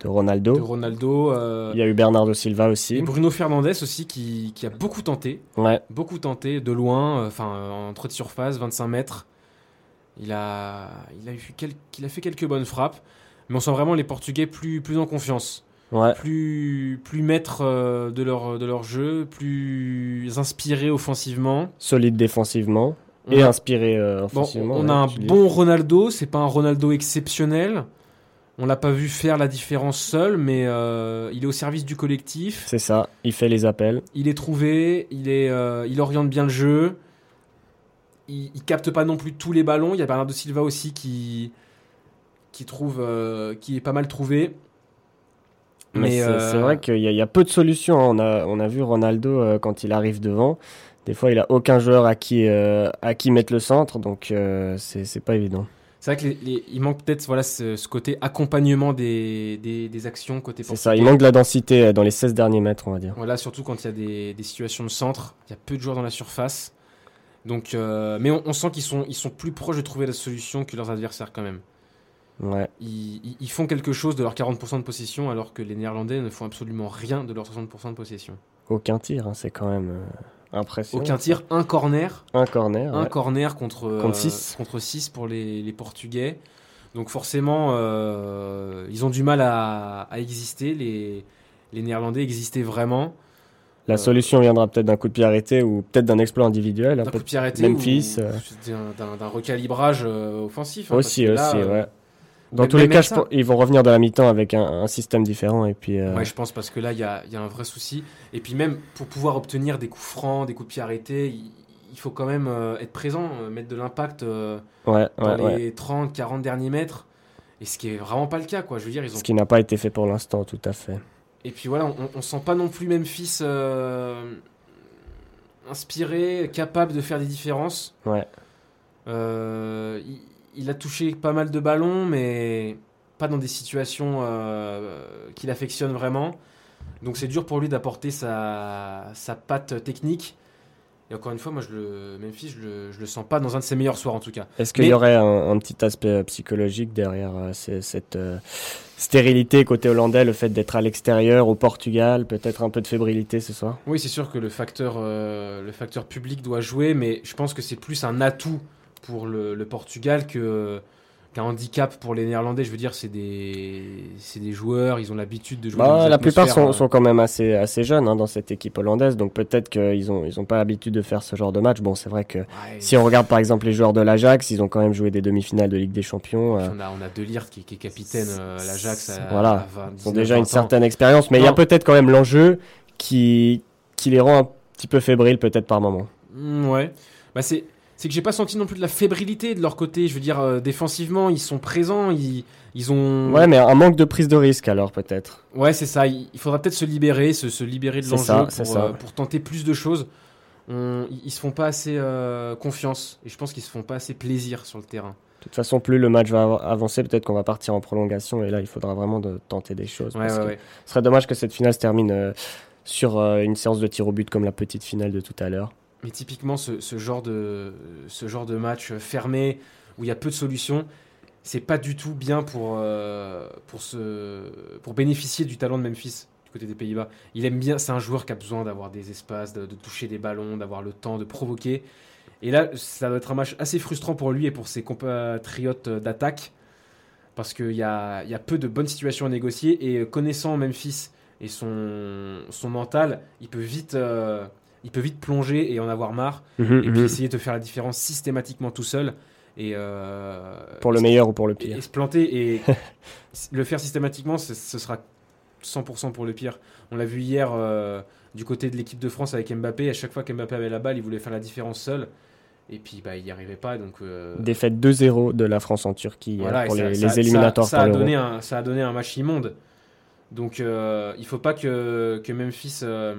[SPEAKER 2] de Ronaldo.
[SPEAKER 1] De Ronaldo euh,
[SPEAKER 2] Il y a eu Bernardo Silva
[SPEAKER 1] et
[SPEAKER 2] aussi.
[SPEAKER 1] Bruno Fernandez aussi qui, qui a beaucoup tenté.
[SPEAKER 2] Ouais.
[SPEAKER 1] beaucoup tenté de loin, euh, enfin euh, en trop de surface, 25 mètres. Il a, il a, eu quel- il a fait quelques bonnes frappes, mais on sent vraiment les Portugais plus, plus en confiance,
[SPEAKER 2] Ouais.
[SPEAKER 1] plus, plus maîtres euh, de leur, de leur jeu, plus inspirés offensivement.
[SPEAKER 2] Solide défensivement
[SPEAKER 1] On
[SPEAKER 2] et
[SPEAKER 1] a-
[SPEAKER 2] inspiré euh,
[SPEAKER 1] Bon,
[SPEAKER 2] offensivement.
[SPEAKER 1] on
[SPEAKER 2] ouais,
[SPEAKER 1] a un
[SPEAKER 2] tu dis.
[SPEAKER 1] bon Ronaldo, c'est pas un Ronaldo exceptionnel. On l'a pas vu faire la différence seul, mais euh, il est au service du collectif.
[SPEAKER 2] C'est ça. Il fait les appels.
[SPEAKER 1] il est trouvé, il, est, euh, il oriente bien le jeu, il, il capte pas non plus tous les ballons. Il y a Bernardo Silva aussi qui, qui, trouve, euh, qui est pas mal trouvé.
[SPEAKER 2] Mais, c'est
[SPEAKER 1] euh,
[SPEAKER 2] c'est vrai qu'il y, a- il y a peu de solutions. hein. On, a, on a vu Ronaldo euh, quand il arrive devant. Des fois, il a aucun joueur à qui, euh, à qui mettre le centre, donc euh, c'est c'est pas évident.
[SPEAKER 1] c'est vrai qu'il manque peut-être voilà, ce, ce côté accompagnement des, des, des actions côté
[SPEAKER 2] C'est
[SPEAKER 1] portugais.
[SPEAKER 2] ça, il manque de la densité euh, dans les 16 derniers mètres, on va dire.
[SPEAKER 1] Voilà, surtout quand il y a des, des situations de centre, il y a peu de joueurs dans la surface. Donc, euh, mais on, on sent qu'ils sont, ils sont plus proches de trouver la solution que leurs adversaires quand même.
[SPEAKER 2] Ouais,
[SPEAKER 1] ils, ils- ils font quelque chose de leur 40% de possession alors que les Néerlandais ne font absolument rien de leur 60% de possession.
[SPEAKER 2] aucun tir, hein, c'est quand même. euh, Impressionnant.
[SPEAKER 1] Aucun tir, un corner.
[SPEAKER 2] Un corner.
[SPEAKER 1] Un
[SPEAKER 2] ouais.
[SPEAKER 1] corner contre, euh,
[SPEAKER 2] Contre six.
[SPEAKER 1] contre six pour les, les Portugais. Donc forcément, euh, ils ont du mal à, à exister. Les, les Néerlandais existaient vraiment. Euh,
[SPEAKER 2] La solution viendra peut-être d'un coup de pied arrêté ou peut-être d'un exploit individuel.
[SPEAKER 1] D'un
[SPEAKER 2] hein,
[SPEAKER 1] coup de
[SPEAKER 2] peut-être
[SPEAKER 1] pied arrêté
[SPEAKER 2] Memphis,
[SPEAKER 1] ou-
[SPEAKER 2] euh.
[SPEAKER 1] d'un- d'un d'un recalibrage euh, offensif. hein,
[SPEAKER 2] aussi, aussi,
[SPEAKER 1] parce que là, euh,
[SPEAKER 2] ouais. Dans
[SPEAKER 1] même-
[SPEAKER 2] tous les
[SPEAKER 1] même
[SPEAKER 2] cas,
[SPEAKER 1] avec
[SPEAKER 2] je
[SPEAKER 1] ça.
[SPEAKER 2] pense- ils vont revenir de la mi-temps avec un, un système différent et puis. euh,
[SPEAKER 1] Ouais, je pense parce que là, il y a, il y a un vrai souci. Et puis même, pour pouvoir obtenir des coups francs, des coups de pied arrêtés, il, il faut quand même euh, être présent, euh, mettre de l'impact euh,
[SPEAKER 2] ouais,
[SPEAKER 1] dans
[SPEAKER 2] ouais, ouais.
[SPEAKER 1] les 30, 40 derniers mètres. Et ce qui est vraiment pas le cas, quoi. Je veux dire, ils ont
[SPEAKER 2] Ce qui n'a pas été fait pour l'instant, tout à fait.
[SPEAKER 1] Et puis voilà, on, on sent pas non plus Memphis euh, inspiré, capable de faire des différences.
[SPEAKER 2] Ouais.
[SPEAKER 1] Euh, il, il a touché pas mal de ballons, mais pas dans des situations euh, qu'il affectionne vraiment. Donc c'est dur pour lui d'apporter sa, sa patte technique. Et encore une fois, moi, je le, Memphis, je le, je le sens pas dans un de ses meilleurs soirs en tout cas.
[SPEAKER 2] Est-ce qu'il
[SPEAKER 1] Mais-
[SPEAKER 2] y aurait un, un petit aspect euh, psychologique derrière euh, ces- cette euh, stérilité côté hollandais, le fait d'être à l'extérieur, au Portugal, peut-être un peu de fébrilité ce soir
[SPEAKER 1] Oui, c'est sûr que le facteur, euh, le facteur public doit jouer, mais je pense que c'est plus un atout pour le, le Portugal que qu'un handicap pour les Néerlandais. Je veux dire, c'est des, c'est des joueurs, ils ont l'habitude de jouer. dans
[SPEAKER 2] bah,
[SPEAKER 1] des
[SPEAKER 2] La plupart
[SPEAKER 1] atmosphères,
[SPEAKER 2] sont,
[SPEAKER 1] euh,
[SPEAKER 2] sont quand même assez, assez jeunes hein, dans cette équipe hollandaise, donc peut-être qu'ils n'ont ils ont pas l'habitude de faire ce genre de match. Bon, c'est vrai que
[SPEAKER 1] ouais,
[SPEAKER 2] si on regarde par exemple les joueurs de l'Ajax, ils ont quand même joué des demi-finales de Ligue des Champions. euh,
[SPEAKER 1] on a on a De Ligt qui, qui est capitaine euh, à l'Ajax. à-
[SPEAKER 2] Voilà.
[SPEAKER 1] à 20,
[SPEAKER 2] Ils ont
[SPEAKER 1] 19,
[SPEAKER 2] déjà
[SPEAKER 1] 20
[SPEAKER 2] une
[SPEAKER 1] ans.
[SPEAKER 2] certaine expérience, mais il y a
[SPEAKER 1] Non.
[SPEAKER 2] peut-être quand même l'enjeu qui, qui les rend un petit peu fébriles peut-être par moment.
[SPEAKER 1] Mm, ouais. Bah c'est c'est que j'ai pas senti non plus de la fébrilité de leur côté. Je veux dire, euh, défensivement, ils sont présents, ils, ils ont.
[SPEAKER 2] Ouais, mais un manque de prise de risque alors peut-être.
[SPEAKER 1] Ouais, c'est ça. Il il faudra peut-être se libérer, se, se libérer de
[SPEAKER 2] C'est
[SPEAKER 1] l'enjeu
[SPEAKER 2] ça,
[SPEAKER 1] pour,
[SPEAKER 2] c'est ça.
[SPEAKER 1] euh, pour tenter plus de choses. On- ils ils se font pas assez euh, confiance et je pense qu'ils se font pas assez plaisir sur le terrain.
[SPEAKER 2] De toute façon, plus le match va av- avancer, peut-être qu'on va partir en prolongation et là, il faudra vraiment de tenter des choses.
[SPEAKER 1] Ouais,
[SPEAKER 2] parce
[SPEAKER 1] ouais,
[SPEAKER 2] que
[SPEAKER 1] ouais.
[SPEAKER 2] Ce serait dommage que cette finale se termine euh, sur euh, une séance de tir au but comme la petite finale de tout à l'heure.
[SPEAKER 1] Mais typiquement, ce, ce genre de, ce genre de match fermé où il y a peu de solutions, c'est pas du tout bien pour, euh, pour, se, pour bénéficier du talent de Memphis du côté des Pays-Bas. Il aime bien, c'est un joueur qui a besoin d'avoir des espaces, de, de toucher des ballons, d'avoir le temps, de provoquer. Et là, ça doit être un match assez frustrant pour lui et pour ses compatriotes euh, d'attaque parce qu'il y a, il y a peu de bonnes situations à négocier et euh, connaissant Memphis et son, son mental, il peut vite. euh, il peut vite plonger et en avoir marre, et
[SPEAKER 2] Mhm.
[SPEAKER 1] puis essayer de faire la différence systématiquement tout seul. Et euh,
[SPEAKER 2] Pour le meilleur ou pour le
[SPEAKER 1] et,
[SPEAKER 2] pire.
[SPEAKER 1] et se planter et le faire systématiquement, ce, ce sera 100% pour le pire. On l'a vu hier euh, du côté de l'équipe de France avec Mbappé. À chaque fois qu'Mbappé avait la balle, il voulait faire la différence seul. Et puis bah, il n'y arrivait pas. Donc, euh,
[SPEAKER 2] Défaite 2-0 de la France en Turquie
[SPEAKER 1] voilà,
[SPEAKER 2] euh,
[SPEAKER 1] et
[SPEAKER 2] pour
[SPEAKER 1] ça-
[SPEAKER 2] les,
[SPEAKER 1] ça-
[SPEAKER 2] les éliminatoires
[SPEAKER 1] Ça, ça a
[SPEAKER 2] pour l'Euro.
[SPEAKER 1] donné un, ça a donné un match immonde. Donc euh, il faut pas que, que Memphis euh,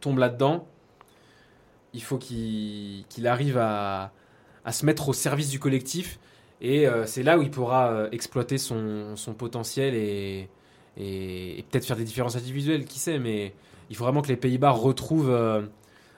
[SPEAKER 1] tombe là-dedans. Il faut qu'il qu'il arrive à, à se mettre au service du collectif. Et euh, c'est là où il pourra euh, exploiter son, son potentiel et, et, et peut-être faire des différences individuelles, qui sait. Mais il faut vraiment que les Pays-Bas retrouvent euh,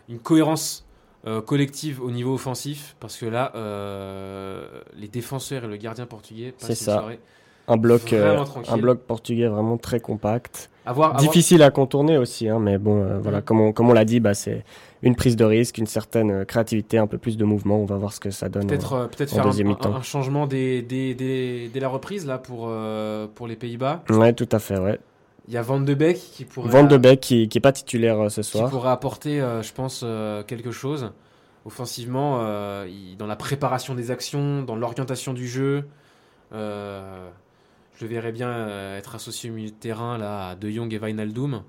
[SPEAKER 1] une cohérence euh, collective au niveau offensif, parce que là, euh, les défenseurs et le gardien portugais passent
[SPEAKER 2] C'est
[SPEAKER 1] une
[SPEAKER 2] ça.
[SPEAKER 1] soirée.
[SPEAKER 2] Un bloc, euh,
[SPEAKER 1] Vraiment tranquille.
[SPEAKER 2] un bloc portugais vraiment très compact.
[SPEAKER 1] À voir, à voir-
[SPEAKER 2] Difficile à contourner aussi, hein, mais bon,
[SPEAKER 1] Mhm.
[SPEAKER 2] euh, voilà, comme on, comme on l'a dit, bah, c'est une prise de risque, une certaine euh, créativité, un peu plus de mouvement. On va voir ce que ça donne.
[SPEAKER 1] Peut-être euh, peut-être
[SPEAKER 2] en
[SPEAKER 1] faire
[SPEAKER 2] deuxième
[SPEAKER 1] un- un,
[SPEAKER 2] mi-temps.
[SPEAKER 1] un changement dès, dès- dès- dès la reprise là pour, euh, pour les Pays-Bas.
[SPEAKER 2] Ouais, tout à fait, ouais.
[SPEAKER 1] Il y a Van de Beek qui pourrait, euh,
[SPEAKER 2] Van de Beek qui, qui est pas titulaire euh, ce
[SPEAKER 1] qui
[SPEAKER 2] soir.
[SPEAKER 1] pourrait apporter, euh, je pense, euh, quelque chose. Offensivement, euh, il- dans la préparation des actions, dans l'orientation du jeu, euh, je le verrais bien euh, être associé au milieu de terrain là, à De Jong et Wijnaldum.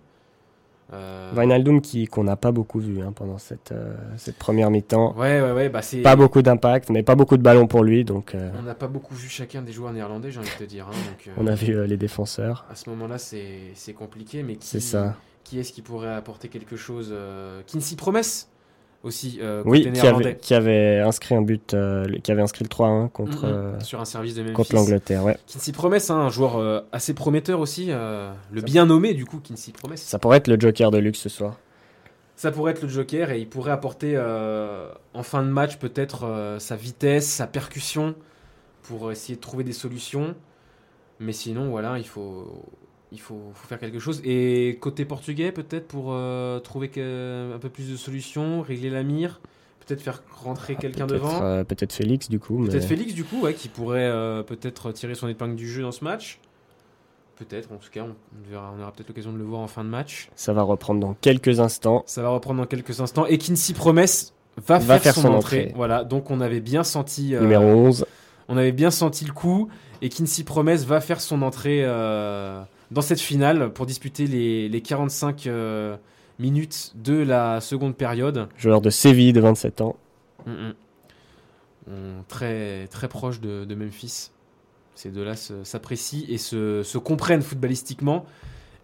[SPEAKER 1] Euh,
[SPEAKER 2] Wijnaldum qui qu'on n'a pas beaucoup vu hein, pendant cette euh, cette première mi-temps.
[SPEAKER 1] Ouais, ouais, ouais. Bah, c'est-
[SPEAKER 2] Pas beaucoup d'impact, mais pas beaucoup de ballons pour lui, donc euh,
[SPEAKER 1] On n'a pas beaucoup vu chacun des joueurs néerlandais, j'ai envie de te dire. hein, donc, euh,
[SPEAKER 2] on a vu euh, les défenseurs.
[SPEAKER 1] À ce moment-là, c'est c'est compliqué, mais qui,
[SPEAKER 2] C'est ça.
[SPEAKER 1] qui est-ce qui pourrait apporter quelque chose euh, Qui ne s'y promesse aussi euh, côté
[SPEAKER 2] Oui, qui
[SPEAKER 1] néerlandais
[SPEAKER 2] avait, qui avait inscrit un but, euh, le- qui avait inscrit le 3-1 contre
[SPEAKER 1] Mhm.
[SPEAKER 2] euh,
[SPEAKER 1] sur un service de Memphis.
[SPEAKER 2] contre l'Angleterre. Ouais.
[SPEAKER 1] Kinsey Promesse, hein, un joueur euh, assez prometteur aussi, euh, le bien nommé du coup, Kinsey Promesse. Ça,
[SPEAKER 2] Ça pourrait être le Joker de luxe ce soir.
[SPEAKER 1] pourrait être le Joker et il pourrait apporter euh, en fin de match peut-être euh, sa vitesse, sa percussion pour essayer de trouver des solutions. Mais sinon, voilà, il faut, Il faut, faut faire quelque chose. Et côté portugais, peut-être pour euh, trouver que- un peu plus de solutions, régler la mire, peut-être faire rentrer quelqu'un
[SPEAKER 2] Peut-être,
[SPEAKER 1] devant.
[SPEAKER 2] euh, Peut-être Félix, du coup. mais-
[SPEAKER 1] Peut-être Félix, du coup, ouais, qui pourrait euh, peut-être tirer son épingle du jeu dans ce match. Peut-être, en tout cas, on, on verra, on aura peut-être l'occasion de le voir en fin de match.
[SPEAKER 2] Ça va reprendre dans quelques instants.
[SPEAKER 1] Ça va reprendre dans quelques instants. Et Kinsey Promesse va,
[SPEAKER 2] Va
[SPEAKER 1] faire,
[SPEAKER 2] faire
[SPEAKER 1] son,
[SPEAKER 2] son
[SPEAKER 1] entrée.
[SPEAKER 2] entrée.
[SPEAKER 1] Voilà, donc on avait bien senti. euh,
[SPEAKER 2] Numéro 11.
[SPEAKER 1] On avait bien senti le coup et Kinsey Promesse va faire son entrée euh, dans cette finale pour disputer les, les 45 euh, minutes de la seconde période.
[SPEAKER 2] Joueur de Séville de 27 ans.
[SPEAKER 1] Mm, mm. On- très, très proche de, de Memphis. Ces deux-là se- s'apprécient et se, se comprennent footballistiquement.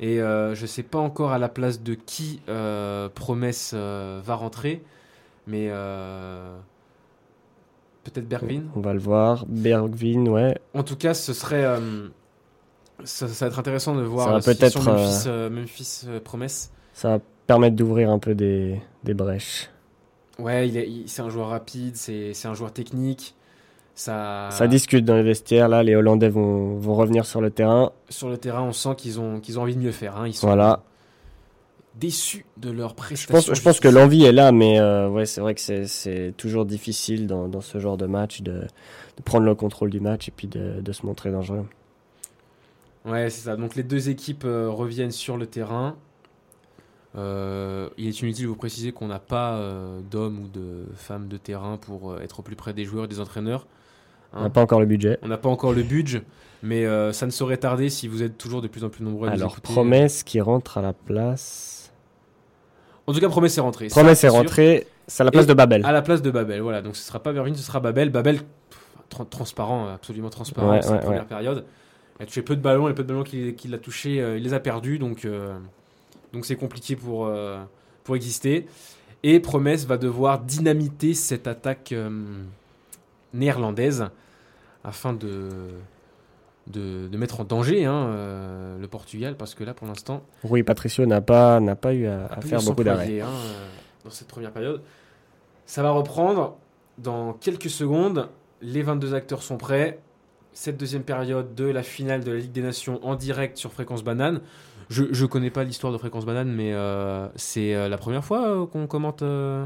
[SPEAKER 1] Et euh, je ne sais pas encore à la place de qui euh, Promesse euh, va rentrer, mais euh, peut-être Bergvin
[SPEAKER 2] On va le voir. Bergvin, ouais.
[SPEAKER 1] en tout cas, ce serait. euh, ça, ça va être intéressant de voir
[SPEAKER 2] Ça va
[SPEAKER 1] euh, si
[SPEAKER 2] peut-être,
[SPEAKER 1] sur Memphis, euh, Memphis, euh, Promesse.
[SPEAKER 2] Ça va permettre d'ouvrir un peu des, des brèches.
[SPEAKER 1] Ouais, il est- il- c'est un joueur rapide, c'est c'est un joueur technique. Ça,
[SPEAKER 2] Ça discute dans les vestiaires. Là, les Hollandais vont, vont revenir sur le terrain.
[SPEAKER 1] Sur le terrain, on sent qu'ils ont, qu'ils ont envie de mieux faire. hein. Ils sont
[SPEAKER 2] Voilà.
[SPEAKER 1] déçus de leur
[SPEAKER 2] Je
[SPEAKER 1] prestation.
[SPEAKER 2] pense, je pense que l'envie est là, mais euh, ouais, c'est vrai que c'est- c'est toujours difficile dans, dans ce genre de match de, de prendre le contrôle du match et puis de, de se montrer dangereux.
[SPEAKER 1] Ouais, c'est ça. Donc les deux équipes euh, reviennent sur le terrain. Euh, il est inutile de vous préciser qu'on n'a pas euh, d'hommes ou de femmes de terrain pour euh, être au plus près des joueurs et des entraîneurs. Ah.
[SPEAKER 2] On n'a pas encore le budget.
[SPEAKER 1] On n'a pas encore le budget, mais euh, ça ne saurait tarder si vous êtes toujours de plus en plus nombreux à nous
[SPEAKER 2] Alors,
[SPEAKER 1] écouter.
[SPEAKER 2] promesse qui rentre à la place.
[SPEAKER 1] En tout cas, Promesse est rentré. Ça,
[SPEAKER 2] Promesse
[SPEAKER 1] c'est
[SPEAKER 2] est
[SPEAKER 1] sûr.
[SPEAKER 2] rentrée, c'est à la place
[SPEAKER 1] Et
[SPEAKER 2] de Babel.
[SPEAKER 1] À la place de Babel, voilà. Donc ce sera pas Bergwijn, ce sera Babel. Babel, pff, tra- transparent, euh, absolument transparent,
[SPEAKER 2] Ouais,
[SPEAKER 1] c'est
[SPEAKER 2] ouais,
[SPEAKER 1] la première
[SPEAKER 2] ouais.
[SPEAKER 1] période. Il a touché peu de ballons, les peu de ballons qu'il qu'il a touchés, euh, il les a perdus, donc euh, donc c'est compliqué pour, euh, pour exister. Et Promesse va devoir dynamiter cette attaque euh, néerlandaise afin de, de, de mettre en danger hein, euh, le Portugal, parce que là, pour l'instant,
[SPEAKER 2] Rui Patricio n'a pas, n'a pas eu à, à
[SPEAKER 1] a pu
[SPEAKER 2] faire beaucoup d'arrêts.
[SPEAKER 1] s'employer, hein, euh, dans cette première période. Ça va reprendre dans quelques secondes. Les 22 acteurs sont prêts. Cette deuxième période de la finale de la Ligue des Nations en direct sur Fréquence Banane. Je ne connais pas l'histoire de Fréquence Banane, mais euh, c'est euh, la première fois euh, qu'on commente euh,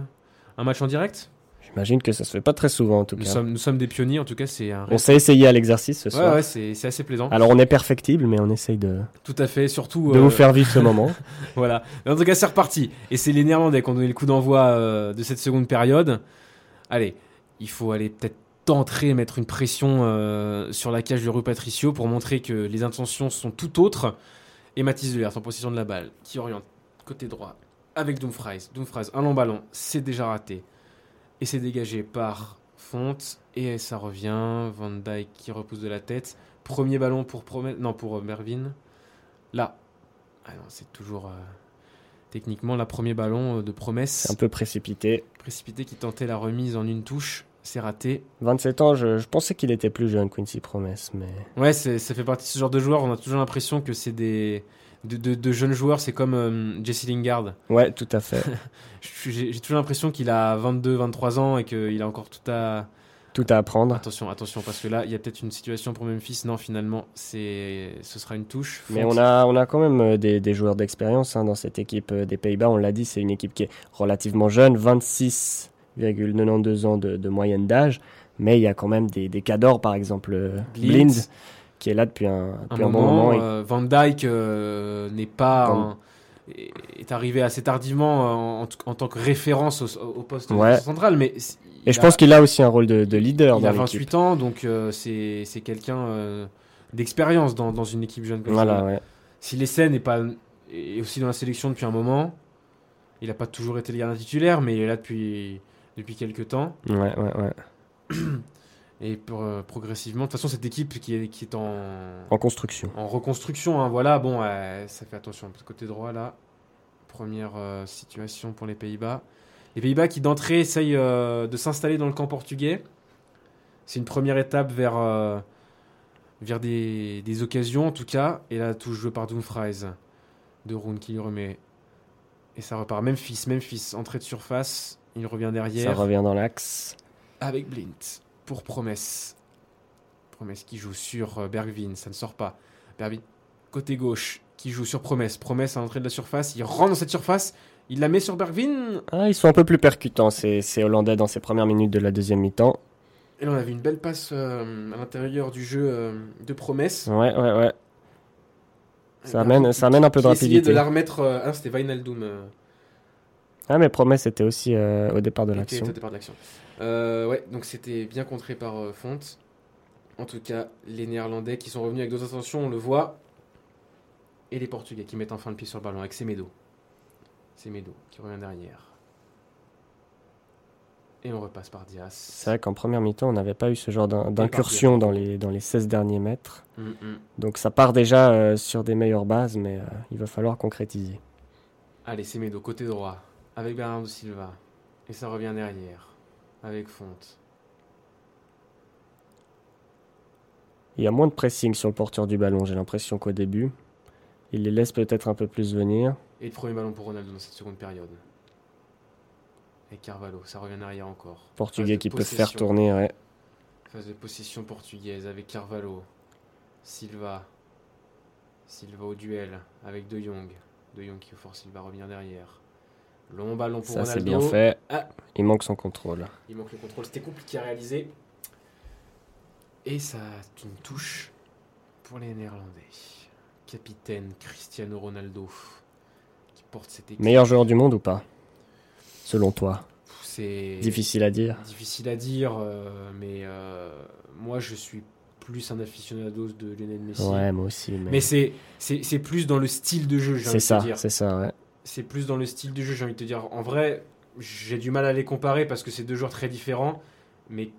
[SPEAKER 1] un match en direct.
[SPEAKER 2] J'imagine que ça se fait pas très souvent en tout
[SPEAKER 1] Nous,
[SPEAKER 2] cas.
[SPEAKER 1] sommes, nous sommes des pionniers, en tout cas, c'est un
[SPEAKER 2] On
[SPEAKER 1] ré-
[SPEAKER 2] s'est essayé à l'exercice ce
[SPEAKER 1] Ouais,
[SPEAKER 2] soir.
[SPEAKER 1] ouais, c'est c'est assez plaisant.
[SPEAKER 2] Alors on est perfectible, mais on essaye de,
[SPEAKER 1] Tout à fait, surtout.
[SPEAKER 2] de
[SPEAKER 1] euh,
[SPEAKER 2] vous faire vivre ce moment.
[SPEAKER 1] Voilà. En tout cas, c'est reparti. Et c'est les Néerlandais qui ont donné le coup d'envoi euh, de cette seconde période. Allez, il faut aller peut-être tenter et mettre une pression euh, sur la cage de Rue Patricio pour montrer que les intentions sont tout autres. Et Mathis Delert en possession de la balle, qui oriente côté droit avec Dumfries. Dumfries, un long ballon, c'est déjà raté. Et c'est dégagé par Fonte. Et ça revient. Van Dyke qui repousse de la tête. Premier ballon pour Promet... Non, pour euh, Mervyn. Là. Ah non, c'est toujours. euh, Techniquement, la premier ballon euh, de promesse
[SPEAKER 2] C'est un peu précipité.
[SPEAKER 1] précipité qui tentait la remise en une touche. C'est raté.
[SPEAKER 2] 27 ans, je, je pensais qu'il était plus jeune, Quincy Promesse, mais
[SPEAKER 1] Ouais, c'est- ça fait partie de ce genre de joueurs. On a toujours l'impression que c'est des de, de- de jeunes joueurs. C'est comme euh, Jesse Lingard.
[SPEAKER 2] ouais, tout à fait,
[SPEAKER 1] Je- J'ai j'ai toujours l'impression qu'il a 22, 23 ans et qu'il a encore tout à.
[SPEAKER 2] tout à apprendre.
[SPEAKER 1] Attention, attention, parce que là, il y a peut-être une situation pour Memphis. Non, finalement, c'est ce sera une touche.
[SPEAKER 2] Mais
[SPEAKER 1] Fonte.
[SPEAKER 2] on a, on a quand même euh, des, des joueurs d'expérience hein, dans cette équipe euh, des Pays-Bas. On l'a dit, c'est une équipe qui est relativement jeune, 26,92 ans de, de moyenne d'âge. Mais il y a quand même des, des cadors, par exemple euh,
[SPEAKER 1] Blind.
[SPEAKER 2] Blind, qui est là depuis un,
[SPEAKER 1] un
[SPEAKER 2] depuis un
[SPEAKER 1] moment,
[SPEAKER 2] bon moment. et
[SPEAKER 1] euh, Van Dyke n'est pas
[SPEAKER 2] Van-
[SPEAKER 1] un- est est arrivé assez tardivement euh, en, en tout- en tant que référence au, au poste de
[SPEAKER 2] Ouais.
[SPEAKER 1] défenseur central, mais s- il
[SPEAKER 2] et je
[SPEAKER 1] a-
[SPEAKER 2] pense qu'il a aussi un rôle de, de leader
[SPEAKER 1] il a
[SPEAKER 2] dans
[SPEAKER 1] 28
[SPEAKER 2] l'équipe.
[SPEAKER 1] ans, donc euh, c'est c'est quelqu'un euh, d'expérience dans, dans une équipe jeune. comme
[SPEAKER 2] Voilà,
[SPEAKER 1] ça.
[SPEAKER 2] ouais.
[SPEAKER 1] Si l'essai n'est pas est aussi dans la sélection depuis un moment, il n'a pas toujours été le gardien titulaire, mais il est là depuis depuis quelques temps.
[SPEAKER 2] Ouais, ouais, ouais.
[SPEAKER 1] Et pour, euh, progressivement, de toute façon, cette équipe qui est, qui est en,
[SPEAKER 2] En construction.
[SPEAKER 1] en reconstruction, hein, voilà, bon, euh, ça fait attention. Côté droit, là, première euh, situation pour les Pays-Bas. Les Pays-Bas qui, d'entrée, essayent euh, de s'installer dans le camp portugais. C'est une première étape vers, euh, vers des, des occasions, en tout cas. Et là, touche jouée par Dumfries. De Roon qui lui remet. Et ça repart. Memphis, Memphis, entrée de surface. Il revient derrière
[SPEAKER 2] Ça revient dans l'axe.
[SPEAKER 1] avec Blint pour Promesse. Promesse qui joue sur euh, Bergvin, ça ne sort pas. Bergvin côté gauche, qui joue sur Promesse. Promesse à l'entrée de la surface, il rentre dans cette surface, il la met sur Bergvin.
[SPEAKER 2] Ah, ils sont un peu plus percutants, ces, ces Hollandais, dans ces premières minutes de la deuxième mi-temps.
[SPEAKER 1] Et là, on avait une belle passe euh, à l'intérieur du jeu euh, de Promesse.
[SPEAKER 2] Ouais, ouais, ouais. Ça
[SPEAKER 1] Bergvin
[SPEAKER 2] amène,
[SPEAKER 1] qui-
[SPEAKER 2] ça amène un peu de
[SPEAKER 1] qui essayait de
[SPEAKER 2] rapidité.
[SPEAKER 1] la remettre. euh, ah, c'était Wijnaldum euh,
[SPEAKER 2] Ah, mais promesse était aussi euh, au départ de
[SPEAKER 1] qui était
[SPEAKER 2] l'action.
[SPEAKER 1] au départ de l'action. Euh, ouais, donc c'était bien contré par euh, Fonte. En tout cas, les Néerlandais qui sont revenus avec d'autres intentions, on le voit. Et les Portugais qui mettent enfin le pied sur le ballon avec Semedo. Semedo qui revient derrière. Et on repasse par Dias.
[SPEAKER 2] C'est vrai qu'en première mi-temps, on n'avait pas eu ce genre d'in- d'incursion dans les, dans les 16 derniers mètres.
[SPEAKER 1] Mm, mm.
[SPEAKER 2] Donc ça part déjà euh, sur des meilleures bases, mais euh, il va falloir concrétiser.
[SPEAKER 1] Allez, Semedo, côté droit, avec Bernardo Silva. Et ça revient derrière, avec Fonte.
[SPEAKER 2] Il y a moins de pressing sur le porteur du ballon, j'ai l'impression qu'au début. Il les laisse peut-être un peu plus venir.
[SPEAKER 1] Et le premier ballon pour Ronaldo dans cette seconde période. Et Carvalho, ça revient derrière encore. Phase
[SPEAKER 2] Portugais
[SPEAKER 1] de
[SPEAKER 2] qui peut faire
[SPEAKER 1] possession.
[SPEAKER 2] tourner, ouais.
[SPEAKER 1] Phase de possession portugaise avec Carvalho. Silva. Silva au duel avec De Jong. De Jong qui force Silva à revenir derrière. Long ballon pour
[SPEAKER 2] Ça c'est
[SPEAKER 1] Ronaldo.
[SPEAKER 2] bien fait.
[SPEAKER 1] Ah.
[SPEAKER 2] Il manque son contrôle.
[SPEAKER 1] Il manque le contrôle, c'était compliqué à réaliser. Et ça, c'est une touche pour les Néerlandais. Capitaine Cristiano Ronaldo qui porte cette équipe.
[SPEAKER 2] Meilleur joueur du monde ou pas Selon toi
[SPEAKER 1] Pff, C'est
[SPEAKER 2] Difficile à dire.
[SPEAKER 1] difficile à dire, euh, mais euh, moi je suis plus un aficionado de Lionel Messi.
[SPEAKER 2] Ouais, moi aussi. Mais,
[SPEAKER 1] Mais c'est c'est c'est plus dans le style de jeu, j'ai envie
[SPEAKER 2] c'est
[SPEAKER 1] de
[SPEAKER 2] ça,
[SPEAKER 1] te dire.
[SPEAKER 2] c'est ça, ouais.
[SPEAKER 1] C'est plus dans le style de jeu, j'ai envie de te dire. En vrai, j'ai du mal à les comparer parce que c'est deux joueurs très différents, mais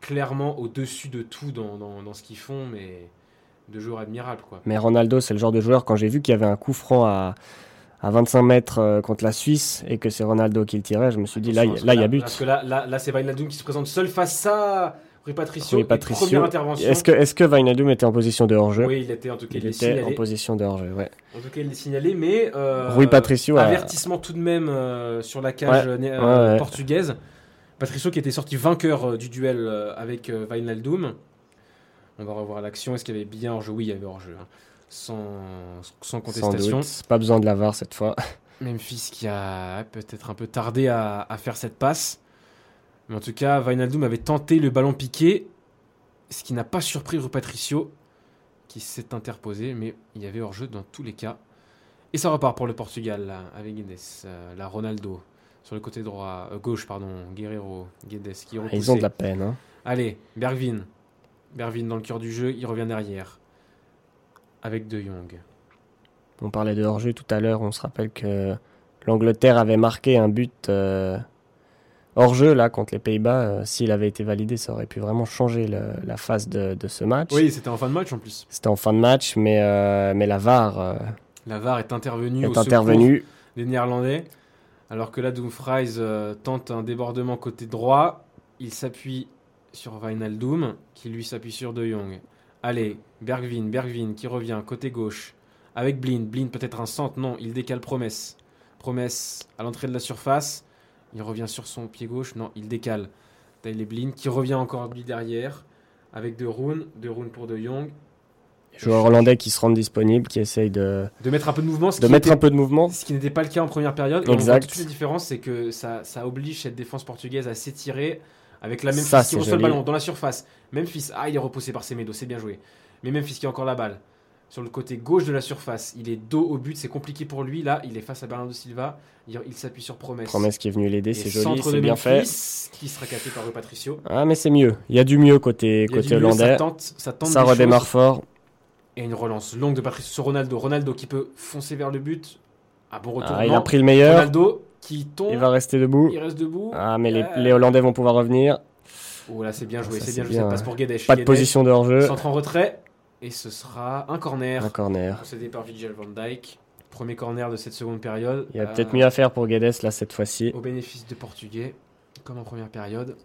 [SPEAKER 1] clairement au-dessus de tout dans, dans, dans ce qu'ils font, mais deux joueurs admirables, quoi.
[SPEAKER 2] Mais Ronaldo, c'est le genre de joueur, quand j'ai vu qu'il y avait un coup franc à, à 25 mètres euh, contre la Suisse et que c'est Ronaldo qui le tirait, je me suis dit, là, il
[SPEAKER 1] Attention,
[SPEAKER 2] là, il y a
[SPEAKER 1] Parce
[SPEAKER 2] but.
[SPEAKER 1] que là, là, là c'est Wijnaldum qui se présente seul face à Rui Patricio.
[SPEAKER 2] Rui
[SPEAKER 1] et
[SPEAKER 2] Patricio.
[SPEAKER 1] Première intervention.
[SPEAKER 2] Est-ce que, est-ce que Wijnaldum était en position de hors-jeu
[SPEAKER 1] Oui, il était en tout cas, il
[SPEAKER 2] Il
[SPEAKER 1] est
[SPEAKER 2] était en
[SPEAKER 1] signalé.
[SPEAKER 2] position de hors-jeu, ouais.
[SPEAKER 1] En tout cas, il est signalé, mais. euh,
[SPEAKER 2] Rui Patricio a-
[SPEAKER 1] Avertissement tout de même euh, sur la cage
[SPEAKER 2] Ouais,
[SPEAKER 1] euh, né- euh,
[SPEAKER 2] ouais, ouais.
[SPEAKER 1] portugaise. Patricio qui était sorti vainqueur euh, du duel euh, avec euh, Wijnaldum. On va revoir l'action. Est-ce qu'il y avait bien hors-jeu Oui, il y avait hors-jeu. hein. Sans, sans
[SPEAKER 2] Sans
[SPEAKER 1] contestation.
[SPEAKER 2] doute. Pas besoin de la VAR cette fois.
[SPEAKER 1] Memphis qui a peut-être un peu tardé à, à faire cette passe. Mais en tout cas, Wijnaldum avait tenté le ballon piqué, ce qui n'a pas surpris Rui Patricio, qui s'est interposé, mais il y avait hors-jeu dans tous les cas. Et ça repart pour le Portugal, là, avec Guedes, euh, là, Ronaldo, sur le côté droit, euh, gauche, pardon, Guerrero, Guedes, qui est
[SPEAKER 2] Ils ont
[SPEAKER 1] repoussé.
[SPEAKER 2] de la peine, hein.
[SPEAKER 1] Allez, Bergvin. Bergvin dans le cœur du jeu, il revient derrière, avec De Jong.
[SPEAKER 2] On parlait de hors-jeu tout à l'heure, on se rappelle que l'Angleterre avait marqué un but euh, hors-jeu là contre les Pays-Bas. Euh, S'il avait été validé, ça aurait pu vraiment changer le- la phase de, de ce match.
[SPEAKER 1] Oui, c'était en fin de match en plus.
[SPEAKER 2] C'était en fin de match, mais, euh, mais la VAR euh,
[SPEAKER 1] La VAR est intervenue au
[SPEAKER 2] est
[SPEAKER 1] secours
[SPEAKER 2] intervenue.
[SPEAKER 1] des Néerlandais. Alors que là, Dumfries euh, tente un débordement côté droit. Il s'appuie sur Wijnaldum, qui lui s'appuie sur De Jong. Allez, Bergvin, Bergvin qui revient côté gauche. Avec Blind, Blind peut-être un centre, non, il décale Promesse. Promesse à l'entrée de la surface. Il revient sur son pied gauche, non, il décale. Tyler Blind qui revient encore lui derrière. Avec De Roon, De Roon pour De Jong.
[SPEAKER 2] Joueurs hollandais qui se rendent disponibles, qui essayent de,
[SPEAKER 1] De mettre un peu de mouvement, ce
[SPEAKER 2] de
[SPEAKER 1] qui
[SPEAKER 2] mettre
[SPEAKER 1] était
[SPEAKER 2] un peu de mouvement.
[SPEAKER 1] ce qui n'était pas le cas en première période. Et on voit
[SPEAKER 2] Exact.
[SPEAKER 1] toute la différence, c'est que ça, ça oblige cette défense portugaise à s'étirer avec la Memphis
[SPEAKER 2] Ça,
[SPEAKER 1] qui
[SPEAKER 2] c'est
[SPEAKER 1] reçoit le
[SPEAKER 2] joli.
[SPEAKER 1] ballon dans la surface. Memphis, ah, il est repoussé par Semedo, c'est bien joué. Mais Memphis qui a encore la balle. Sur le côté gauche de la surface, il est dos au but, c'est compliqué pour lui. Là, il est face à Bernardo Silva, il, il s'appuie sur Promesse.
[SPEAKER 2] Promesse qui est venue l'aider,
[SPEAKER 1] Et
[SPEAKER 2] c'est joli,
[SPEAKER 1] centre de
[SPEAKER 2] c'est bien fait.
[SPEAKER 1] Memphis, qui sera capté par Patricio.
[SPEAKER 2] Ah, mais c'est mieux. Il y a du mieux
[SPEAKER 1] Il
[SPEAKER 2] côté,
[SPEAKER 1] y a
[SPEAKER 2] côté
[SPEAKER 1] du milieu, Ça
[SPEAKER 2] hollandais.
[SPEAKER 1] tente, ça tente
[SPEAKER 2] Ça
[SPEAKER 1] des choses.
[SPEAKER 2] redémarre fort. Ah,
[SPEAKER 1] Et une relance longue de Patricio sur Ronaldo. Ronaldo qui peut foncer vers le but. Ah, bon retour.
[SPEAKER 2] Ah, il a
[SPEAKER 1] non.
[SPEAKER 2] pris le meilleur.
[SPEAKER 1] Ronaldo qui tombe.
[SPEAKER 2] Il va rester debout.
[SPEAKER 1] Il Euh, reste debout.
[SPEAKER 2] Ah, mais les,
[SPEAKER 1] Ouais.
[SPEAKER 2] les Hollandais vont pouvoir revenir.
[SPEAKER 1] Oh là, c'est bien joué, c'est
[SPEAKER 2] Ça, c'est
[SPEAKER 1] bien joué.
[SPEAKER 2] bien,
[SPEAKER 1] Ça passe
[SPEAKER 2] ouais.
[SPEAKER 1] pour Guedes.
[SPEAKER 2] Pas de position de hors-jeu.
[SPEAKER 1] Centre en retrait. Et ce sera un corner.
[SPEAKER 2] Un corner.
[SPEAKER 1] Concédé par Vigil van Dijk. Premier corner de cette seconde période.
[SPEAKER 2] Il y a
[SPEAKER 1] Euh,
[SPEAKER 2] peut-être mieux à faire pour Guedes là cette fois-ci.
[SPEAKER 1] Au bénéfice de Portugais, comme en première période.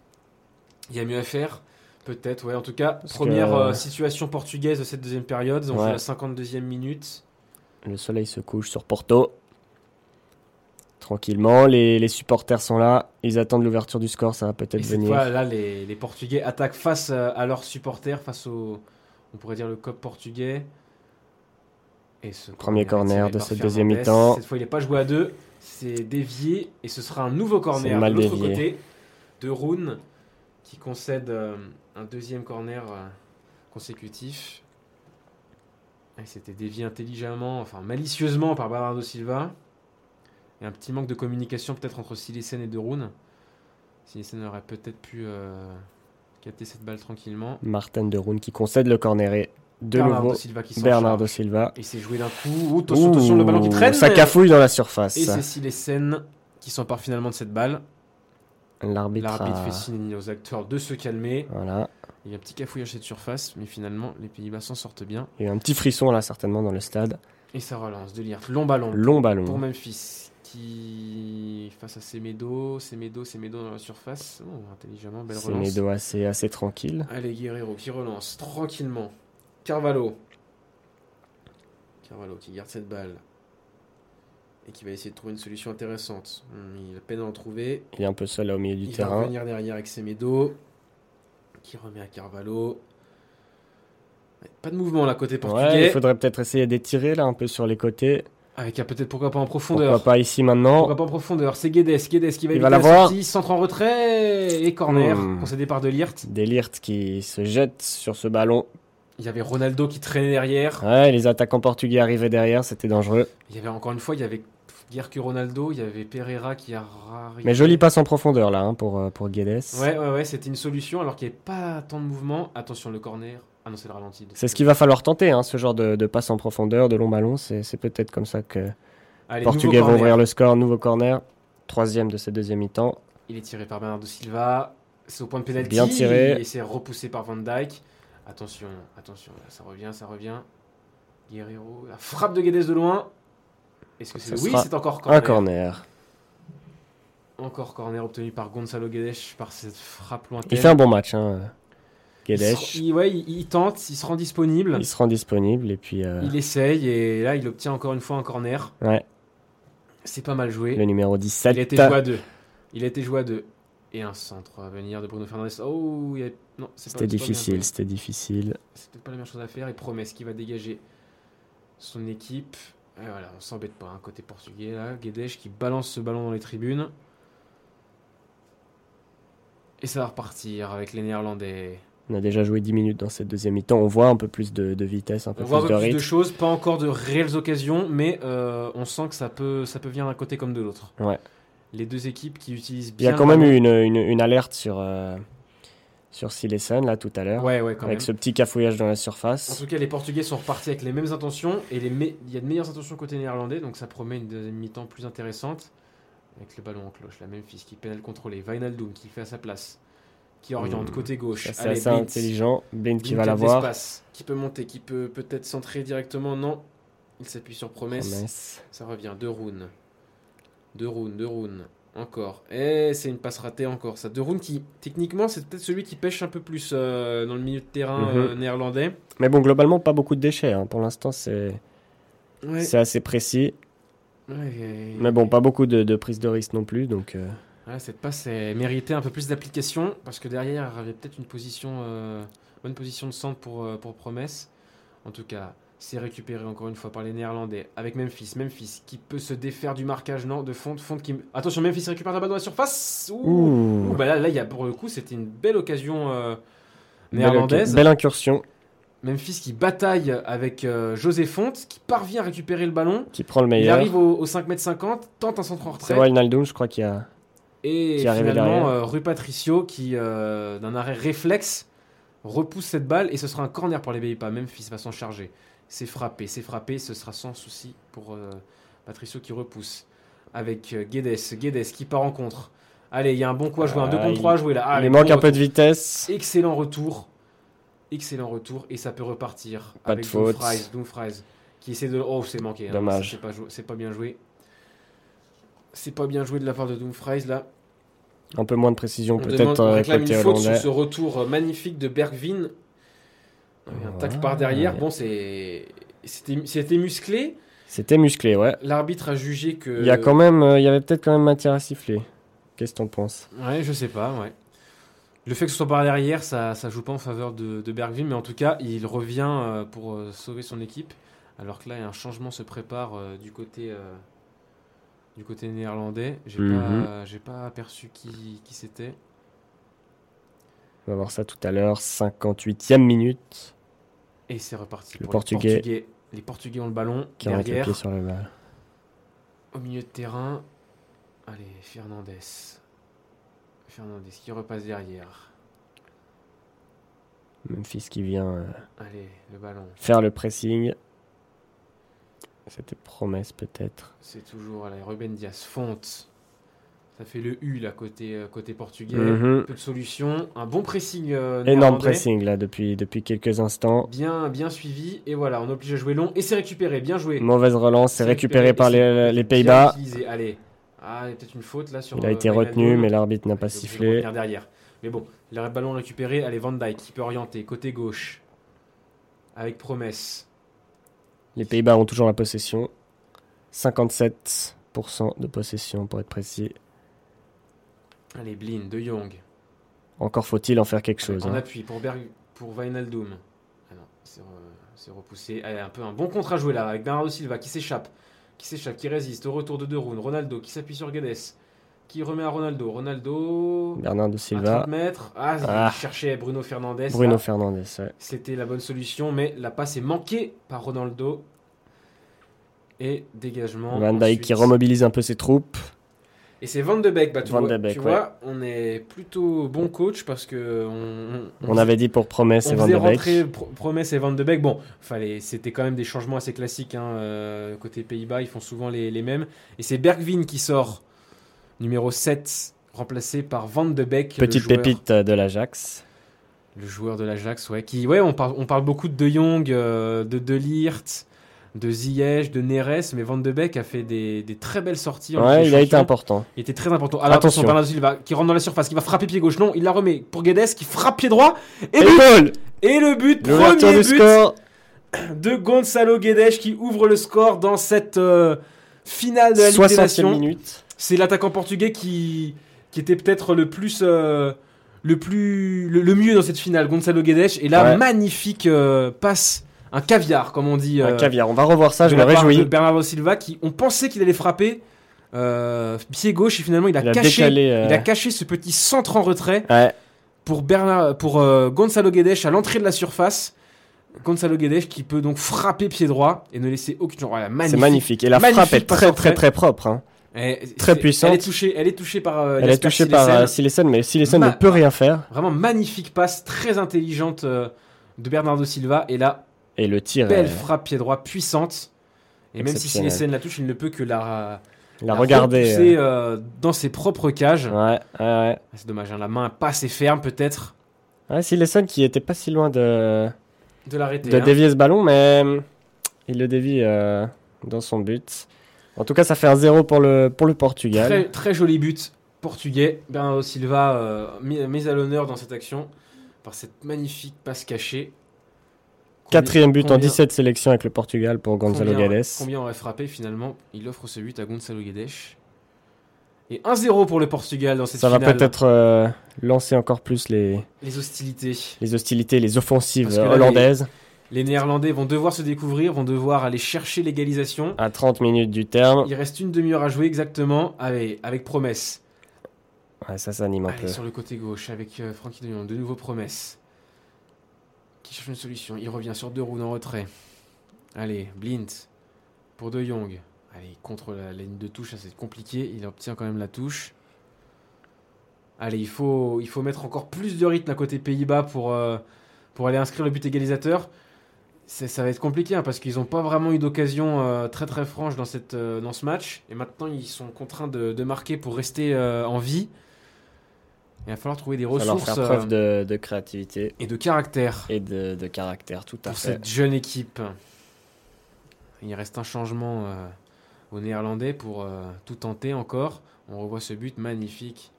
[SPEAKER 1] Il y a mieux à faire. Peut-être, ouais. En tout cas,
[SPEAKER 2] que-
[SPEAKER 1] première euh, situation portugaise de cette deuxième période. On
[SPEAKER 2] Ouais.
[SPEAKER 1] joue la 52e minute.
[SPEAKER 2] Le soleil se couche sur Porto. Tranquillement, les, les supporters sont là. Ils attendent l'ouverture du score, ça va
[SPEAKER 1] Et
[SPEAKER 2] peut-être
[SPEAKER 1] cette
[SPEAKER 2] venir.
[SPEAKER 1] fois, là, les, les Portugais attaquent face euh, à leurs supporters, face au, on pourrait dire le cop portugais. Et ce
[SPEAKER 2] Premier corner
[SPEAKER 1] tiré
[SPEAKER 2] de
[SPEAKER 1] par
[SPEAKER 2] cette deuxième
[SPEAKER 1] Fernandez.
[SPEAKER 2] mi-temps.
[SPEAKER 1] Cette fois, il n'est pas joué à deux. C'est dévié et ce sera un nouveau corner
[SPEAKER 2] C'est mal
[SPEAKER 1] de l'autre
[SPEAKER 2] dévié.
[SPEAKER 1] côté de Roon qui concède euh, un deuxième corner euh, consécutif. Et C'était dévié intelligemment, enfin malicieusement par Bernardo Silva. Et un petit manque de communication peut-être entre Silesen et De Roon. Silesen aurait peut-être pu euh, capter cette balle tranquillement.
[SPEAKER 2] Martin de Roon qui concède le corneret de
[SPEAKER 1] Bernardo
[SPEAKER 2] nouveau.
[SPEAKER 1] Silva qui s'en
[SPEAKER 2] Bernardo
[SPEAKER 1] charge.
[SPEAKER 2] Silva.
[SPEAKER 1] Et c'est joué d'un coup. Ouh, attention, attention, le ballon qui
[SPEAKER 2] Ouh,
[SPEAKER 1] traîne.
[SPEAKER 2] Ça
[SPEAKER 1] mais-
[SPEAKER 2] cafouille dans la surface.
[SPEAKER 1] Et c'est Silesen qui s'empare finalement de cette balle.
[SPEAKER 2] L'arbitre.
[SPEAKER 1] L'arbitre
[SPEAKER 2] a-
[SPEAKER 1] fait signe aux acteurs de se calmer.
[SPEAKER 2] Voilà.
[SPEAKER 1] Il y a un petit cafouillage cette surface, mais finalement, les Pays-Bas s'en sortent bien.
[SPEAKER 2] Il y a eu un petit frisson là, certainement, dans le stade.
[SPEAKER 1] Et ça relance de l'IRT. Long ballon
[SPEAKER 2] Long ballon.
[SPEAKER 1] pour Memphis, qui, face à Semedo, Semedo, Semedo dans la surface. Oh, intelligemment, belle
[SPEAKER 2] C'est
[SPEAKER 1] relance.
[SPEAKER 2] Medo assez, assez tranquille.
[SPEAKER 1] Allez, Guerrero qui relance tranquillement. Carvalho. Carvalho qui garde cette balle. Et qui va essayer de trouver une solution intéressante. Hum, Il a peine à en trouver.
[SPEAKER 2] Il est un peu seul là au milieu du
[SPEAKER 1] il va
[SPEAKER 2] terrain.
[SPEAKER 1] revenir derrière avec Semedo. Qui remet à Carvalho. Ouais, Pas de mouvement là côté
[SPEAKER 2] Ouais,
[SPEAKER 1] portugais.
[SPEAKER 2] il faudrait peut-être essayer d'étirer là un peu sur les côtés.
[SPEAKER 1] Avec un peut-être pourquoi pas en profondeur.
[SPEAKER 2] Pourquoi pas ici maintenant
[SPEAKER 1] Pourquoi pas en profondeur. C'est Guedes. Guedes qui va
[SPEAKER 2] Il
[SPEAKER 1] éviter
[SPEAKER 2] va
[SPEAKER 1] la
[SPEAKER 2] l'avoir.
[SPEAKER 1] sortie. Centre en retrait. Et corner.
[SPEAKER 2] Hmm.
[SPEAKER 1] Concédé par Delirte.
[SPEAKER 2] Delirte qui se jette sur ce ballon.
[SPEAKER 1] Il y avait Ronaldo qui traînait derrière.
[SPEAKER 2] Ouais, les attaquants portugais arrivaient derrière, c'était dangereux.
[SPEAKER 1] Il y avait encore une fois, il y avait guère que Ronaldo, il y avait Pereira qui a rari-
[SPEAKER 2] Mais jolie passe en profondeur là hein, pour, euh, pour Guedes.
[SPEAKER 1] Ouais, ouais, ouais, c'était une solution alors qu'il n'y avait pas tant de mouvement. Attention, le corner. Ah non, c'est le ralenti.
[SPEAKER 2] C'est ce qu'il va falloir tenter, hein, ce genre de, de passe en profondeur, de long ballon. C'est c'est peut-être comme ça que
[SPEAKER 1] Allez,
[SPEAKER 2] les
[SPEAKER 1] nouveau
[SPEAKER 2] Portugais vont
[SPEAKER 1] corner.
[SPEAKER 2] ouvrir le score. Nouveau corner, troisième de cette deuxième mi-temps.
[SPEAKER 1] Il est tiré par Bernardo Silva. C'est au point de pénalty.
[SPEAKER 2] Bien tiré.
[SPEAKER 1] Et c'est repoussé par Van Dyke. Attention, attention, là, ça revient, ça revient. Guerrero, la frappe de Guedes de loin. Est-ce que c'est
[SPEAKER 2] Ça
[SPEAKER 1] oui,
[SPEAKER 2] sera
[SPEAKER 1] c'est encore
[SPEAKER 2] Un
[SPEAKER 1] corner.
[SPEAKER 2] corner.
[SPEAKER 1] Encore corner obtenu par Gonzalo Guedes par cette frappe lointaine.
[SPEAKER 2] Il fait un bon match, hein,
[SPEAKER 1] Il
[SPEAKER 2] Guedes.
[SPEAKER 1] se- il- ouais, il, il tente, il se rend disponible.
[SPEAKER 2] Il se rend disponible et puis euh,
[SPEAKER 1] Il essaye et là il obtient encore une fois un corner.
[SPEAKER 2] Ouais.
[SPEAKER 1] C'est pas mal joué.
[SPEAKER 2] le
[SPEAKER 1] Il
[SPEAKER 2] numéro
[SPEAKER 1] a été
[SPEAKER 2] 17.
[SPEAKER 1] joué à deux. Il a été joué à deux. Et un centre à venir de Bruno Fernandez. Oh, il y a- non, c'est pas- c'est pas
[SPEAKER 2] C'était
[SPEAKER 1] bien joué.
[SPEAKER 2] difficile, c'était difficile.
[SPEAKER 1] C'est peut-être pas la meilleure chose à faire. Et Promesse qui va dégager son équipe. Et voilà, on s'embête pas. hein, Côté portugais là, Guedes qui balance ce ballon dans les tribunes. Et ça va repartir avec les Néerlandais.
[SPEAKER 2] On a déjà joué 10 minutes dans cette deuxième mi-temps. On voit un peu plus de, de vitesse, un peu
[SPEAKER 1] On
[SPEAKER 2] plus
[SPEAKER 1] voit un
[SPEAKER 2] de
[SPEAKER 1] peu plus
[SPEAKER 2] rythme.
[SPEAKER 1] de choses, pas encore de réelles occasions, mais euh, on sent que ça peut, ça peut venir d'un côté comme de l'autre.
[SPEAKER 2] Ouais.
[SPEAKER 1] Les deux équipes qui utilisent
[SPEAKER 2] Il y
[SPEAKER 1] bien.
[SPEAKER 2] a quand
[SPEAKER 1] le
[SPEAKER 2] même
[SPEAKER 1] ballon.
[SPEAKER 2] eu une, une- une alerte sur, euh, sur Silesen, là, tout à l'heure.
[SPEAKER 1] Ouais, ouais, quand
[SPEAKER 2] avec
[SPEAKER 1] même.
[SPEAKER 2] ce petit cafouillage dans la
[SPEAKER 1] En
[SPEAKER 2] surface.
[SPEAKER 1] tout cas, les Portugais sont repartis avec les mêmes intentions et les me- il y a de meilleures intentions côté néerlandais, donc ça promet une deuxième mi-temps plus intéressante. Avec le ballon en cloche, la Memphis qui pénale contrôlé, Vinaldoom qui le fait à sa place, qui oriente
[SPEAKER 2] Mmh.
[SPEAKER 1] côté gauche.
[SPEAKER 2] Ça, C'est
[SPEAKER 1] Allez,
[SPEAKER 2] assez
[SPEAKER 1] Blitz.
[SPEAKER 2] intelligent. Blind qui
[SPEAKER 1] Blitz
[SPEAKER 2] va
[SPEAKER 1] a de
[SPEAKER 2] l'avoir.
[SPEAKER 1] l'espace, Qui peut monter, qui peut peut-être centrer directement, non. Il s'appuie sur
[SPEAKER 2] Oh,
[SPEAKER 1] promesse.
[SPEAKER 2] Promesse.
[SPEAKER 1] Ça revient, deux rounds. Deux rounds, deux rounds. Encore. Et c'est une passe ratée encore, ça. Deux rounds qui, techniquement, c'est peut-être celui qui pêche un peu plus euh, dans le milieu de terrain
[SPEAKER 2] Mhm.
[SPEAKER 1] euh, néerlandais.
[SPEAKER 2] Mais bon, globalement, pas beaucoup de déchets. hein. Pour l'instant, c'est
[SPEAKER 1] Ouais.
[SPEAKER 2] c'est assez précis.
[SPEAKER 1] Ouais, et-
[SPEAKER 2] Mais bon, pas beaucoup de, de prise de risque non plus. Donc, euh,
[SPEAKER 1] Voilà, cette passe elle méritait un peu plus d'application parce que derrière, il y avait peut-être une position, euh, bonne position de centre pour, euh, pour Promesse. En tout cas, c'est récupéré encore une fois par les Néerlandais avec Memphis. Memphis qui peut se défaire du marquage, non, de Fonte. Fonte qui. Attention, Memphis récupère la balle dans la surface. Ouh.
[SPEAKER 2] ouh,
[SPEAKER 1] Ouh, bah là, là, il y a, pour le coup, c'était une belle occasion euh,
[SPEAKER 2] belle-
[SPEAKER 1] néerlandaise.
[SPEAKER 2] Belle incursion
[SPEAKER 1] Memphis qui bataille avec euh, José Fonte, qui parvient à récupérer le ballon.
[SPEAKER 2] qui prend le
[SPEAKER 1] Il
[SPEAKER 2] meilleur.
[SPEAKER 1] arrive au, au 5m50, tente un centre en
[SPEAKER 2] C'est
[SPEAKER 1] retrait.
[SPEAKER 2] Wijnaldum, je crois qu'il y a.
[SPEAKER 1] Et
[SPEAKER 2] qui est arrivé
[SPEAKER 1] finalement,
[SPEAKER 2] derrière.
[SPEAKER 1] euh, Rue Patricio, qui, euh, d'un arrêt réflexe, repousse cette balle et ce sera un corner pour les Pays-Bas. Memphis va s'en charger. C'est frappé, c'est frappé, ce sera sans souci pour euh, Patricio qui repousse. Avec euh, Guedes, Guedes qui part en contre. Allez, il y a un bon coup à jouer, un
[SPEAKER 2] Ah,
[SPEAKER 1] 2 contre
[SPEAKER 2] il-
[SPEAKER 1] 3 à jouer là. Ah,
[SPEAKER 2] il
[SPEAKER 1] mais
[SPEAKER 2] manque
[SPEAKER 1] bon
[SPEAKER 2] un peu de vitesse.
[SPEAKER 1] Excellent retour. Excellent retour. Et ça peut repartir.
[SPEAKER 2] Pas
[SPEAKER 1] avec
[SPEAKER 2] de faute.
[SPEAKER 1] Dumfries, Dumfries qui essaie de. Oh, c'est manqué. hein.
[SPEAKER 2] Dommage.
[SPEAKER 1] C'est pas, jou- c'est pas bien joué. C'est pas bien joué de la part de Dumfries là.
[SPEAKER 2] Un peu moins de précision,
[SPEAKER 1] On demande-
[SPEAKER 2] peut-être
[SPEAKER 1] on
[SPEAKER 2] euh,
[SPEAKER 1] réclame
[SPEAKER 2] côté
[SPEAKER 1] une faute sur
[SPEAKER 2] hollandais.
[SPEAKER 1] ce retour euh, magnifique de Bergvin. Ah, Un tac
[SPEAKER 2] Ouais.
[SPEAKER 1] par
[SPEAKER 2] Ah,
[SPEAKER 1] derrière. Bon, c'est. C'était c'était musclé.
[SPEAKER 2] C'était musclé, ouais.
[SPEAKER 1] L'arbitre a jugé que.
[SPEAKER 2] Il y a quand même, euh, il y avait peut-être quand même matière à siffler. Qu'est-ce que t'en penses
[SPEAKER 1] Ouais, je sais pas, ouais. Le fait que ce soit par derrière, ça, ça joue pas en faveur de, de Bergvin, mais en tout cas, il revient euh, pour euh, sauver son équipe Alors que là, un changement se prépare euh, du côté euh, du côté néerlandais. J'ai
[SPEAKER 2] Mhm.
[SPEAKER 1] pas j'ai pas aperçu qui, qui c'était.
[SPEAKER 2] On va voir ça tout à l'heure. 58e minute.
[SPEAKER 1] Et c'est reparti.
[SPEAKER 2] Le
[SPEAKER 1] pour
[SPEAKER 2] Portugais.
[SPEAKER 1] Les Portugais. Les Portugais ont le ballon
[SPEAKER 2] Qui rentre le
[SPEAKER 1] derrière,
[SPEAKER 2] pied sur le bal.
[SPEAKER 1] au milieu de terrain. Allez, Fernandez. Fernandez qui repasse derrière.
[SPEAKER 2] Memphis qui vient euh,
[SPEAKER 1] Allez, le ballon.
[SPEAKER 2] faire le pressing. C'était promesse peut-être.
[SPEAKER 1] C'est toujours allez, Ruben Diaz. Fonte. Ça fait le U là côté, euh, côté portugais.
[SPEAKER 2] Mhm.
[SPEAKER 1] Peu de solutions. Un bon pressing. euh,
[SPEAKER 2] Énorme
[SPEAKER 1] néerlandais.
[SPEAKER 2] pressing là depuis, depuis quelques instants.
[SPEAKER 1] Bien, bien suivi. Et voilà, on est obligé de jouer long. Et c'est récupéré. Bien joué.
[SPEAKER 2] Mauvaise relance, c'est
[SPEAKER 1] C'est
[SPEAKER 2] récupéré
[SPEAKER 1] récupéré
[SPEAKER 2] par
[SPEAKER 1] et
[SPEAKER 2] les,
[SPEAKER 1] c'est
[SPEAKER 2] Euh, les
[SPEAKER 1] bien
[SPEAKER 2] Pays-Bas.
[SPEAKER 1] utilisé. Allez. Ah, il y a peut-être une faute là sur.
[SPEAKER 2] Il a
[SPEAKER 1] euh,
[SPEAKER 2] été
[SPEAKER 1] Wijnaldum.
[SPEAKER 2] retenu, mais l'arbitre n'a
[SPEAKER 1] Il
[SPEAKER 2] pas
[SPEAKER 1] est obligé de
[SPEAKER 2] sifflé.
[SPEAKER 1] revenir derrière. Mais bon, le ballon récupéré. Allez, Van Dyke qui peut orienter côté gauche. Avec promesse.
[SPEAKER 2] Les Pays-Bas ont toujours la possession. 57% de possession pour être précis.
[SPEAKER 1] Allez, Blin, De Jong.
[SPEAKER 2] Encore faut-il en faire quelque chose.
[SPEAKER 1] en
[SPEAKER 2] hein.
[SPEAKER 1] appui pour Berg, pour Wijnaldum. Ah non, c'est re- c'est repoussé. Allez, un peu un bon contre à jouer là avec Bernardo Silva qui s'échappe, qui s'échappe, qui résiste au retour de De Roon. Ronaldo qui s'appuie sur Guedes, qui remet à Ronaldo. Ronaldo.
[SPEAKER 2] Bernard de
[SPEAKER 1] À 30
[SPEAKER 2] Silva,
[SPEAKER 1] mètres. Ah,
[SPEAKER 2] Ah.
[SPEAKER 1] il cherchait Bruno Fernandez.
[SPEAKER 2] Bruno
[SPEAKER 1] Ah,
[SPEAKER 2] Fernandez. ouais.
[SPEAKER 1] C'était la bonne solution, mais la passe est manquée par Ronaldo. Et dégagement.
[SPEAKER 2] Van Dijk qui
[SPEAKER 1] ensuite.
[SPEAKER 2] remobilise un peu ses troupes.
[SPEAKER 1] Et c'est Van de Beek, bah, tu,
[SPEAKER 2] Van de
[SPEAKER 1] vois,
[SPEAKER 2] Beek,
[SPEAKER 1] tu
[SPEAKER 2] ouais.
[SPEAKER 1] vois, on est plutôt bon coach parce que on,
[SPEAKER 2] On avait dit pour promesse et
[SPEAKER 1] on
[SPEAKER 2] Van
[SPEAKER 1] faisait
[SPEAKER 2] de
[SPEAKER 1] rentrer
[SPEAKER 2] Beek.
[SPEAKER 1] Pro- Promesse et Van de Beek. Bon, fallait, c'était quand même des changements assez classiques. hein, euh, côté Pays-Bas, ils font souvent les, les mêmes. Et c'est Bergvin qui sort, numéro 7, remplacé par Van de Beek. le
[SPEAKER 2] Petite
[SPEAKER 1] joueur-
[SPEAKER 2] pépite euh, de l'Ajax.
[SPEAKER 1] Le joueur de l'Ajax, ouais. Qui, ouais, on, parle, on parle beaucoup de De Jong, euh, de De Ligt, de Ziyech, de Neres, mais Van de Beek a fait des, des très belles sorties. en Ligue
[SPEAKER 2] Ouais,
[SPEAKER 1] des
[SPEAKER 2] il a été
[SPEAKER 1] Champions.
[SPEAKER 2] important.
[SPEAKER 1] Il était très important. Alors attention,
[SPEAKER 2] Attention.
[SPEAKER 1] Bernardo Silva qui rentre dans la surface, qui va frapper pied gauche. Non, il la remet pour Guedes qui frappe pied droit. Et,
[SPEAKER 2] Et
[SPEAKER 1] but
[SPEAKER 2] goal
[SPEAKER 1] Et le but,
[SPEAKER 2] L'ouverture
[SPEAKER 1] premier
[SPEAKER 2] du
[SPEAKER 1] but
[SPEAKER 2] score
[SPEAKER 1] de Gonzalo Guedes qui ouvre le score dans cette euh, finale de la Ligue des
[SPEAKER 2] 60e
[SPEAKER 1] Nations.
[SPEAKER 2] minute.
[SPEAKER 1] C'est l'attaquant portugais qui, qui était peut-être le plus, euh, le, plus le, le mieux dans cette finale, Gonzalo Guedes. Et là,
[SPEAKER 2] Ouais.
[SPEAKER 1] magnifique euh, passe, un caviar comme on dit.
[SPEAKER 2] Un
[SPEAKER 1] euh,
[SPEAKER 2] caviar. On va revoir ça,
[SPEAKER 1] de
[SPEAKER 2] je me
[SPEAKER 1] la part de
[SPEAKER 2] réjouis.
[SPEAKER 1] Bernardo Silva qui, on pensait qu'il allait frapper euh, pied gauche et finalement il a,
[SPEAKER 2] Il a
[SPEAKER 1] caché.
[SPEAKER 2] décalé. euh,
[SPEAKER 1] Il a caché ce petit centre en retrait
[SPEAKER 2] ouais.
[SPEAKER 1] pour, Bernard, pour euh, Gonzalo Guedes à l'entrée de la surface. Gonzalo Guedes qui peut donc frapper pied droit et ne laisser aucune. Voilà,
[SPEAKER 2] C'est
[SPEAKER 1] magnifique.
[SPEAKER 2] magnifique. Et la
[SPEAKER 1] Magnifique
[SPEAKER 2] frappe est
[SPEAKER 1] passe
[SPEAKER 2] très
[SPEAKER 1] en
[SPEAKER 2] très
[SPEAKER 1] fait.
[SPEAKER 2] très propre. hein.
[SPEAKER 1] Et c'est-
[SPEAKER 2] Très puissante.
[SPEAKER 1] Elle est touchée, elle est touchée par. euh,
[SPEAKER 2] Elle est
[SPEAKER 1] Jasper
[SPEAKER 2] touchée par
[SPEAKER 1] Cillessen.
[SPEAKER 2] euh, Silesen, mais Silesen ne
[SPEAKER 1] Ma-
[SPEAKER 2] peut rien faire.
[SPEAKER 1] Vraiment magnifique passe, très intelligente euh, de Bernardo Silva. Et là,
[SPEAKER 2] Et le tir,
[SPEAKER 1] belle
[SPEAKER 2] euh,
[SPEAKER 1] frappe pied droit puissante. Et même si
[SPEAKER 2] Exceptionnel.
[SPEAKER 1] Silesen la touche, il ne peut que la,
[SPEAKER 2] il a regardé.
[SPEAKER 1] repousser,
[SPEAKER 2] euh,
[SPEAKER 1] euh, dans ses propres cages.
[SPEAKER 2] Ouais, ouais,
[SPEAKER 1] C'est dommage, hein, la main pas assez ferme peut-être
[SPEAKER 2] ouais. ouais Silesen qui était pas si loin de,
[SPEAKER 1] de l'arrêter.
[SPEAKER 2] de
[SPEAKER 1] hein.
[SPEAKER 2] dévier ce ballon, mais euh, il le dévie euh, dans son but. En tout cas, ça fait un zéro pour le, pour le Portugal.
[SPEAKER 1] Très, très joli but portugais. Bernardo Silva euh, mis, mis à l'honneur dans cette action par cette magnifique passe cachée. Combien-
[SPEAKER 2] Quatrième but en
[SPEAKER 1] combien-
[SPEAKER 2] 17 sélections avec le Portugal pour Gonzalo
[SPEAKER 1] combien-
[SPEAKER 2] Guedes.
[SPEAKER 1] Combien aurait frappé finalement Il offre ce but à Gonzalo Guedes. Et 1-0 pour le Portugal dans cette
[SPEAKER 2] Ça va
[SPEAKER 1] finale.
[SPEAKER 2] peut-être euh, lancer encore plus les,
[SPEAKER 1] Les hostilités.
[SPEAKER 2] les hostilités, les offensives
[SPEAKER 1] Parce que là, les-
[SPEAKER 2] hollandaises.
[SPEAKER 1] Les Néerlandais vont devoir se découvrir, vont devoir aller chercher l'égalisation.
[SPEAKER 2] À 30 minutes du terme.
[SPEAKER 1] Il reste une demi-heure à jouer exactement. Allez, avec promesse.
[SPEAKER 2] Ouais, ça s'anime un
[SPEAKER 1] Allez,
[SPEAKER 2] peu.
[SPEAKER 1] sur le côté gauche avec euh, Francky De Jong, de nouveau promesse. Qui cherche une solution. Il revient sur deux roues en retrait. Allez, Blint pour De Jong. Allez, contre la ligne de touche, ça c'est compliqué. Il obtient quand même la touche. Allez, il faut, il faut mettre encore plus de rythme à côté Pays-Bas pour, euh, pour aller inscrire le but égalisateur. C'est- Ça va être compliqué hein, parce qu'ils n'ont pas vraiment eu d'occasion euh, très très franche dans, cette, euh, dans ce match. Et maintenant, ils sont contraints de, de marquer pour rester euh, en vie. Il va falloir trouver des
[SPEAKER 2] Il va leur
[SPEAKER 1] ressources
[SPEAKER 2] faire preuve
[SPEAKER 1] euh,
[SPEAKER 2] de, de créativité.
[SPEAKER 1] et de caractère
[SPEAKER 2] et de, de caractère, tout à
[SPEAKER 1] pour
[SPEAKER 2] fait.
[SPEAKER 1] cette jeune équipe. Il reste un changement euh, aux Néerlandais pour euh, tout tenter encore. On revoit ce but magnifique.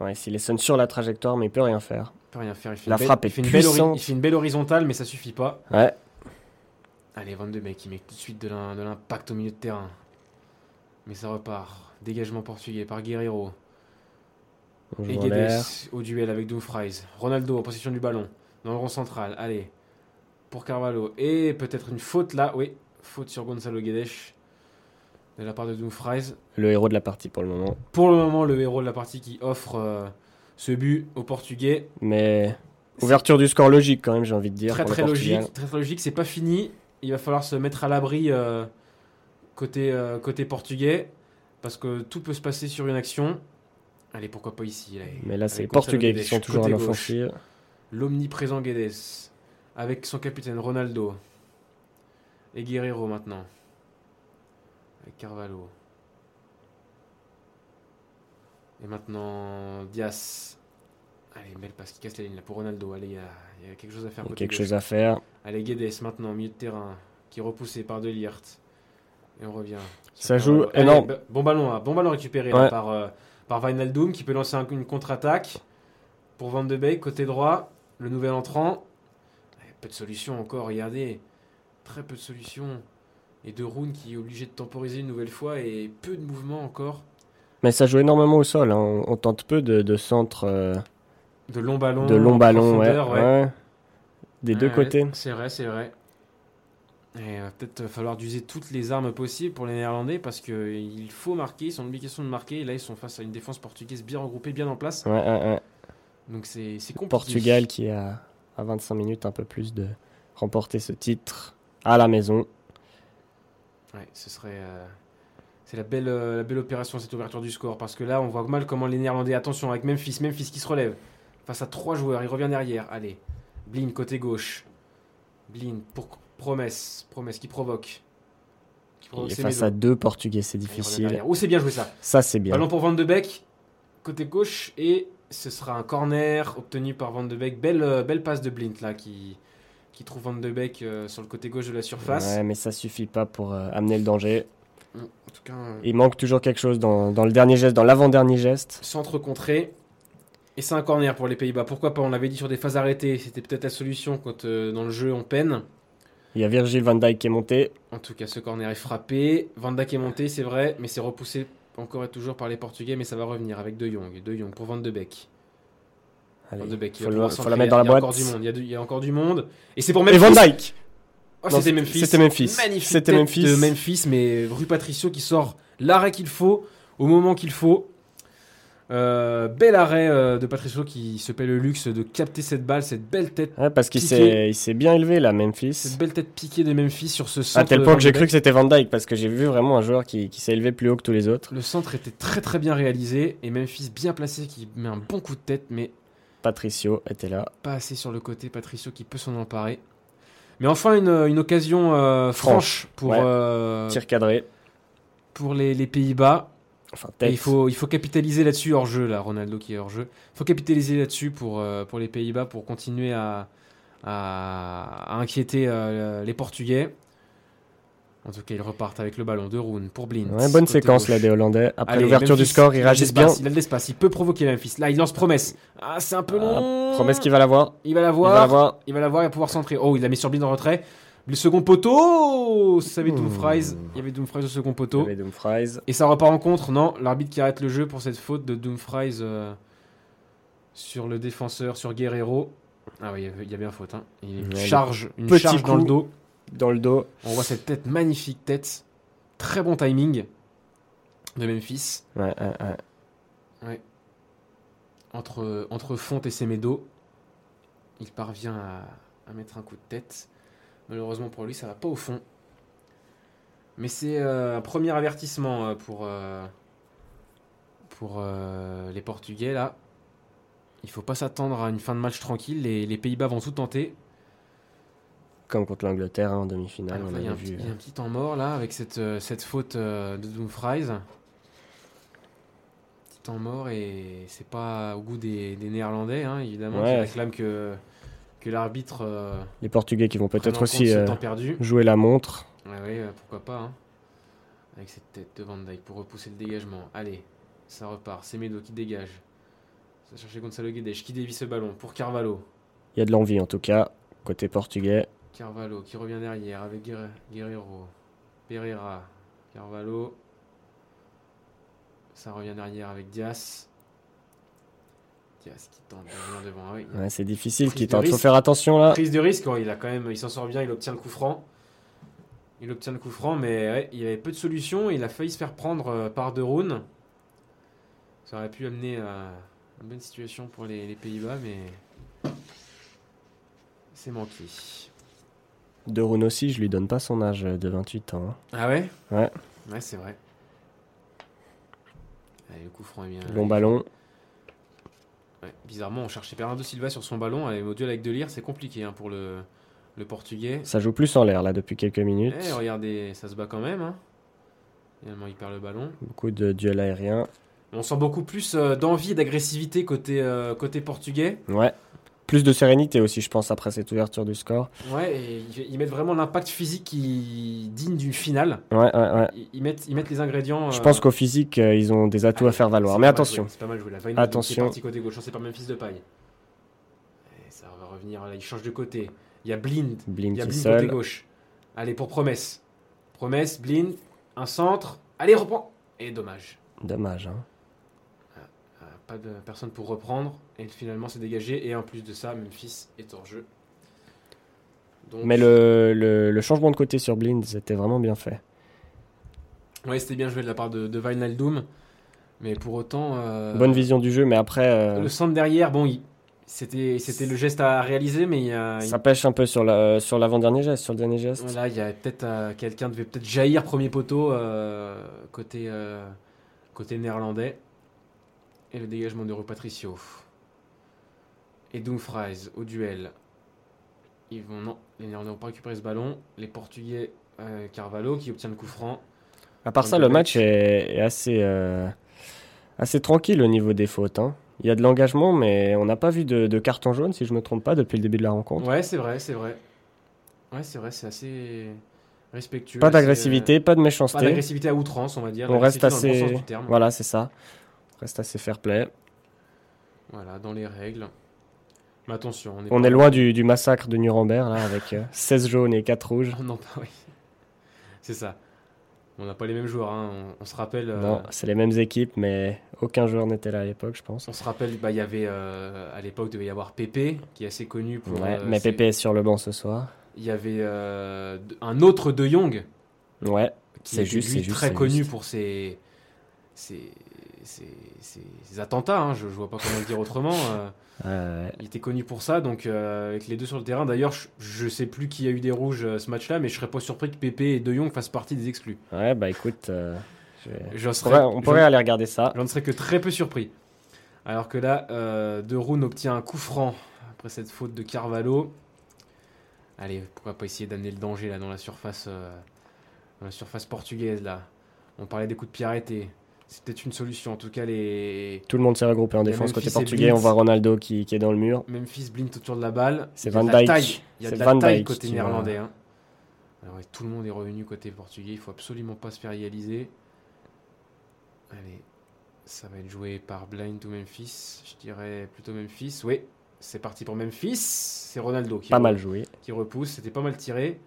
[SPEAKER 2] Ouais, s'il est sonne sur la trajectoire, mais il peut rien faire.
[SPEAKER 1] Il peut rien faire. Il fait
[SPEAKER 2] La
[SPEAKER 1] une belle-
[SPEAKER 2] frappe
[SPEAKER 1] il
[SPEAKER 2] est
[SPEAKER 1] fait une belle hori-
[SPEAKER 2] puissante.
[SPEAKER 1] il fait une belle horizontale, mais ça suffit pas.
[SPEAKER 2] Ouais,
[SPEAKER 1] Allez, Van de Beek, il met tout de suite de l'im- de l'impact au milieu de terrain. Mais ça repart. Dégagement portugais par Guerrero.
[SPEAKER 2] on joue
[SPEAKER 1] Et
[SPEAKER 2] en
[SPEAKER 1] Guedes
[SPEAKER 2] l'air.
[SPEAKER 1] au duel avec Dumfries. Ronaldo en possession du ballon. Dans le rond central. Allez. pour Carvalho. Et peut-être une faute là, oui, faute sur Gonzalo Guedes de la part de Dumfries.
[SPEAKER 2] Le héros de la partie pour le moment.
[SPEAKER 1] Pour le moment, le héros de la partie qui offre euh, ce but au Portugais.
[SPEAKER 2] Mais ouverture du score logique quand même, j'ai envie de dire.
[SPEAKER 1] Très
[SPEAKER 2] pour le
[SPEAKER 1] très
[SPEAKER 2] Portugal.
[SPEAKER 1] logique, très très logique, c'est pas fini. Il va falloir se mettre à l'abri euh, côté, euh, côté portugais parce que tout peut se passer sur une action. Allez, pourquoi pas ici allez.
[SPEAKER 2] Mais là, c'est les
[SPEAKER 1] Gonzalo
[SPEAKER 2] Portugais qui
[SPEAKER 1] Guedes,
[SPEAKER 2] sont toujours à
[SPEAKER 1] côté
[SPEAKER 2] l'offensive.
[SPEAKER 1] L'omniprésent Guedes avec son capitaine Ronaldo et Guerrero maintenant. Avec Carvalho. Et maintenant Dias. Allez, belle passe qui casse la ligne là pour Ronaldo. Allez, il y, a- il y a quelque chose à faire.
[SPEAKER 2] Il y a
[SPEAKER 1] côté
[SPEAKER 2] quelque
[SPEAKER 1] gauche.
[SPEAKER 2] chose à faire.
[SPEAKER 1] Allez, Guedes maintenant, milieu de terrain, qui est repoussé par Delirte. Et on revient. sur
[SPEAKER 2] Ça
[SPEAKER 1] Carvalho.
[SPEAKER 2] joue énorme.
[SPEAKER 1] ba- bon ballon, hein, bon ballon récupéré là,
[SPEAKER 2] Ouais.
[SPEAKER 1] par, euh, par Wijnaldum, qui peut lancer un- une contre-attaque pour Van de Beek, côté droit, le nouvel entrant. Eh, Peu de solutions encore, regardez. Très peu de solutions. Et De Roon qui est obligé de temporiser une nouvelle fois et peu de mouvements encore.
[SPEAKER 2] Mais ça joue énormément au sol. hein. On, on tente peu de, de centre, euh,
[SPEAKER 1] De longs ballons.
[SPEAKER 2] de
[SPEAKER 1] en
[SPEAKER 2] long ballon. Ouais,
[SPEAKER 1] profondeur, ouais.
[SPEAKER 2] ouais. Des deux
[SPEAKER 1] Ouais,
[SPEAKER 2] côtés.
[SPEAKER 1] ouais, C'est vrai, c'est vrai. Et il va peut-être euh, falloir d'user toutes les armes possibles pour les Néerlandais parce qu'il faut marquer, ils sont en obligation de marquer. Et là, ils sont face à une défense portugaise bien regroupée, bien en place.
[SPEAKER 2] Ouais, ouais, ouais.
[SPEAKER 1] Donc c'est c'est compliqué.
[SPEAKER 2] Portugal qui est à, à 25 minutes, un peu plus, de remporter ce titre à la maison.
[SPEAKER 1] Ouais, ce serait. euh, C'est la belle, euh, la belle opération, cette ouverture du score. Parce que là, on voit mal comment les Néerlandais. Attention, avec Memphis, Memphis qui se relève. Face à trois joueurs, il revient derrière. Allez, Blin, côté gauche. Blin, pour promesse. Promesse qui provoque. Qui
[SPEAKER 2] Il est
[SPEAKER 1] ses
[SPEAKER 2] face
[SPEAKER 1] médos.
[SPEAKER 2] à deux Portugais, c'est
[SPEAKER 1] Allez, il revient
[SPEAKER 2] difficile.
[SPEAKER 1] derrière. Oh, c'est bien joué ça.
[SPEAKER 2] Ça, c'est bien.
[SPEAKER 1] Ballon pour Van de Beek, côté gauche, et ce sera un corner obtenu par Van de Beek. Belle, euh, belle passe de Blint là qui, qui trouve Van de Beek euh, sur le côté gauche de la surface.
[SPEAKER 2] Ouais, mais ça suffit pas pour euh, amener le danger.
[SPEAKER 1] En tout cas, euh, un
[SPEAKER 2] Il manque toujours quelque chose dans, dans le dernier geste, dans l'avant-dernier geste.
[SPEAKER 1] centre contré. Et c'est un corner pour les Pays-Bas. Pourquoi pas On l'avait dit sur des phases arrêtées, c'était peut-être la solution quand euh, dans le jeu on peine.
[SPEAKER 2] Il y a Virgil van Dijk qui est monté.
[SPEAKER 1] En tout cas, ce corner est frappé. Van Dijk est monté, c'est vrai, mais c'est repoussé encore et toujours par les Portugais, mais ça va revenir avec De Jong. De Jong pour Van de Beek.
[SPEAKER 2] Allez,
[SPEAKER 1] Van de Beek, il
[SPEAKER 2] faut,
[SPEAKER 1] va
[SPEAKER 2] le-
[SPEAKER 1] pouvoir
[SPEAKER 2] faut
[SPEAKER 1] centrer.
[SPEAKER 2] la mettre dans la
[SPEAKER 1] Il y a
[SPEAKER 2] boîte.
[SPEAKER 1] encore du monde, Il y a, du- il y a encore du monde. Et c'est pour
[SPEAKER 2] Et
[SPEAKER 1] Memphis.
[SPEAKER 2] Van Dijk
[SPEAKER 1] Oh,
[SPEAKER 2] Non,
[SPEAKER 1] c'était
[SPEAKER 2] c'était-
[SPEAKER 1] Memphis.
[SPEAKER 2] c'était Memphis.
[SPEAKER 1] Magnifique.
[SPEAKER 2] C'était
[SPEAKER 1] tête
[SPEAKER 2] Memphis.
[SPEAKER 1] De Memphis, mais Rue Patricio qui sort l'arrêt qu'il faut au moment qu'il faut. Euh, bel arrêt euh, de Patricio qui se paie le luxe de capter cette balle, cette belle tête,
[SPEAKER 2] Ouais, Parce qu'il
[SPEAKER 1] Piqué.
[SPEAKER 2] s'est il s'est bien élevé là,
[SPEAKER 1] cette
[SPEAKER 2] Memphis.
[SPEAKER 1] belle tête piquée de Memphis sur ce centre.
[SPEAKER 2] À tel
[SPEAKER 1] de
[SPEAKER 2] point
[SPEAKER 1] Van
[SPEAKER 2] que j'ai
[SPEAKER 1] de
[SPEAKER 2] cru
[SPEAKER 1] Beek.
[SPEAKER 2] que c'était Van Dijk parce que j'ai vu vraiment un joueur qui, qui s'est élevé plus haut que tous les autres.
[SPEAKER 1] le centre était très très bien réalisé et Memphis bien placé qui met un bon coup de tête, mais
[SPEAKER 2] Patricio était là.
[SPEAKER 1] pas assez sur le côté. Patricio qui peut s'en emparer. Mais enfin une, une occasion euh, franche pour
[SPEAKER 2] Ouais.
[SPEAKER 1] euh,
[SPEAKER 2] Tir cadré.
[SPEAKER 1] pour les, les Pays-Bas.
[SPEAKER 2] Enfin,
[SPEAKER 1] Et
[SPEAKER 2] tête.
[SPEAKER 1] il faut, il faut capitaliser là-dessus hors jeu, là, Ronaldo qui est hors jeu. Il faut capitaliser là-dessus pour, euh, pour les Pays-Bas pour continuer à, à, à inquiéter euh, les Portugais. En tout cas, ils repartent avec le ballon de Roon pour Blin.
[SPEAKER 2] Ouais, bonne séquence là des Hollandais. Après l'ouverture du score, ils réagissent bien.
[SPEAKER 1] Il a de l'espace, il peut provoquer Memphis. Là, il lance promesse. Ah, c'est un peu
[SPEAKER 2] Ah,
[SPEAKER 1] long.
[SPEAKER 2] Promesse qu'il va l'avoir.
[SPEAKER 1] Il va
[SPEAKER 2] Il va
[SPEAKER 1] l'avoir.
[SPEAKER 2] l'avoir.
[SPEAKER 1] Il va l'avoir et va pouvoir centrer. Oh, il l'a mis sur Blin en retrait. Le second poteau. Ça avait
[SPEAKER 2] Hmm.
[SPEAKER 1] Dumfries. Il y avait Dumfries au second
[SPEAKER 2] Il y
[SPEAKER 1] poteau.
[SPEAKER 2] avait Dumfries.
[SPEAKER 1] Et ça repart en contre, non L'arbitre qui arrête le jeu pour cette faute de Dumfries euh, sur le défenseur, sur Guerrero. Ah oui, il y avait- il y a bien faute. Hein. Il y a une
[SPEAKER 2] Ouais,
[SPEAKER 1] charge, une
[SPEAKER 2] petit
[SPEAKER 1] charge dans
[SPEAKER 2] coup.
[SPEAKER 1] le dos.
[SPEAKER 2] Dans le dos.
[SPEAKER 1] On voit cette tête, magnifique tête. Très bon timing de Memphis.
[SPEAKER 2] Ouais, ouais, ouais.
[SPEAKER 1] Entre, entre Fonte et Semedo, il parvient à, à mettre un coup de tête. Malheureusement pour lui, ça va pas au fond. Mais c'est euh, un premier avertissement euh, pour, euh, pour euh, les Portugais là. Il faut pas s'attendre à une fin de match tranquille. Les, les Pays-Bas vont tout tenter.
[SPEAKER 2] Comme contre l'Angleterre hein, en demi-finale,
[SPEAKER 1] Alors
[SPEAKER 2] on
[SPEAKER 1] là, Ah, il y, a
[SPEAKER 2] avait
[SPEAKER 1] un petit-
[SPEAKER 2] vu. hein. euh,
[SPEAKER 1] il y a un petit temps mort là avec cette, euh, cette faute euh, de Dumfries. Petit temps mort et c'est pas au goût des, des Néerlandais hein, évidemment qui
[SPEAKER 2] Ouais.
[SPEAKER 1] réclament que, que l'arbitre euh,
[SPEAKER 2] Les Portugais qui vont
[SPEAKER 1] prenne en
[SPEAKER 2] peut-être
[SPEAKER 1] compte
[SPEAKER 2] aussi
[SPEAKER 1] ce
[SPEAKER 2] euh,
[SPEAKER 1] temps perdu.
[SPEAKER 2] jouer la montre.
[SPEAKER 1] Ouais, ouais, euh, pourquoi pas. hein. Avec cette tête de Van Dyke pour repousser le dégagement. Allez, ça repart. C'est Medo qui dégage. Ça cherchait Gonzalo Guedes qui dévie ce ballon pour Carvalho.
[SPEAKER 2] Il y a de l'envie en tout cas, côté portugais.
[SPEAKER 1] Carvalho qui revient derrière avec Guerre- Guerrero. Pereira. Carvalho. Ça revient derrière avec Dias. qui, ce qui tente vraiment devant. Ah oui, il y a
[SPEAKER 2] Ouais, c'est difficile,
[SPEAKER 1] Prise
[SPEAKER 2] qui
[SPEAKER 1] de
[SPEAKER 2] tente. Faut
[SPEAKER 1] risque.
[SPEAKER 2] faire attention là.
[SPEAKER 1] Prise de risque, ouais, il a quand même, il s'en sort bien, il obtient le coup franc. Il obtient le coup franc, mais ouais, il avait peu de solutions. Il a failli se faire prendre euh, par De Roon. Ça aurait pu amener à une bonne situation pour les, les Pays-Bas, mais c'est manqué.
[SPEAKER 2] De Rune aussi, je lui donne pas son âge de 28 ans. hein.
[SPEAKER 1] Ah ouais
[SPEAKER 2] Ouais.
[SPEAKER 1] Ouais, c'est vrai. Allez, le coup franc est bien.
[SPEAKER 2] Long ballon.
[SPEAKER 1] Ouais, Bizarrement, on cherchait Bernardo Silva sur son ballon. Et au duel avec Delire, c'est compliqué hein, pour le, le Portugais.
[SPEAKER 2] Ça joue plus en l'air là depuis quelques minutes.
[SPEAKER 1] Eh, regardez, ça se bat quand même. hein. Finalement, il perd le ballon.
[SPEAKER 2] Beaucoup de duels aériens.
[SPEAKER 1] On sent beaucoup plus euh, d'envie et d'agressivité côté, euh, côté portugais.
[SPEAKER 2] Ouais. Plus de sérénité aussi, je pense, après cette ouverture du score.
[SPEAKER 1] Ouais, et ils, ils mettent vraiment l'impact physique qui... digne d'une finale.
[SPEAKER 2] Ouais, ouais, ouais.
[SPEAKER 1] Ils, ils mettent, ils mettent les ingrédients.
[SPEAKER 2] Je
[SPEAKER 1] euh,
[SPEAKER 2] pense qu'au physique, euh, ils ont des atouts à
[SPEAKER 1] allez,
[SPEAKER 2] faire
[SPEAKER 1] c'est
[SPEAKER 2] valoir.
[SPEAKER 1] pas
[SPEAKER 2] Mais
[SPEAKER 1] mal
[SPEAKER 2] attention.
[SPEAKER 1] joué, C'est pas mal joué. La Vainaldoum qui est
[SPEAKER 2] Attention.
[SPEAKER 1] parti côté gauche, Hein, c'est par Memphis de paille. Et ça va revenir. Là, il change de côté. Il y a Blind.
[SPEAKER 2] Blind
[SPEAKER 1] Il y a
[SPEAKER 2] qui
[SPEAKER 1] Blind
[SPEAKER 2] est
[SPEAKER 1] côté
[SPEAKER 2] seul.
[SPEAKER 1] gauche. Allez, pour promesse. Promesse, Blind, un centre. Allez, reprends. Et dommage.
[SPEAKER 2] Dommage. Hein.
[SPEAKER 1] Euh, pas de personne pour reprendre et finalement c'est dégagé et en plus de ça Memphis est hors jeu. Donc,
[SPEAKER 2] Mais le, le, le changement de côté sur Blind, c'était vraiment bien fait.
[SPEAKER 1] ouais c'était bien joué de la part de, de Wijnaldum mais pour autant euh,
[SPEAKER 2] Bonne vision du jeu, mais après, euh,
[SPEAKER 1] le centre derrière bon il- c'était c'était le geste à réaliser mais il y a- il-
[SPEAKER 2] ça pêche un peu sur la- sur l'avant-dernier geste, sur le dernier geste.
[SPEAKER 1] voilà, il y a peut-être euh, quelqu'un devait peut-être jaillir premier poteau euh, côté euh, côté néerlandais et le dégagement de Rui Patricio et Dumfries au duel. Ils vont non, les Néerlandais n'ont pas récupéré ce ballon. Les Portugais euh, Carvalho qui obtient le coup franc.
[SPEAKER 2] À part
[SPEAKER 1] Dans
[SPEAKER 2] ça,
[SPEAKER 1] le
[SPEAKER 2] le match est, est assez, euh, assez tranquille au niveau des fautes. hein. Il y a de l'engagement, mais on n'a pas vu de, de carton jaune, si je me trompe pas, depuis le début de la rencontre.
[SPEAKER 1] Ouais, c'est vrai, c'est vrai. Ouais, c'est vrai, c'est assez respectueux.
[SPEAKER 2] pas
[SPEAKER 1] assez, euh,
[SPEAKER 2] d'agressivité, pas de méchanceté.
[SPEAKER 1] Pas d'agressivité à outrance, on va dire.
[SPEAKER 2] on reste
[SPEAKER 1] L'agressivité dans le bon
[SPEAKER 2] assez.
[SPEAKER 1] sens du terme.
[SPEAKER 2] Voilà, c'est ça. On reste assez fair play.
[SPEAKER 1] Voilà, dans les règles. Mais attention, on est,
[SPEAKER 2] On
[SPEAKER 1] pas-
[SPEAKER 2] est loin du, du massacre de Nuremberg, là, avec euh, 16 jaunes et 4 rouges.
[SPEAKER 1] Non, pas oui. C'est ça. On n'a pas les mêmes joueurs. hein. On, on se rappelle. euh,
[SPEAKER 2] Non, c'est les mêmes équipes, mais aucun joueur n'était là à l'époque, je pense.
[SPEAKER 1] on se rappelle. Bah, il y avait euh, à l'époque devait y avoir Pépé qui est assez connu pour.
[SPEAKER 2] Ouais,
[SPEAKER 1] euh,
[SPEAKER 2] mais
[SPEAKER 1] ses-
[SPEAKER 2] PP est sur le banc ce soir.
[SPEAKER 1] Il y avait euh, de- un autre De Jong
[SPEAKER 2] Ouais,
[SPEAKER 1] qui
[SPEAKER 2] C'est
[SPEAKER 1] était,
[SPEAKER 2] juste,
[SPEAKER 1] lui,
[SPEAKER 2] c'est juste,
[SPEAKER 1] très
[SPEAKER 2] c'est
[SPEAKER 1] connu
[SPEAKER 2] juste.
[SPEAKER 1] pour ses ses, ses- ses- ses attentats. hein. Je, je vois pas comment le dire autrement. euh.
[SPEAKER 2] euh,
[SPEAKER 1] il était connu pour ça. Donc euh, avec les deux sur le terrain. D'ailleurs, je, je sais plus qui a eu des rouges euh, ce match-là, mais je serais pas surpris que Pépé et De Jong fassent partie des exclus.
[SPEAKER 2] ouais, bah écoute, euh, je-
[SPEAKER 1] Je
[SPEAKER 2] on
[SPEAKER 1] serais-
[SPEAKER 2] pourrait, on
[SPEAKER 1] je-
[SPEAKER 2] pourrait aller regarder ça.
[SPEAKER 1] J'en serais que très peu surpris. Alors que là, euh, De Roon obtient un coup franc après cette faute de Carvalho. Allez, pourquoi pas essayer d'amener le danger là dans la surface, euh, dans la surface portugaise là. On parlait des coups de pied arrêtés. C'est peut-être une solution. En tout cas, les
[SPEAKER 2] Tout le monde s'est regroupé en
[SPEAKER 1] y a
[SPEAKER 2] défense
[SPEAKER 1] Memphis
[SPEAKER 2] côté
[SPEAKER 1] et
[SPEAKER 2] portugais.
[SPEAKER 1] Blitz.
[SPEAKER 2] On voit Ronaldo qui, qui est dans le mur.
[SPEAKER 1] Memphis Blint autour de la balle.
[SPEAKER 2] C'est
[SPEAKER 1] Il y a de
[SPEAKER 2] Van
[SPEAKER 1] la
[SPEAKER 2] Dijk.
[SPEAKER 1] taille. Il y a de
[SPEAKER 2] C'est
[SPEAKER 1] la
[SPEAKER 2] Van
[SPEAKER 1] taille
[SPEAKER 2] Dijk
[SPEAKER 1] côté
[SPEAKER 2] qui va-
[SPEAKER 1] néerlandais. hein. Alors, et tout le monde est revenu côté portugais. Il faut absolument pas se faire réaliser. Allez, ça va être joué par Blind ou Memphis. Je dirais plutôt Memphis. Oui, c'est parti pour Memphis. C'est Ronaldo qui,
[SPEAKER 2] Pas mal joué.
[SPEAKER 1] qui repousse. C'était pas mal tiré.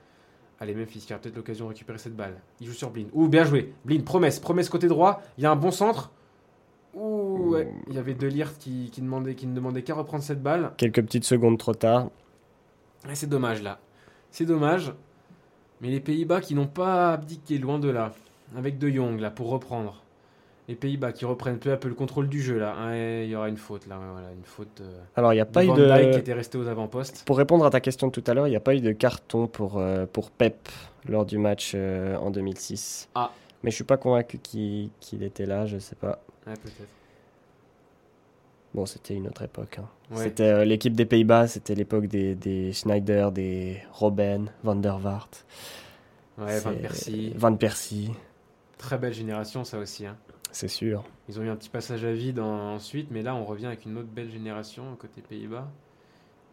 [SPEAKER 1] Allez, Memphis qui a peut-être l'occasion de récupérer cette balle. Il joue sur Blind. Ouh, bien joué. Blind, promesse. Promesse côté droit. Il y a un bon centre. Ouh, ouais. il y avait Delirte qui, qui, demandait, qui ne demandait qu'à reprendre cette balle.
[SPEAKER 2] Quelques petites secondes trop tard.
[SPEAKER 1] Ouais, c'est dommage là. C'est dommage. Mais les Pays-Bas qui n'ont pas abdiqué, loin de là. Avec De Jong là pour reprendre. Les Pays-Bas qui reprennent peu à peu le contrôle du jeu là. Ouais, Il y aura une faute là. ouais, voilà, une faute. euh,
[SPEAKER 2] Alors, il n'y a pas
[SPEAKER 1] de
[SPEAKER 2] eu
[SPEAKER 1] Van Dijk qui
[SPEAKER 2] de.
[SPEAKER 1] était resté aux avant-postes.
[SPEAKER 2] Pour répondre à ta question de tout à l'heure, il n'y a pas eu de carton pour, euh, pour Pep lors du match euh, en 2006.
[SPEAKER 1] Ah.
[SPEAKER 2] Mais je suis pas convaincu qu'il qu'il était là, je sais pas.
[SPEAKER 1] Ouais, peut-être.
[SPEAKER 2] Bon, c'était une autre époque. hein.
[SPEAKER 1] Ouais.
[SPEAKER 2] C'était euh, l'équipe des Pays-Bas, c'était l'époque des, des Schneider, des Robben, Van der Vaart,
[SPEAKER 1] Ouais, Van
[SPEAKER 2] c'est-
[SPEAKER 1] Persie.
[SPEAKER 2] Van Persie,
[SPEAKER 1] Très belle génération ça aussi. hein.
[SPEAKER 2] c'est sûr.
[SPEAKER 1] Ils ont eu un petit passage à vide en- ensuite, mais là on revient avec une autre belle génération côté Pays-Bas.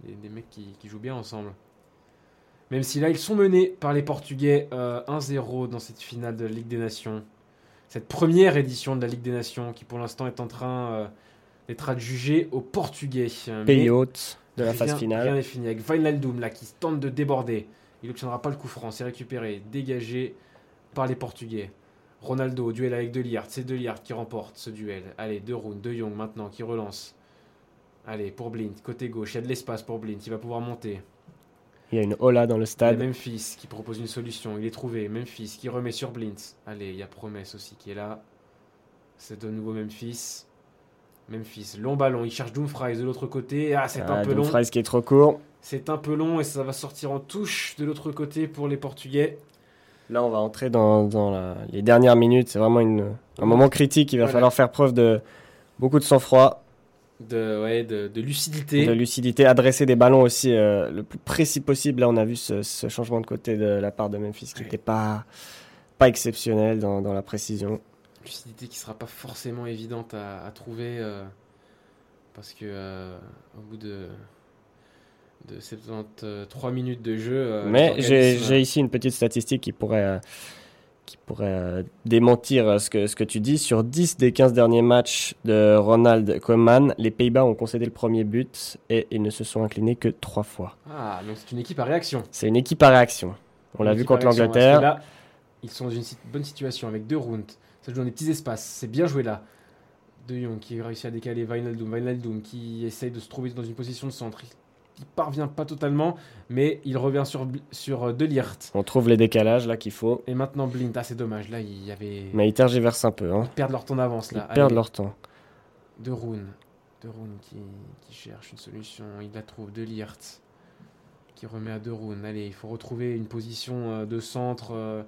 [SPEAKER 1] Des, des mecs qui, qui jouent bien ensemble. Même si là ils sont menés par les Portugais euh, 1-0 dans cette finale de la Ligue des Nations. Cette première édition de la Ligue des Nations qui pour l'instant est en train euh, d'être adjugée aux Portugais. Euh, mais
[SPEAKER 2] Pays hôte de la
[SPEAKER 1] rien-
[SPEAKER 2] phase
[SPEAKER 1] Rien
[SPEAKER 2] finale.
[SPEAKER 1] n'est fini avec Wijnaldum là qui tente de déborder. Il n'obtiendra pas le coup franc, c'est récupéré, dégagé par les Portugais. Ronaldo, duel avec Delirte, c'est Delirte qui remporte ce duel. Allez, De Roon, De Jong maintenant qui relance. Allez, pour Blint, côté gauche, il y a de l'espace pour Blint, il va pouvoir monter.
[SPEAKER 2] Il y a une Ola dans le
[SPEAKER 1] Il
[SPEAKER 2] stade.
[SPEAKER 1] y a Memphis qui propose une solution, il est trouvé. Memphis qui remet sur Blint. Allez, il y a Promesse aussi qui est là. C'est de nouveau Memphis. Memphis, long ballon, il cherche Doomfries de l'autre côté. Ah, c'est un
[SPEAKER 2] Ah,
[SPEAKER 1] peu long.
[SPEAKER 2] Dumfries qui est trop court.
[SPEAKER 1] C'est un peu long et ça va sortir en touche de l'autre côté pour les Portugais.
[SPEAKER 2] Là, on va entrer dans, dans la- les dernières minutes. C'est vraiment une, un moment critique. Il va
[SPEAKER 1] Voilà.
[SPEAKER 2] falloir faire preuve de beaucoup de sang-froid,
[SPEAKER 1] De, ouais, de, de lucidité.
[SPEAKER 2] de lucidité, adresser des ballons aussi euh, le plus précis possible. Là, on a vu ce, ce changement de côté de la part de Memphis qui
[SPEAKER 1] Ouais.
[SPEAKER 2] n'était pas, pas exceptionnel dans, dans la précision.
[SPEAKER 1] lucidité qui sera pas forcément évidente à, à trouver euh, parce que euh, au bout de, de 73 minutes de jeu. euh,
[SPEAKER 2] Mais
[SPEAKER 1] les
[SPEAKER 2] j'ai
[SPEAKER 1] organismes-
[SPEAKER 2] j'ai ici une petite statistique qui pourrait, euh, qui pourrait euh, démentir euh, ce que, ce que tu dis. Sur 10 des 15 derniers matchs de Ronald Koeman, les Pays-Bas ont concédé le premier but et ils ne se sont inclinés que 3 fois.
[SPEAKER 1] Ah, donc c'est une équipe à réaction.
[SPEAKER 2] C'est une équipe à réaction. On l'a
[SPEAKER 1] Une
[SPEAKER 2] vu
[SPEAKER 1] équipe à
[SPEAKER 2] contre
[SPEAKER 1] réaction,
[SPEAKER 2] l'Angleterre.
[SPEAKER 1] hein, parce que Là, ils sont dans une si- bonne situation avec deux rounds. Ça joue dans des petits espaces. C'est bien joué là. De Jong qui réussit à décaler Wijnaldum. Wijnaldum qui essaye de se trouver dans une position de centre. Il, il parvient pas totalement, mais il revient sur, Bl- sur euh, De Ligt.
[SPEAKER 2] On trouve les décalages là qu'il faut.
[SPEAKER 1] Et maintenant Blind. Ah, c'est dommage. Là, il y avait.
[SPEAKER 2] Mais ils tergiversent un peu. Hein.
[SPEAKER 1] Ils perdent leur temps d'avance
[SPEAKER 2] Ils
[SPEAKER 1] là.
[SPEAKER 2] perdent
[SPEAKER 1] Allez.
[SPEAKER 2] leur temps.
[SPEAKER 1] De Rune. De Rune qui, qui cherche une solution. Il la trouve. De Liert. Qui remet à De Rune. Allez, il faut retrouver une position euh, de centre, euh,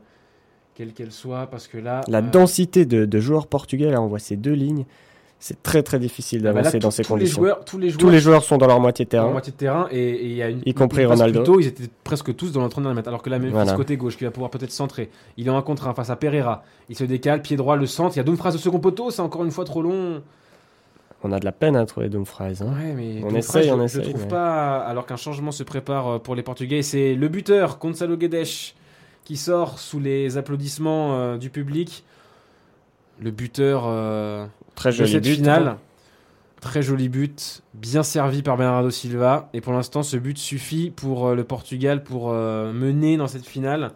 [SPEAKER 1] quelle qu'elle soit, parce que là.
[SPEAKER 2] La
[SPEAKER 1] euh,
[SPEAKER 2] densité de, de joueurs portugais, là on voit ces deux lignes. C'est très très difficile
[SPEAKER 1] bah là,
[SPEAKER 2] d'avancer
[SPEAKER 1] tout-
[SPEAKER 2] dans ces
[SPEAKER 1] tous
[SPEAKER 2] conditions.
[SPEAKER 1] Les joueurs, tous les joueurs.
[SPEAKER 2] Tous les joueurs sont dans leur moitié de
[SPEAKER 1] sont en
[SPEAKER 2] terrain.
[SPEAKER 1] moitié de terrain et et il y a une
[SPEAKER 2] Y compris
[SPEAKER 1] une passe
[SPEAKER 2] Ronaldo.
[SPEAKER 1] plus tôt, ils étaient presque tous dans l'entraînement mètres alors que là même
[SPEAKER 2] Voilà.
[SPEAKER 1] côté gauche qui va pouvoir peut-être centrer il est en un contre un face à Pereira il se décale pied droit le centre il y a Dumfries au second poteau c'est encore une fois trop long
[SPEAKER 2] On a de la peine à trouver Dumfries. hein.
[SPEAKER 1] Ouais, mais
[SPEAKER 2] On
[SPEAKER 1] Dumfries,
[SPEAKER 2] essaye,
[SPEAKER 1] je,
[SPEAKER 2] on
[SPEAKER 1] Je
[SPEAKER 2] essaye,
[SPEAKER 1] trouve
[SPEAKER 2] mais-
[SPEAKER 1] pas, alors qu'un changement se prépare euh, pour les Portugais, c'est le buteur, Gonzalo Guedes, qui sort sous les applaudissements euh, du public. Le buteur euh,
[SPEAKER 2] Très
[SPEAKER 1] de
[SPEAKER 2] joli
[SPEAKER 1] cette
[SPEAKER 2] but. hein.
[SPEAKER 1] finale. Très joli but, bien servi par Bernardo Silva. Et pour l'instant, ce but suffit pour euh, le Portugal pour euh, mener dans cette finale.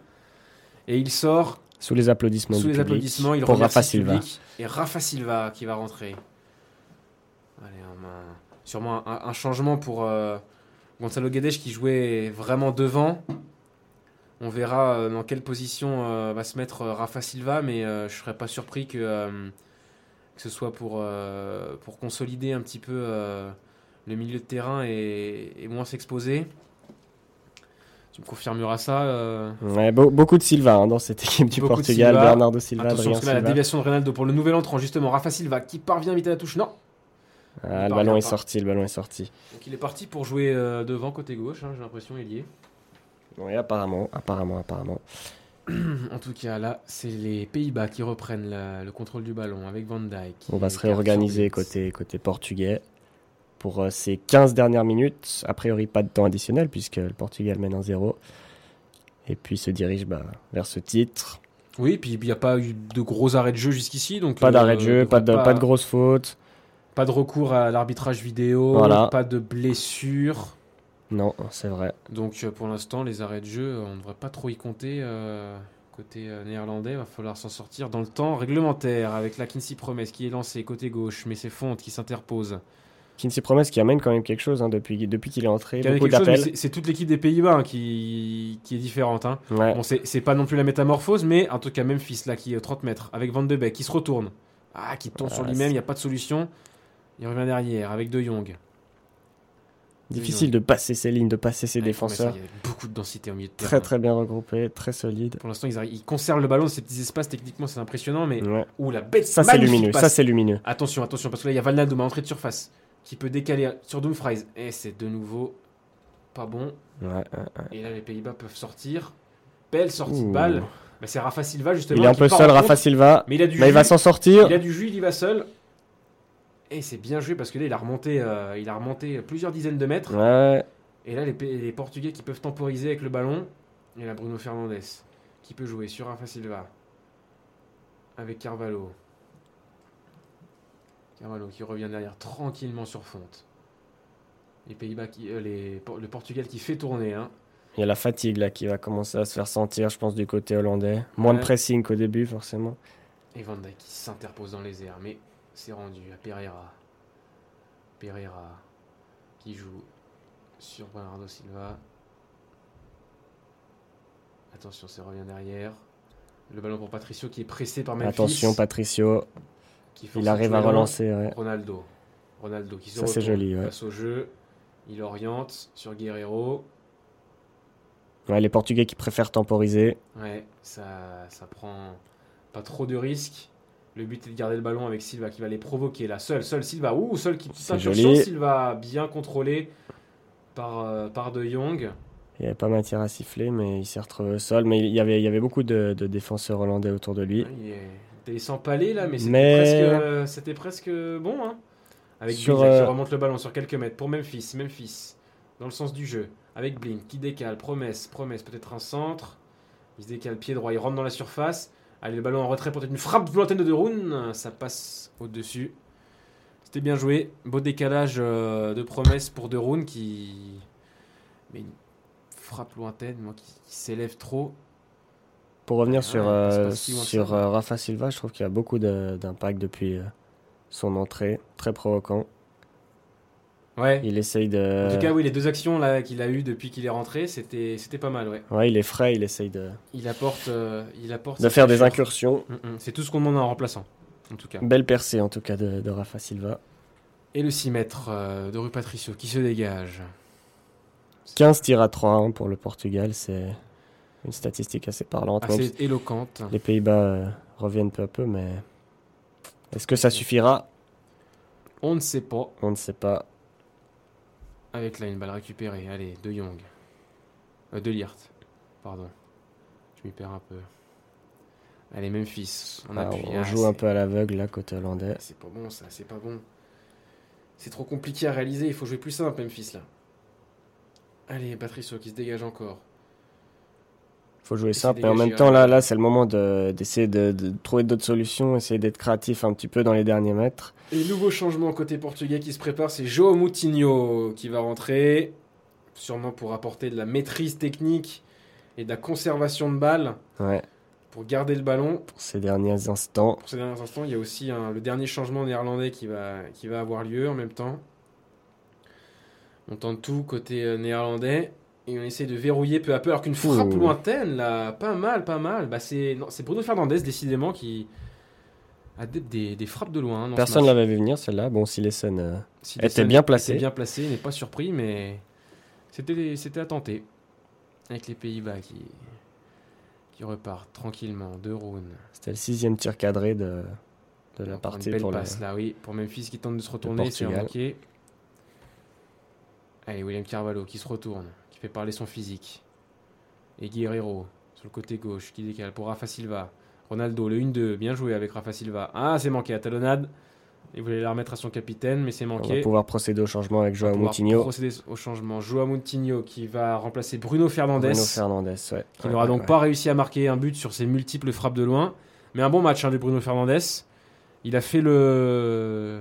[SPEAKER 1] Et il sort
[SPEAKER 2] Sous les applaudissements
[SPEAKER 1] sous
[SPEAKER 2] du
[SPEAKER 1] les
[SPEAKER 2] public.
[SPEAKER 1] applaudissements, il
[SPEAKER 2] pour
[SPEAKER 1] remercie
[SPEAKER 2] Rafa
[SPEAKER 1] le
[SPEAKER 2] Silva.
[SPEAKER 1] public. Et Rafa Silva qui va rentrer. Allez, un- un- sûrement un, un changement pour euh, Gonzalo Guedes qui jouait vraiment devant. On verra euh, dans quelle position euh, va se mettre euh, Rafa Silva, mais euh, je ne serais pas surpris que, euh, que ce soit pour, euh, pour consolider un petit peu euh, le milieu de terrain et, et moins s'exposer. Tu me confirmeras ça euh,
[SPEAKER 2] Ouais, be- beaucoup de Silva hein, dans cette équipe du
[SPEAKER 1] Beaucoup de
[SPEAKER 2] Portugal.
[SPEAKER 1] Silva.
[SPEAKER 2] Bernardo Silva,
[SPEAKER 1] Attention,
[SPEAKER 2] Adrien
[SPEAKER 1] parce que là, la
[SPEAKER 2] Silva.
[SPEAKER 1] déviation de Ronaldo pour le nouvel entrant, justement, Rafa Silva, qui parvient vite à la touche. Non Il
[SPEAKER 2] Ah, le
[SPEAKER 1] parvient
[SPEAKER 2] ballon est
[SPEAKER 1] pas.
[SPEAKER 2] sorti, le ballon est sorti.
[SPEAKER 1] Donc il est parti pour jouer euh, devant, côté gauche, hein, j'ai l'impression, il y est.
[SPEAKER 2] Oui, apparemment, apparemment, apparemment.
[SPEAKER 1] En tout cas, là, c'est les Pays-Bas qui reprennent la- le contrôle du ballon avec Van Dijk.
[SPEAKER 2] On va se
[SPEAKER 1] Qui garde
[SPEAKER 2] réorganiser
[SPEAKER 1] sur but.
[SPEAKER 2] côté, côté portugais pour euh, ces 15 dernières minutes. A priori, pas de temps additionnel puisque le Portugal mène 1-0 et puis se dirige bah, vers ce titre.
[SPEAKER 1] Oui, puis il n'y a pas eu de gros arrêts de jeu jusqu'ici. donc
[SPEAKER 2] Pas
[SPEAKER 1] euh,
[SPEAKER 2] d'arrêt de jeu,
[SPEAKER 1] donc
[SPEAKER 2] pas de,
[SPEAKER 1] pas,
[SPEAKER 2] pas de grosses fautes.
[SPEAKER 1] pas de recours à l'arbitrage vidéo,
[SPEAKER 2] Voilà.
[SPEAKER 1] pas de blessures.
[SPEAKER 2] Non, c'est vrai.
[SPEAKER 1] Donc euh, pour l'instant, les arrêts de jeu, euh, on ne devrait pas trop y compter. euh, côté euh, néerlandais, il va falloir s'en sortir dans le temps réglementaire avec la Kinsey Promesse qui est lancée côté gauche, mais c'est Fonte qui s'interpose.
[SPEAKER 2] Kinsey Promesse qui amène quand même quelque chose hein, depuis, depuis qu'il est entré.
[SPEAKER 1] Qui avait
[SPEAKER 2] Beaucoup
[SPEAKER 1] quelque chose, mais
[SPEAKER 2] d'appels.
[SPEAKER 1] C'est c'est toute l'équipe des Pays-Bas hein, qui, qui est différente. hein.
[SPEAKER 2] Ouais.
[SPEAKER 1] Bon, c'est c'est pas non plus la métamorphose, mais un truc à Memphis là qui est 30 mètres avec Van de Beek qui se retourne. Ah, qui tombe sur
[SPEAKER 2] Ah,
[SPEAKER 1] lui-même, il
[SPEAKER 2] c'est-
[SPEAKER 1] n'y a pas de solution. Il revient derrière avec De Jong.
[SPEAKER 2] Difficile de passer ces lignes, de passer ces
[SPEAKER 1] Avec Promesse,
[SPEAKER 2] défenseurs.
[SPEAKER 1] Il y a beaucoup de densité au milieu de terrain.
[SPEAKER 2] Très très bien regroupés, très solide.
[SPEAKER 1] Pour l'instant, ils, arrivent- ils conservent le ballon dans ces petits espaces. Techniquement, c'est impressionnant, mais
[SPEAKER 2] Ouais.
[SPEAKER 1] Ouh, la bête
[SPEAKER 2] Ça c'est
[SPEAKER 1] magnifique
[SPEAKER 2] lumineux,
[SPEAKER 1] passe.
[SPEAKER 2] ça c'est lumineux.
[SPEAKER 1] Attention, attention, parce que là, il y a Valnaldum à entrée de surface qui peut décaler sur Dumfries. Et c'est de nouveau pas bon.
[SPEAKER 2] Ouais, ouais, ouais.
[SPEAKER 1] Et là, les Pays-Bas peuvent sortir. Belle sortie
[SPEAKER 2] Ouh.
[SPEAKER 1] de balle. Bah, c'est Rafa Silva, justement.
[SPEAKER 2] Il est un
[SPEAKER 1] qui
[SPEAKER 2] peu
[SPEAKER 1] part
[SPEAKER 2] seul,
[SPEAKER 1] en
[SPEAKER 2] Rafa
[SPEAKER 1] contre.
[SPEAKER 2] Silva.
[SPEAKER 1] Mais il a du
[SPEAKER 2] Mais il va
[SPEAKER 1] jus.
[SPEAKER 2] s'en sortir.
[SPEAKER 1] Il a du jus, il y va seul. Et c'est bien joué parce que là, il a remonté, euh, il a remonté plusieurs dizaines de mètres.
[SPEAKER 2] Ouais.
[SPEAKER 1] Et là, les, P- les Portugais qui peuvent temporiser avec le ballon. Et là, Bruno Fernandes qui peut jouer sur Rafa Silva. Avec Carvalho. Carvalho qui revient derrière tranquillement sur Fonte. Les Pays-Bas qui. euh, les, Por- le Portugal qui fait tourner. hein.
[SPEAKER 2] Il y a la fatigue là qui va commencer à se faire sentir, je pense, du côté hollandais. Moins
[SPEAKER 1] Ouais.
[SPEAKER 2] de pressing qu'au début, forcément.
[SPEAKER 1] Et Van Dijk qui s'interpose dans les airs. Mais c'est rendu à Pereira. Pereira. qui joue sur Bernardo Silva. Attention, ça revient derrière. Le ballon pour Patricio qui est pressé par Memphis.
[SPEAKER 2] Attention, Patricio,
[SPEAKER 1] qui force
[SPEAKER 2] il
[SPEAKER 1] un
[SPEAKER 2] arrive à
[SPEAKER 1] duel.
[SPEAKER 2] relancer. ouais.
[SPEAKER 1] Ronaldo. Ronaldo qui se
[SPEAKER 2] Ça, c'est
[SPEAKER 1] retourne
[SPEAKER 2] joli, ouais.
[SPEAKER 1] face au jeu. Il oriente sur Guerrero.
[SPEAKER 2] Ouais, les Portugais qui préfèrent temporiser.
[SPEAKER 1] Ouais, ça, ça prend pas trop de risques. Le but est de garder le ballon avec Silva qui va les provoquer. La seule, seule Silva. Ouh, seule qui
[SPEAKER 2] C'est
[SPEAKER 1] attention,
[SPEAKER 2] joli.
[SPEAKER 1] Silva bien contrôlé par, euh, par De Jong.
[SPEAKER 2] Il n'y avait pas matière à siffler, mais il s'est retrouvé au sol. Mais il y avait, il y avait beaucoup de, de défenseurs hollandais autour de lui.
[SPEAKER 1] Ah, Il est il est sans palais là, mais c'était
[SPEAKER 2] Mais-
[SPEAKER 1] presque, euh, c'était presque bon. Hein. Avec
[SPEAKER 2] Sur,
[SPEAKER 1] Blind, là,
[SPEAKER 2] euh,
[SPEAKER 1] qui remonte le ballon sur quelques mètres pour Memphis. Memphis dans le sens du jeu. Avec Blin qui décale. Promesse, promesse, peut-être un centre. Il se décale pied droit, il rentre dans la surface. Allez, le ballon en retrait pour peut-être une frappe lointaine de Deroun. Ça passe au-dessus. C'était bien joué. Beau décalage euh, de promesse pour Deroun qui. Mais une frappe lointaine, moi qui, qui s'élève trop.
[SPEAKER 2] Pour revenir
[SPEAKER 1] Ouais,
[SPEAKER 2] sur,
[SPEAKER 1] ouais,
[SPEAKER 2] euh,
[SPEAKER 1] c'est pas si loin que
[SPEAKER 2] sur
[SPEAKER 1] ça.
[SPEAKER 2] euh, Rafa Silva, je trouve qu'il a beaucoup de- d'impact depuis euh, son entrée. Très provoquant.
[SPEAKER 1] Ouais.
[SPEAKER 2] Il essaye de.
[SPEAKER 1] En tout cas, oui, les deux actions là qu'il a eues depuis qu'il est rentré, c'était c'était pas mal, ouais.
[SPEAKER 2] Ouais, il est frais, il essaye de,
[SPEAKER 1] Il apporte, euh, il apporte.
[SPEAKER 2] de faire des incursions.
[SPEAKER 1] Mm, mm. C'est tout ce qu'on demande en remplaçant, en tout cas.
[SPEAKER 2] Belle percée en tout cas de, de Rafa Silva.
[SPEAKER 1] Et le 6 mètres euh, de rue Patricio qui se dégage.
[SPEAKER 2] 15 tirs à 3 hein, pour le Portugal, c'est une statistique assez parlante. même
[SPEAKER 1] Assez
[SPEAKER 2] si
[SPEAKER 1] éloquente.
[SPEAKER 2] les Pays-Bas euh, reviennent peu à peu, mais est-ce que ça suffira
[SPEAKER 1] On ne sait pas.
[SPEAKER 2] On ne sait pas.
[SPEAKER 1] Avec là une balle récupérée. Allez, De Jong. Euh, de Liert. Pardon. Je m'y perds un peu. Allez, Memphis. On,
[SPEAKER 2] Ah, On,
[SPEAKER 1] appuie. Ah,
[SPEAKER 2] joue un
[SPEAKER 1] c'est-
[SPEAKER 2] peu à l'aveugle là côté hollandais.
[SPEAKER 1] Ah, C'est pas bon ça, c'est pas bon. C'est trop compliqué à réaliser, il faut jouer plus simple, Memphis là. Allez, Patricio qui se dégage encore.
[SPEAKER 2] Faut jouer
[SPEAKER 1] c'est
[SPEAKER 2] simple, mais en
[SPEAKER 1] dégagé,
[SPEAKER 2] même temps
[SPEAKER 1] ouais.
[SPEAKER 2] là, là c'est le moment de- d'essayer de, de trouver d'autres solutions, essayer d'être créatif un petit peu dans les derniers mètres.
[SPEAKER 1] Et nouveau changement côté portugais qui se prépare, c'est João Moutinho qui va rentrer, sûrement pour apporter de la maîtrise technique et de la conservation de balles
[SPEAKER 2] Ouais,
[SPEAKER 1] pour garder le ballon.
[SPEAKER 2] pour ces derniers instants.
[SPEAKER 1] Pour ces derniers instants, il y a aussi un- le dernier changement néerlandais qui va, qui va avoir lieu en même temps. On tente tout côté euh, néerlandais et on essaie de verrouiller peu à peu. Alors qu'une frappe
[SPEAKER 2] Ouh.
[SPEAKER 1] lointaine, là, pas mal, pas mal. Bah, c'est non, c'est Bruno Fernandez, décidément, qui a des, des- des frappes de loin. hein, dans ce
[SPEAKER 2] Personne ne
[SPEAKER 1] match.
[SPEAKER 2] l'avait vu venir celle-là. Bon, si les scènes. euh,
[SPEAKER 1] Si
[SPEAKER 2] était
[SPEAKER 1] Dawson
[SPEAKER 2] bien placée.
[SPEAKER 1] était bien placé, il n'est pas surpris, mais c'était c'était à tenter. Avec les Pays-Bas qui, qui repartent tranquillement. De Roon.
[SPEAKER 2] C'était le sixième tir cadré de, de la
[SPEAKER 1] Encore
[SPEAKER 2] partie
[SPEAKER 1] une belle
[SPEAKER 2] pour le-
[SPEAKER 1] passe, là, oui, pour Memphis qui tente de se retourner, c'est
[SPEAKER 2] Portugal.
[SPEAKER 1] remarqué. Allez, William Carvalho qui se retourne, qui fait parler son physique. Et Guerrero sur le côté gauche qui décale pour Rafa Silva. Ronaldo, le 1-2, bien joué avec Rafa Silva. Ah, c'est manqué à talonnade. Il voulait la remettre à son capitaine, mais c'est
[SPEAKER 2] On va
[SPEAKER 1] manqué.
[SPEAKER 2] pouvoir procéder au changement avec Joao
[SPEAKER 1] pouvoir
[SPEAKER 2] Moutinho.
[SPEAKER 1] procéder au changement. Joao Moutinho qui va remplacer Bruno Fernandes,
[SPEAKER 2] Bruno Fernandes, ouais.
[SPEAKER 1] qui
[SPEAKER 2] Ouais,
[SPEAKER 1] n'aura
[SPEAKER 2] ouais,
[SPEAKER 1] donc
[SPEAKER 2] ouais.
[SPEAKER 1] pas réussi à marquer un but sur ses multiples frappes de loin. Mais un bon match hein, de Bruno Fernandes. Il a fait le,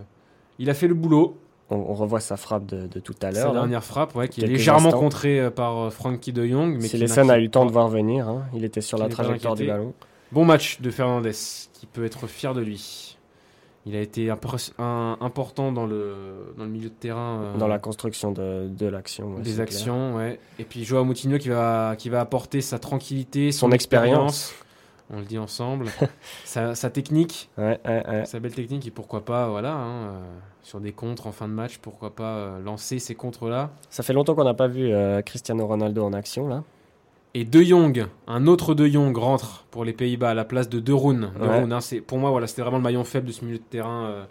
[SPEAKER 1] il a fait le boulot.
[SPEAKER 2] On, on revoit sa frappe de, de tout
[SPEAKER 1] Sa
[SPEAKER 2] à l'heure. hein. là.
[SPEAKER 1] dernière frappe, ouais, qui est
[SPEAKER 2] Quelques
[SPEAKER 1] légèrement
[SPEAKER 2] instants.
[SPEAKER 1] contrée euh, par euh, Frankie De Jong, mais
[SPEAKER 2] Si
[SPEAKER 1] qui
[SPEAKER 2] les
[SPEAKER 1] marque-
[SPEAKER 2] scènes a eu le temps de voir venir, hein. il était sur
[SPEAKER 1] Qui
[SPEAKER 2] la
[SPEAKER 1] n'est pas
[SPEAKER 2] trajectoire du
[SPEAKER 1] inquiété.
[SPEAKER 2] ballon.
[SPEAKER 1] Bon match de Fernandes, qui peut être fier de lui. Il a été impres- un- important dans le dans le milieu de terrain. euh,
[SPEAKER 2] Dans la construction de, de l'action. ouais, c'est
[SPEAKER 1] des
[SPEAKER 2] clair.
[SPEAKER 1] actions, ouais. Et puis Joao Moutinho qui va, qui va apporter sa tranquillité, son,
[SPEAKER 2] Son expérience.
[SPEAKER 1] On le dit ensemble. sa, sa technique,
[SPEAKER 2] Ouais, ouais, ouais.
[SPEAKER 1] sa belle technique, et pourquoi pas, voilà, hein, euh, sur des contres en fin de match, pourquoi pas euh, lancer ces contres-là.
[SPEAKER 2] Ça fait longtemps qu'on n'a pas vu euh, Cristiano Ronaldo en action, là.
[SPEAKER 1] Et De Jong, un autre De Jong rentre pour les Pays-Bas à la place de De Roon. De
[SPEAKER 2] Ouais.
[SPEAKER 1] Roon, hein, c'est- pour moi, voilà, c'était vraiment le maillon faible de ce milieu de terrain euh,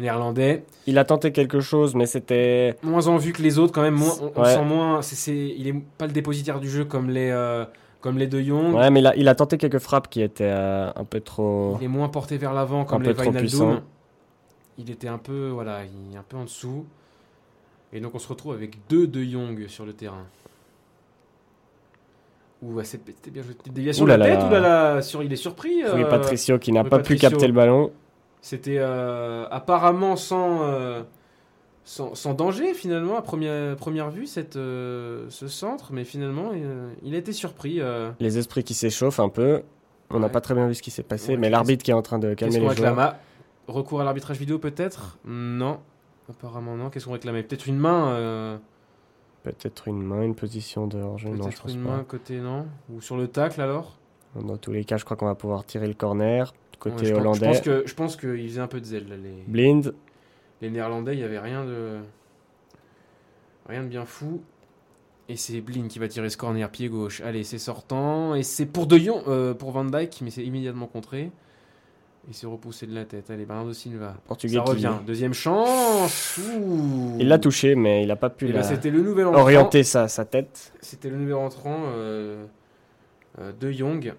[SPEAKER 1] néerlandais.
[SPEAKER 2] Il a tenté quelque chose, mais c'était.
[SPEAKER 1] moins en vue que les autres quand même moins, on, on
[SPEAKER 2] Ouais.
[SPEAKER 1] sent moins c'est, c'est- il est pas le dépositaire du jeu comme les euh, comme les De Jong
[SPEAKER 2] Ouais, mais il a, il a tenté quelques frappes qui étaient euh, un peu trop.
[SPEAKER 1] il est moins porté vers l'avant comme
[SPEAKER 2] Un
[SPEAKER 1] les
[SPEAKER 2] peu trop
[SPEAKER 1] Wijnaldum
[SPEAKER 2] puissant.
[SPEAKER 1] il était un peu voilà il est un peu en dessous et donc on se retrouve avec deux De Jong sur le terrain ou ouais, c'est- c'était bien joué. Petite déviation
[SPEAKER 2] Ouh
[SPEAKER 1] de
[SPEAKER 2] là
[SPEAKER 1] la
[SPEAKER 2] là
[SPEAKER 1] tête
[SPEAKER 2] là.
[SPEAKER 1] ou là là sur il est surpris
[SPEAKER 2] Rui
[SPEAKER 1] euh,
[SPEAKER 2] Patricio qui n'a
[SPEAKER 1] Rui
[SPEAKER 2] pas
[SPEAKER 1] Patricio.
[SPEAKER 2] pu capter le ballon.
[SPEAKER 1] C'était euh, apparemment sans, euh, sans, sans danger, finalement, à première, première vue, cette, euh, ce centre. Mais finalement, euh, il a été surpris. euh.
[SPEAKER 2] les esprits qui s'échauffent un peu. On n'a
[SPEAKER 1] Ouais.
[SPEAKER 2] pas très bien vu ce qui s'est passé,
[SPEAKER 1] Ouais,
[SPEAKER 2] mais
[SPEAKER 1] qu'est-ce- Ah,
[SPEAKER 2] l'arbitre qui est en train de
[SPEAKER 1] Qu'est-ce
[SPEAKER 2] calmer
[SPEAKER 1] qu'on
[SPEAKER 2] les joueurs.
[SPEAKER 1] réclama Recours à l'arbitrage vidéo, peut-être Non. Apparemment, non. Qu'est-ce qu'on réclamait Peut-être une main. euh,
[SPEAKER 2] Peut-être une main, une position de hors-jeu. Non, je
[SPEAKER 1] Peut-être
[SPEAKER 2] pense
[SPEAKER 1] une
[SPEAKER 2] pas.
[SPEAKER 1] main côté, non Ou sur le tacle alors
[SPEAKER 2] Dans tous les cas, je crois qu'on va pouvoir tirer le corner.
[SPEAKER 1] Ouais,
[SPEAKER 2] Côté
[SPEAKER 1] je pense-
[SPEAKER 2] hollandais,
[SPEAKER 1] Je pense que- je pense qu'ils faisaient un peu de zèle. là, les...
[SPEAKER 2] blind.
[SPEAKER 1] les Néerlandais, il n'y avait rien de. Rien de bien fou. Et c'est Blin qui va tirer ce corner pied gauche. Allez, c'est sortant. Et c'est pour De Jong, euh, pour Van Dyke, mais c'est immédiatement contré. Il s'est repoussé de la tête. Allez, Bernardo Silva.
[SPEAKER 2] Portugais
[SPEAKER 1] Ça
[SPEAKER 2] qui-
[SPEAKER 1] revient. Deuxième chance. Ouh.
[SPEAKER 2] Il l'a touché, mais il n'a pas pu
[SPEAKER 1] Et là,
[SPEAKER 2] la-
[SPEAKER 1] Eh ben, c'était le nouvel entrant.
[SPEAKER 2] orienter sa, sa tête.
[SPEAKER 1] C'était le nouvel entrant euh, euh, De Jong.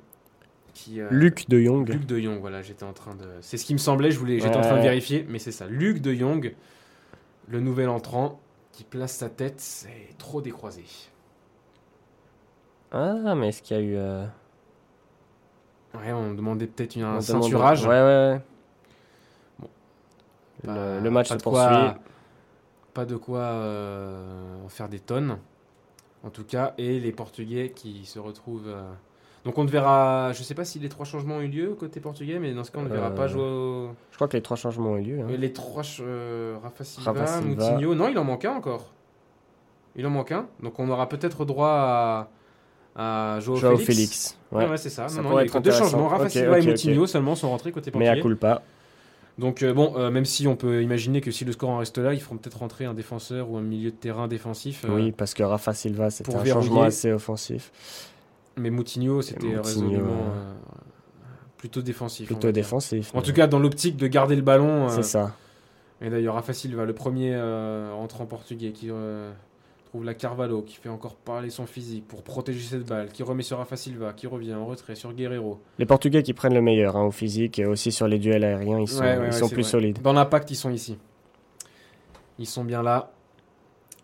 [SPEAKER 1] Qui, euh,
[SPEAKER 2] Luc de Jong.
[SPEAKER 1] Luc de Jong, voilà, j'étais en train de. C'est ce qui me semblait, je voulais, j'étais en
[SPEAKER 2] Ouais.
[SPEAKER 1] train de vérifier, mais c'est ça. Luc de Jong, le nouvel entrant, qui place sa tête, c'est trop décroisé.
[SPEAKER 2] Ah, mais est-ce qu'il y a eu. euh,
[SPEAKER 1] Ouais, on demandait peut-être une-
[SPEAKER 2] on
[SPEAKER 1] un
[SPEAKER 2] demande-
[SPEAKER 1] ceinturage.
[SPEAKER 2] Ouais, ouais, ouais.
[SPEAKER 1] Bon.
[SPEAKER 2] Le,
[SPEAKER 1] Pas-
[SPEAKER 2] le match
[SPEAKER 1] Bah, pas
[SPEAKER 2] se
[SPEAKER 1] de quoi-
[SPEAKER 2] poursuit.
[SPEAKER 1] Pas de quoi euh, en faire des tonnes, en tout cas, et les Portugais qui se retrouvent. euh, Donc on ne verra, je sais pas si les trois changements ont eu lieu côté portugais, mais dans ce cas on ne verra
[SPEAKER 2] Euh,
[SPEAKER 1] pas jouer au-
[SPEAKER 2] Je crois que les trois changements ont eu lieu. hein.
[SPEAKER 1] Les trois, ch- euh, Rafa Silva,
[SPEAKER 2] Rafa Silva.
[SPEAKER 1] Moutinho. Non, il en manque un encore. Il en manque un. Donc on aura peut-être droit à, à Joao,
[SPEAKER 2] Joao
[SPEAKER 1] Félix.
[SPEAKER 2] Félix.
[SPEAKER 1] Ouais,
[SPEAKER 2] Ouais.
[SPEAKER 1] ouais, c'est ça.
[SPEAKER 2] Ça
[SPEAKER 1] Non, non,
[SPEAKER 2] pourrait
[SPEAKER 1] il y a
[SPEAKER 2] être
[SPEAKER 1] eu deux
[SPEAKER 2] intéressant.
[SPEAKER 1] changements. Rafa
[SPEAKER 2] Ok,
[SPEAKER 1] Silva
[SPEAKER 2] ok,
[SPEAKER 1] et
[SPEAKER 2] ok.
[SPEAKER 1] Moutinho seulement sont rentrés côté
[SPEAKER 2] mais à
[SPEAKER 1] portugais.
[SPEAKER 2] culpa.
[SPEAKER 1] Donc euh, bon, euh, même si on peut imaginer que si le score en reste là, ils feront peut-être rentrer un défenseur ou un milieu de terrain défensif. euh,
[SPEAKER 2] Oui, parce que Rafa Silva, c'était
[SPEAKER 1] pour
[SPEAKER 2] un
[SPEAKER 1] verrouiller.
[SPEAKER 2] changement assez offensif.
[SPEAKER 1] Mais Moutinho, c'était
[SPEAKER 2] Moutinho,
[SPEAKER 1] résolument
[SPEAKER 2] ouais.
[SPEAKER 1] euh, plutôt défensif. on
[SPEAKER 2] Plutôt
[SPEAKER 1] va dire.
[SPEAKER 2] défensif.
[SPEAKER 1] En
[SPEAKER 2] mais-
[SPEAKER 1] tout cas, dans l'optique de garder le ballon. euh,
[SPEAKER 2] C'est ça.
[SPEAKER 1] Et d'ailleurs, Rafa Silva, le premier euh, rentrant portugais qui euh, trouve la Carvalho, qui fait encore parler son physique pour protéger cette balle, qui remet sur Rafa Silva, qui revient en retrait sur Guerrero.
[SPEAKER 2] Les Portugais qui prennent le meilleur hein, au physique et aussi sur les duels aériens, ils sont,
[SPEAKER 1] Ouais, ouais, ouais,
[SPEAKER 2] ils sont
[SPEAKER 1] c'est
[SPEAKER 2] plus
[SPEAKER 1] vrai.
[SPEAKER 2] solides.
[SPEAKER 1] Dans l'impact, ils sont ici. Ils sont bien là.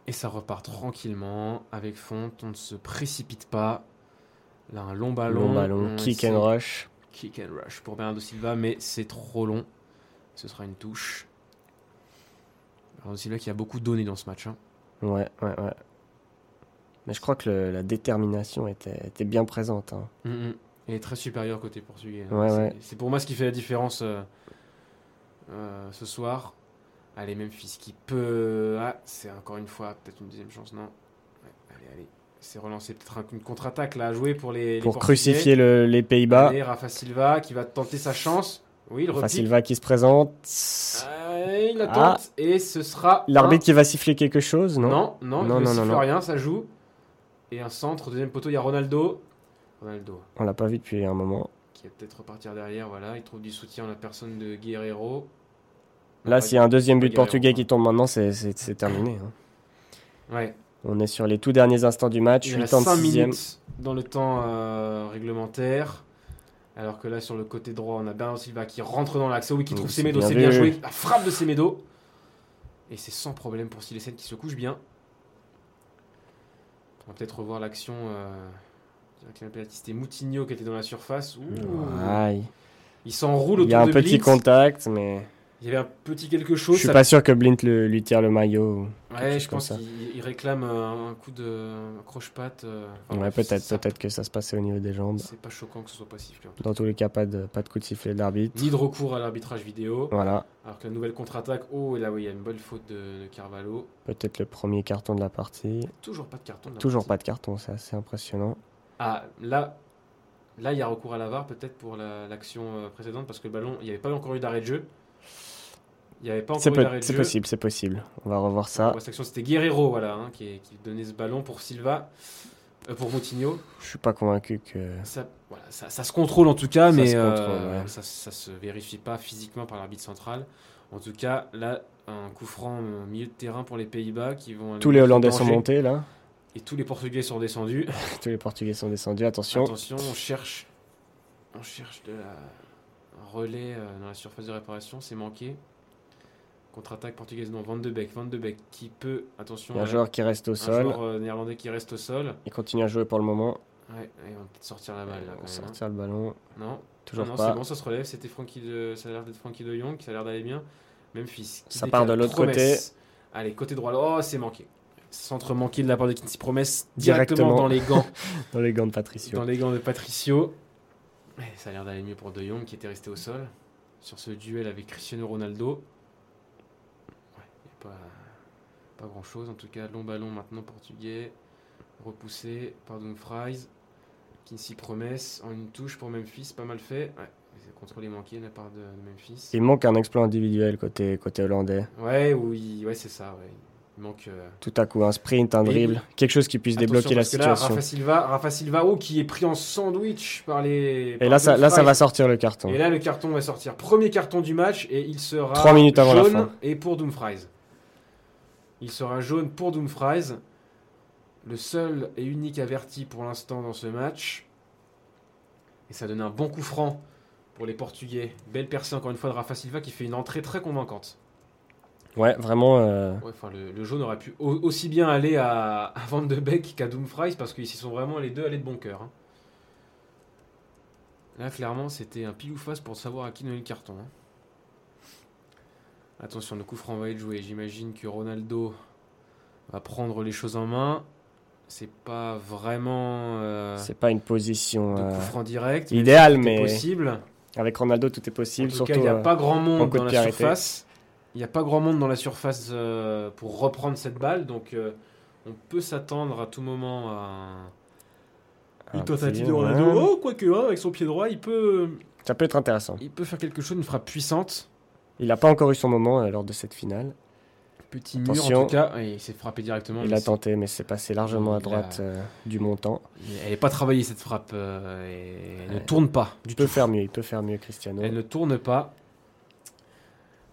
[SPEAKER 1] Et ça repart tranquillement. Avec Font, on ne se précipite pas. Là, un long ballon.
[SPEAKER 2] Long ballon,
[SPEAKER 1] On
[SPEAKER 2] bah, kick
[SPEAKER 1] essaie-
[SPEAKER 2] and rush.
[SPEAKER 1] Kick and rush pour Bernardo Silva, mais c'est trop long. Ce sera une touche. Bernardo Silva qui a beaucoup donné dans ce match. hein.
[SPEAKER 2] Ouais, ouais, ouais. Mais je crois que le- la détermination était, était bien présente. hein.
[SPEAKER 1] Mhm. Et très supérieur côté portugais. hein.
[SPEAKER 2] Ouais,
[SPEAKER 1] c'est,
[SPEAKER 2] ouais.
[SPEAKER 1] c'est pour moi ce qui fait la différence euh, euh, ce soir. Allez, Memphis qui peut. Ah, c'est encore une fois, peut-être une deuxième chance, non Ouais, Allez, allez. C'est relancé peut-être un- une contre-attaque là à jouer pour les. les
[SPEAKER 2] Pour
[SPEAKER 1] Portugais.
[SPEAKER 2] crucifier le- les Pays-Bas.
[SPEAKER 1] Allez, Rafa Silva qui va tenter sa chance. Oui, il
[SPEAKER 2] Rafa
[SPEAKER 1] repique.
[SPEAKER 2] Silva qui se présente.
[SPEAKER 1] Ah, il la tente
[SPEAKER 2] Ah.
[SPEAKER 1] et ce sera.
[SPEAKER 2] L'arbitre qui va siffler quelque chose,
[SPEAKER 1] un-
[SPEAKER 2] non
[SPEAKER 1] Non, non,
[SPEAKER 2] Non,
[SPEAKER 1] il ne
[SPEAKER 2] non, non,
[SPEAKER 1] siffle
[SPEAKER 2] non.
[SPEAKER 1] rien, ça joue. Et un centre, deuxième poteau, il y a Ronaldo. Ronaldo.
[SPEAKER 2] On l'a pas vu depuis un moment.
[SPEAKER 1] qui va peut-être repartir derrière. Voilà, il trouve du soutien en la personne de Guerrero.
[SPEAKER 2] Là, s'il y a un deuxième but
[SPEAKER 1] Guerrero,
[SPEAKER 2] portugais
[SPEAKER 1] ouais.
[SPEAKER 2] qui tombe maintenant, c'est- c'est c'est terminé. hein.
[SPEAKER 1] Ouais,
[SPEAKER 2] On est sur les tout derniers instants du match.
[SPEAKER 1] il reste
[SPEAKER 2] 8 ans de
[SPEAKER 1] 5
[SPEAKER 2] sixième.
[SPEAKER 1] minutes dans le temps euh, réglementaire. Alors que là, sur le côté droit, on a Bernardo Silva qui rentre dans l'axe. Oui, qui
[SPEAKER 2] Oui,
[SPEAKER 1] trouve
[SPEAKER 2] c'est
[SPEAKER 1] Semedo,
[SPEAKER 2] bien
[SPEAKER 1] c'est bien
[SPEAKER 2] vu.
[SPEAKER 1] joué. La frappe de Semedo. Et c'est sans problème pour Silesen qui se couche bien. On va peut-être revoir l'action. Euh, avec la pénalité. c'était Moutinho qui était dans la surface. Ouh.
[SPEAKER 2] Aïe.
[SPEAKER 1] Il s'enroule autour
[SPEAKER 2] Il
[SPEAKER 1] de
[SPEAKER 2] y a un petit
[SPEAKER 1] Blitz.
[SPEAKER 2] contact, mais
[SPEAKER 1] Il y avait un petit quelque
[SPEAKER 2] je
[SPEAKER 1] chose.
[SPEAKER 2] suis
[SPEAKER 1] ça Oh,
[SPEAKER 2] pas sûr que Blint le- lui tire le maillot. quelque
[SPEAKER 1] Ouais,
[SPEAKER 2] chose
[SPEAKER 1] je
[SPEAKER 2] comme
[SPEAKER 1] pense
[SPEAKER 2] ça.
[SPEAKER 1] qu'il il réclame un, un coup de un croche-patte. euh, enfin,
[SPEAKER 2] Ouais,
[SPEAKER 1] bref,
[SPEAKER 2] peut-être,
[SPEAKER 1] ça-
[SPEAKER 2] peut-être que ça se passait au niveau des jambes.
[SPEAKER 1] C'est pas choquant que ce soit pas sifflé. en tout
[SPEAKER 2] Dans tous les cas, pas de, pas de coup de sifflet de l'arbitre.
[SPEAKER 1] cas. Ni de recours à l'arbitrage vidéo.
[SPEAKER 2] Voilà,
[SPEAKER 1] Alors que la nouvelle contre-attaque, oh, et là, oui, il y a une bonne faute de, de Carvalho.
[SPEAKER 2] peut-être le premier carton de la partie.
[SPEAKER 1] Toujours pas de carton. là.
[SPEAKER 2] Toujours pas de carton, c'est assez impressionnant.
[SPEAKER 1] Ah, là, là, il y a recours à la VAR peut-être pour la- l'action euh, précédente parce que le ballon, il n'y avait pas encore eu d'arrêt de jeu. Il n'y avait pas
[SPEAKER 2] C'est
[SPEAKER 1] encore eu
[SPEAKER 2] peut-
[SPEAKER 1] d'arrêt de
[SPEAKER 2] c'est
[SPEAKER 1] jeu.
[SPEAKER 2] possible, c'est possible. On va revoir ça.
[SPEAKER 1] Pour cette action, c'était Guerrero, voilà, hein, qui, qui donnait ce ballon pour Silva, euh, pour Moutinho.
[SPEAKER 2] Je suis pas convaincu que.
[SPEAKER 1] Ça, voilà, ça, ça se contrôle en tout cas,
[SPEAKER 2] Ça
[SPEAKER 1] mais
[SPEAKER 2] se
[SPEAKER 1] euh,
[SPEAKER 2] contrôle, ouais.
[SPEAKER 1] ça, ça se vérifie pas physiquement par l'arbitre central. En tout cas, là, un coup franc au milieu de terrain pour les Pays-Bas qui vont.
[SPEAKER 2] Tous les
[SPEAKER 1] mettre en
[SPEAKER 2] Hollandais sont
[SPEAKER 1] danger.
[SPEAKER 2] montés là.
[SPEAKER 1] Et tous les Portugais sont descendus.
[SPEAKER 2] Tous les Portugais sont descendus. Attention.
[SPEAKER 1] Attention, on cherche, on cherche de la, un relais euh, dans la surface de réparation, c'est manqué. Contre-attaque portugaise, non, Van de Beek, Van de Beek qui peut, attention,
[SPEAKER 2] Il y a un
[SPEAKER 1] voilà,
[SPEAKER 2] joueur qui reste au
[SPEAKER 1] un
[SPEAKER 2] sol.
[SPEAKER 1] joueur, euh, néerlandais qui reste au sol.
[SPEAKER 2] Il continue à jouer pour le moment.
[SPEAKER 1] Ouais, et on va peut-être sortir la balle là quand
[SPEAKER 2] On
[SPEAKER 1] même. hein.
[SPEAKER 2] sortir le ballon.
[SPEAKER 1] Non,
[SPEAKER 2] Toujours
[SPEAKER 1] Ah non,
[SPEAKER 2] pas.
[SPEAKER 1] c'est bon, ça se relève. C'était Frankie de... Ça a l'air d'être Frankie de Jong, ça a l'air d'aller bien. Memphis. qui
[SPEAKER 2] Ça
[SPEAKER 1] décale.
[SPEAKER 2] part de l'autre
[SPEAKER 1] Promesse. Allez, côté droit. Oh, c'est manqué. Centre manqué de la part de Kinsey Promesse directement,
[SPEAKER 2] Directement.
[SPEAKER 1] dans les gants,
[SPEAKER 2] Dans les gants de Patricio.
[SPEAKER 1] dans les gants de Patricio. Eh, Ça a l'air d'aller mieux pour De Jong qui était resté au sol sur ce duel avec Cristiano Ronaldo. Ouais, il y a pas, pas grand chose. En tout cas, long ballon maintenant portugais. Repoussé par Dumfries. Kinsey promesse en une touche pour Memphis. Pas mal fait. Ouais, c'est contrôlé manqué de la part de, de Memphis.
[SPEAKER 2] Il manque un exploit individuel côté, côté hollandais.
[SPEAKER 1] Ouais, oui, ouais c'est ça. ouais. Il manque. euh,
[SPEAKER 2] Tout à coup, un sprint, un
[SPEAKER 1] Et-
[SPEAKER 2] dribble, quelque chose qui puisse
[SPEAKER 1] Attention,
[SPEAKER 2] débloquer la
[SPEAKER 1] parce que là,
[SPEAKER 2] situation.
[SPEAKER 1] Rafa Silva, Rafa Silva, oh, qui est pris en sandwich par les.
[SPEAKER 2] Et
[SPEAKER 1] par
[SPEAKER 2] là ça, là, ça
[SPEAKER 1] Dumfries.
[SPEAKER 2] va sortir le carton.
[SPEAKER 1] Et là, le carton va sortir. Premier carton du match et il sera
[SPEAKER 2] Trois minutes avant la
[SPEAKER 1] jaune
[SPEAKER 2] fin.
[SPEAKER 1] et pour Dumfries. Il sera jaune pour Dumfries. Le seul et unique averti pour l'instant dans ce match. Et ça donne un bon coup franc pour les Portugais. Belle percée encore une fois de Rafa Silva qui fait une entrée très convaincante.
[SPEAKER 2] Ouais, vraiment. euh,
[SPEAKER 1] Ouais, enfin, le, le jaune aurait pu au- aussi bien aller à, à Van de Beek qu'à Dumfries parce qu'ils s'y sont vraiment les deux allés de bon cœur. hein. Là, clairement, c'était un pile ou face pour savoir à qui donner le carton. hein. Attention, le coup franc va être joué. J'imagine que Ronaldo va prendre les choses en main. C'est pas vraiment euh,
[SPEAKER 2] C'est pas une position
[SPEAKER 1] de
[SPEAKER 2] euh,
[SPEAKER 1] coup franc direct. mais
[SPEAKER 2] idéale,
[SPEAKER 1] c'est
[SPEAKER 2] mais
[SPEAKER 1] possible.
[SPEAKER 2] avec Ronaldo, tout est
[SPEAKER 1] En
[SPEAKER 2] possible.
[SPEAKER 1] tout
[SPEAKER 2] Surtout,
[SPEAKER 1] cas, il n'y a
[SPEAKER 2] euh,
[SPEAKER 1] pas grand
[SPEAKER 2] en
[SPEAKER 1] monde
[SPEAKER 2] coup de
[SPEAKER 1] dans la
[SPEAKER 2] pied arrêté.
[SPEAKER 1] surface. Il n'y a pas grand monde dans la surface euh, pour reprendre cette balle. Donc, euh, on peut s'attendre à tout moment à un-
[SPEAKER 2] un
[SPEAKER 1] une tentative
[SPEAKER 2] petit-
[SPEAKER 1] de Ronaldo.
[SPEAKER 2] ouais.
[SPEAKER 1] Oh, quoique, hein, avec son pied droit, il peut,
[SPEAKER 2] Ça peut être intéressant.
[SPEAKER 1] il peut faire quelque chose, une frappe puissante.
[SPEAKER 2] Il n'a pas encore eu son moment euh, lors de cette finale.
[SPEAKER 1] Petit mur,
[SPEAKER 2] Attention.
[SPEAKER 1] en tout cas. Ouais, il s'est frappé directement.
[SPEAKER 2] Il
[SPEAKER 1] mais
[SPEAKER 2] a
[SPEAKER 1] c'est-
[SPEAKER 2] tenté, mais c'est passé largement à
[SPEAKER 1] Il a-
[SPEAKER 2] droite euh, du montant.
[SPEAKER 1] Elle n'est pas travaillée, cette frappe. euh, et Elle ne tourne pas.
[SPEAKER 2] Il peut faire mieux, il peut faire mieux, Cristiano.
[SPEAKER 1] Elle ne tourne pas.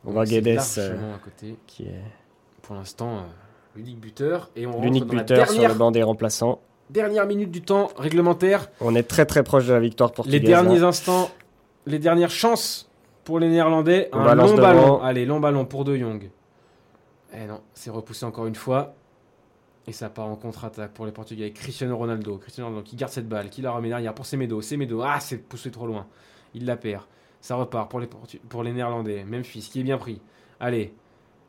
[SPEAKER 2] On voit
[SPEAKER 1] Donc, c'est
[SPEAKER 2] Guedes, euh,
[SPEAKER 1] largement à côté.
[SPEAKER 2] qui est
[SPEAKER 1] Pour l'instant, euh, l'unique buteur. Et on rentre
[SPEAKER 2] l'unique
[SPEAKER 1] dans la
[SPEAKER 2] buteur sur le
[SPEAKER 1] dernière
[SPEAKER 2] banc des remplaçants.
[SPEAKER 1] Dernière minute du temps réglementaire,
[SPEAKER 2] On est très très proche de la victoire
[SPEAKER 1] les
[SPEAKER 2] portugaise. hein.
[SPEAKER 1] derniers
[SPEAKER 2] là.
[SPEAKER 1] instants, les dernières chances pour les Néerlandais.
[SPEAKER 2] On
[SPEAKER 1] un
[SPEAKER 2] balance
[SPEAKER 1] long
[SPEAKER 2] devant.
[SPEAKER 1] ballon, allez, long ballon pour De Jong. Eh non, c'est repoussé encore une fois. Et ça part en contre-attaque pour les Portugais. avec Cristiano Ronaldo, Cristiano Ronaldo qui garde cette balle, qui la remet derrière pour Semedo. Semedo, ah, c'est poussé trop loin. Il la perd. Ça repart pour les, Portu- pour les Néerlandais. Memphis qui est bien pris. Allez,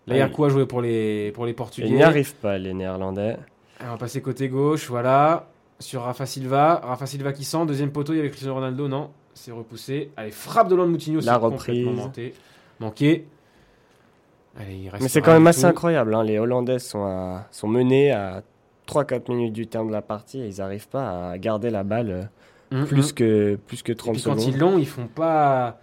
[SPEAKER 1] là il y a
[SPEAKER 2] Allez.
[SPEAKER 1] quoi jouer pour les, pour les
[SPEAKER 2] Ils
[SPEAKER 1] Portugais
[SPEAKER 2] n'y arrivent pas, les Néerlandais.
[SPEAKER 1] Allez, On va passer côté gauche, voilà. Sur Rafa Silva. Rafa Silva qui sent. Deuxième poteau, il y avait Cristiano Ronaldo, non C'est repoussé. Allez, frappe de Loan Moutinho.
[SPEAKER 2] La
[SPEAKER 1] c'est
[SPEAKER 2] reprise.
[SPEAKER 1] complètement manqué. Manqué. Allez, il reste
[SPEAKER 2] Mais c'est
[SPEAKER 1] rien
[SPEAKER 2] quand même
[SPEAKER 1] du
[SPEAKER 2] assez
[SPEAKER 1] tout.
[SPEAKER 2] incroyable. hein. Les Hollandais sont, à- sont menés à 3-4 minutes du terme de la partie et ils n'arrivent pas à garder la balle euh,
[SPEAKER 1] Mm,
[SPEAKER 2] plus,
[SPEAKER 1] mm.
[SPEAKER 2] que, plus que
[SPEAKER 1] Et
[SPEAKER 2] 30
[SPEAKER 1] puis quand ils
[SPEAKER 2] secondes.
[SPEAKER 1] l'ont, ils font pas,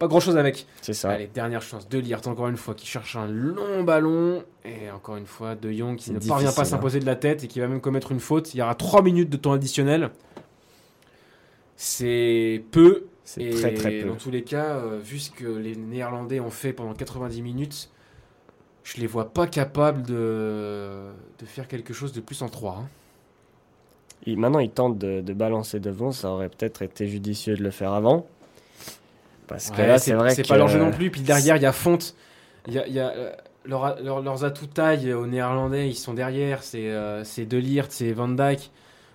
[SPEAKER 1] pas grand chose avec.
[SPEAKER 2] C'est ça.
[SPEAKER 1] Allez, dernière chance de Liert, encore une fois, qui cherche un long ballon. Et encore une fois, De Jong qui
[SPEAKER 2] C'est
[SPEAKER 1] ne parvient
[SPEAKER 2] difficile, hein.
[SPEAKER 1] pas à s'imposer de la tête et qui va même commettre une faute. Il y aura 3 minutes de temps additionnel. C'est peu,
[SPEAKER 2] C'est
[SPEAKER 1] Et
[SPEAKER 2] très très peu.
[SPEAKER 1] Dans tous les cas, euh, vu ce que les Néerlandais ont fait pendant 90 minutes, je les vois pas capables de, de faire quelque chose de plus en hein. 3.
[SPEAKER 2] Il- maintenant, ils tentent de, de balancer devant. Ça aurait peut-être été judicieux de le faire avant. Parce que là, c'est vrai que.
[SPEAKER 1] pas leur jeu non
[SPEAKER 2] euh,
[SPEAKER 1] plus. Puis derrière, il y a Fonte. Il y a, il y a, euh, leur- leur- leurs atouts taille aux Néerlandais, ils sont derrière. C'est euh, c'est De Ligt, c'est Van Dijk.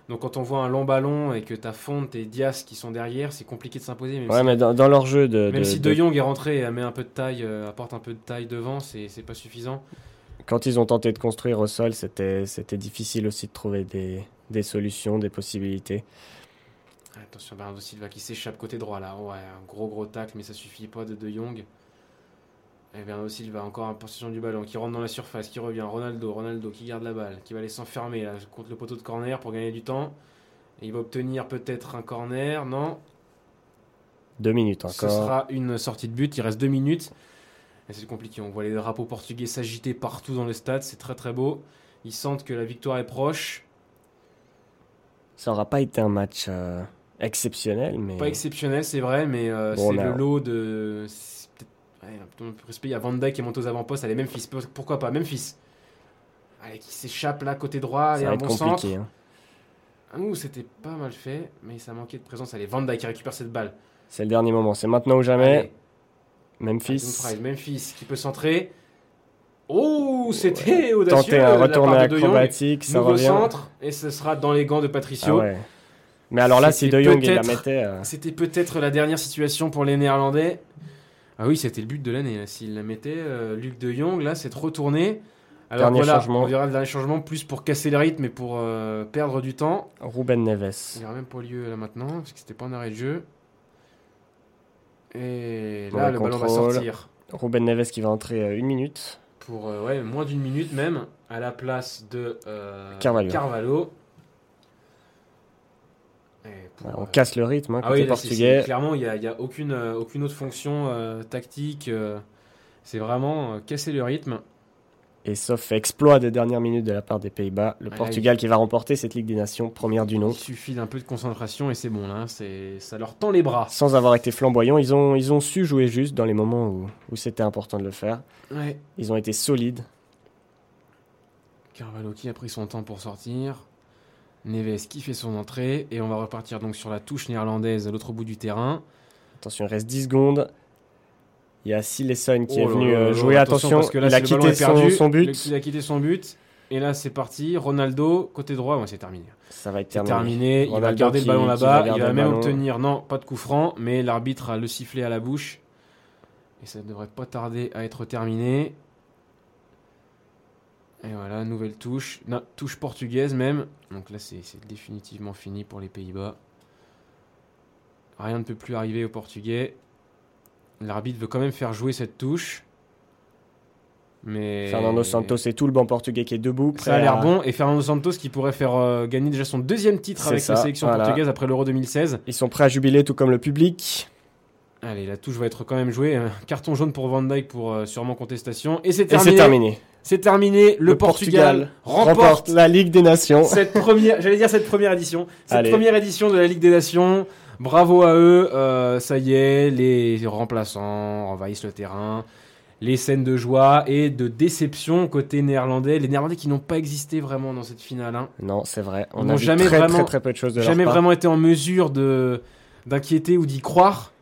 [SPEAKER 1] Donc quand on voit un long ballon et que t'as Fonte et Dias qui sont derrière, c'est compliqué de s'imposer. même
[SPEAKER 2] euh, Ouais, mais dans, dans leur jeu de.
[SPEAKER 1] Même
[SPEAKER 2] de-
[SPEAKER 1] si
[SPEAKER 2] de-
[SPEAKER 1] De Jong est rentré et met un peu de taille, euh, apporte un peu de taille devant, c'est c'est pas suffisant.
[SPEAKER 2] Quand ils ont tenté de construire au sol, c'était c'était difficile aussi de trouver des, des solutions, des possibilités.
[SPEAKER 1] Attention, Bernardo Silva qui s'échappe côté droit là. Ouais, un gros gros tacle, mais ça suffit pas de De Jong. Et Bernardo Silva encore en possession du ballon, qui rentre dans la surface, qui revient. Ronaldo, Ronaldo qui garde la balle, qui va aller s'enfermer là contre le poteau de corner pour gagner du temps. Et il va obtenir peut-être un corner, non
[SPEAKER 2] Deux minutes encore.
[SPEAKER 1] Ce sera une sortie de but, il reste deux minutes. Et c'est compliqué, on voit les drapeaux portugais s'agiter partout dans le stade, c'est très très beau. Ils sentent que la victoire est proche.
[SPEAKER 2] Ça n'aura pas été un match euh, exceptionnel, mais
[SPEAKER 1] Pas exceptionnel, c'est vrai, mais euh,
[SPEAKER 2] Bon,
[SPEAKER 1] c'est
[SPEAKER 2] on a-
[SPEAKER 1] le lot de. c'est peut-être- ouais, un peu de respect, il y a Van Dijk qui monte aux avant-postes. Allez, Memphis, pour- pourquoi pas Memphis Allez, qui s'échappe là, côté droit,
[SPEAKER 2] ça
[SPEAKER 1] allez,
[SPEAKER 2] va
[SPEAKER 1] un
[SPEAKER 2] être
[SPEAKER 1] bon centre.
[SPEAKER 2] compliqué. hein.
[SPEAKER 1] Ah, ouh, c'était pas mal fait, mais ça manquait de présence. Allez, Van Dijk qui récupère cette balle.
[SPEAKER 2] C'est le dernier moment. C'est maintenant ou jamais.
[SPEAKER 1] Allez,
[SPEAKER 2] Memphis.
[SPEAKER 1] Dumfries, Memphis qui peut centrer. Oh, c'était audacieux.
[SPEAKER 2] Tenter un
[SPEAKER 1] de la part
[SPEAKER 2] retourné
[SPEAKER 1] de De Jong.
[SPEAKER 2] acrobatique, ça
[SPEAKER 1] Nouveau
[SPEAKER 2] revient.
[SPEAKER 1] centre, et ce sera dans les gants de
[SPEAKER 2] Ah
[SPEAKER 1] Patricio.
[SPEAKER 2] ouais. Mais alors là, si De
[SPEAKER 1] C'était
[SPEAKER 2] Jong il la
[SPEAKER 1] peut-être-
[SPEAKER 2] mettait, euh,
[SPEAKER 1] Ah. C'était peut-être la dernière situation pour les Néerlandais. Ah oui, c'était le but de l'année. là. S'il la mettait, euh, Luc de Jong, là, c'est de retourner. Alors
[SPEAKER 2] Dernier
[SPEAKER 1] voilà,
[SPEAKER 2] changement.
[SPEAKER 1] on verra le dernier changement, plus pour casser le rythme et pour euh, perdre du temps.
[SPEAKER 2] Ruben
[SPEAKER 1] Il
[SPEAKER 2] Neves.
[SPEAKER 1] n'y aura même pas lieu là maintenant, parce que c'était pas en arrêt de jeu. Et
[SPEAKER 2] Bon,
[SPEAKER 1] là,
[SPEAKER 2] le
[SPEAKER 1] le ballon va
[SPEAKER 2] contrôle.
[SPEAKER 1] sortir.
[SPEAKER 2] Ruben Neves qui va entrer euh, une minute.
[SPEAKER 1] pour euh, ouais, moins d'une minute même, à la place de euh,
[SPEAKER 2] Carvalho.
[SPEAKER 1] Et pour,
[SPEAKER 2] Alors, on
[SPEAKER 1] euh,
[SPEAKER 2] casse le rythme, hein,
[SPEAKER 1] ah
[SPEAKER 2] côté
[SPEAKER 1] oui, là, c'est-
[SPEAKER 2] portugais.
[SPEAKER 1] c'est- clairement, il n'y a, il y a aucune, euh, aucune autre fonction euh, tactique. euh, c'est vraiment euh, casser le rythme.
[SPEAKER 2] Et sauf exploit des dernières minutes de la part des Pays-Bas, le
[SPEAKER 1] Ouais,
[SPEAKER 2] Portugal qui va remporter cette Ligue des Nations, première du nom.
[SPEAKER 1] Il suffit d'un peu de concentration et c'est bon. Là, c'est, ça leur tend les bras.
[SPEAKER 2] Sans avoir été flamboyant, ils ont, ils ont su jouer juste dans les moments où, où c'était important de le faire.
[SPEAKER 1] Ouais.
[SPEAKER 2] Ils ont été solides.
[SPEAKER 1] Carvalho qui a pris son temps pour sortir. Neves qui fait son entrée. Et on va repartir donc sur la touche néerlandaise à l'autre bout du terrain.
[SPEAKER 2] Attention, il reste 10 secondes. Il y a Silesson qui
[SPEAKER 1] Oh
[SPEAKER 2] est
[SPEAKER 1] là
[SPEAKER 2] venu
[SPEAKER 1] là
[SPEAKER 2] euh,
[SPEAKER 1] là,
[SPEAKER 2] jouer. Attention,
[SPEAKER 1] parce que là,
[SPEAKER 2] il a
[SPEAKER 1] c'est le ballon
[SPEAKER 2] quitté
[SPEAKER 1] est perdu.
[SPEAKER 2] son, son but.
[SPEAKER 1] Le- il a quitté son but. Et là, c'est parti. Ronaldo, côté droit, ouais, c'est terminé.
[SPEAKER 2] Ça va être
[SPEAKER 1] C'est
[SPEAKER 2] terminé.
[SPEAKER 1] terminé. Il va
[SPEAKER 2] Ronaldo
[SPEAKER 1] garder
[SPEAKER 2] qui-
[SPEAKER 1] le ballon
[SPEAKER 2] qui
[SPEAKER 1] là-bas.
[SPEAKER 2] va
[SPEAKER 1] Il
[SPEAKER 2] garder
[SPEAKER 1] va
[SPEAKER 2] le
[SPEAKER 1] même
[SPEAKER 2] ballon.
[SPEAKER 1] obtenir, non, pas de coup franc, mais l'arbitre a le sifflet à la bouche. Et ça ne devrait pas tarder à être terminé. Et voilà, nouvelle touche. Non, touche portugaise même. Donc là, c'est c'est définitivement fini pour les Pays-Bas. Rien ne peut plus arriver aux Portugais. L'arbitre veut quand même faire jouer cette touche. Mais.
[SPEAKER 2] Fernando Santos et tout le banc portugais qui est debout. prêt
[SPEAKER 1] Ça a l'air
[SPEAKER 2] à-
[SPEAKER 1] bon. Et Fernando Santos qui pourrait faire euh, gagner déjà son deuxième titre
[SPEAKER 2] C'est
[SPEAKER 1] avec la
[SPEAKER 2] ça,
[SPEAKER 1] sélection
[SPEAKER 2] voilà.
[SPEAKER 1] portugaise après l'Euro 2016.
[SPEAKER 2] Ils sont prêts à jubiler, tout comme le public.
[SPEAKER 1] Allez, la touche va être quand même jouée. Un carton jaune pour Van Dijk pour euh, sûrement contestation. Et c'est
[SPEAKER 2] Et c'est
[SPEAKER 1] terminé.
[SPEAKER 2] terminé.
[SPEAKER 1] C'est terminé. Le, Portugal, remporte,
[SPEAKER 2] la Ligue des Nations.
[SPEAKER 1] cette première, j'allais dire cette première édition, cette
[SPEAKER 2] Allez.
[SPEAKER 1] première édition de la Ligue des Nations. Bravo à eux. Euh, ça y est, les remplaçants envahissent le terrain. Les scènes de joie et de déception côté néerlandais. Les néerlandais qui n'ont pas existé vraiment dans cette finale. hein.
[SPEAKER 2] Non, c'est vrai.
[SPEAKER 1] Ils
[SPEAKER 2] On
[SPEAKER 1] n'ont
[SPEAKER 2] a vu
[SPEAKER 1] jamais
[SPEAKER 2] très,
[SPEAKER 1] vraiment-
[SPEAKER 2] très très peu de choses de
[SPEAKER 1] jamais
[SPEAKER 2] leur part.
[SPEAKER 1] vraiment été en mesure de d'inquiéter ou d'y croire,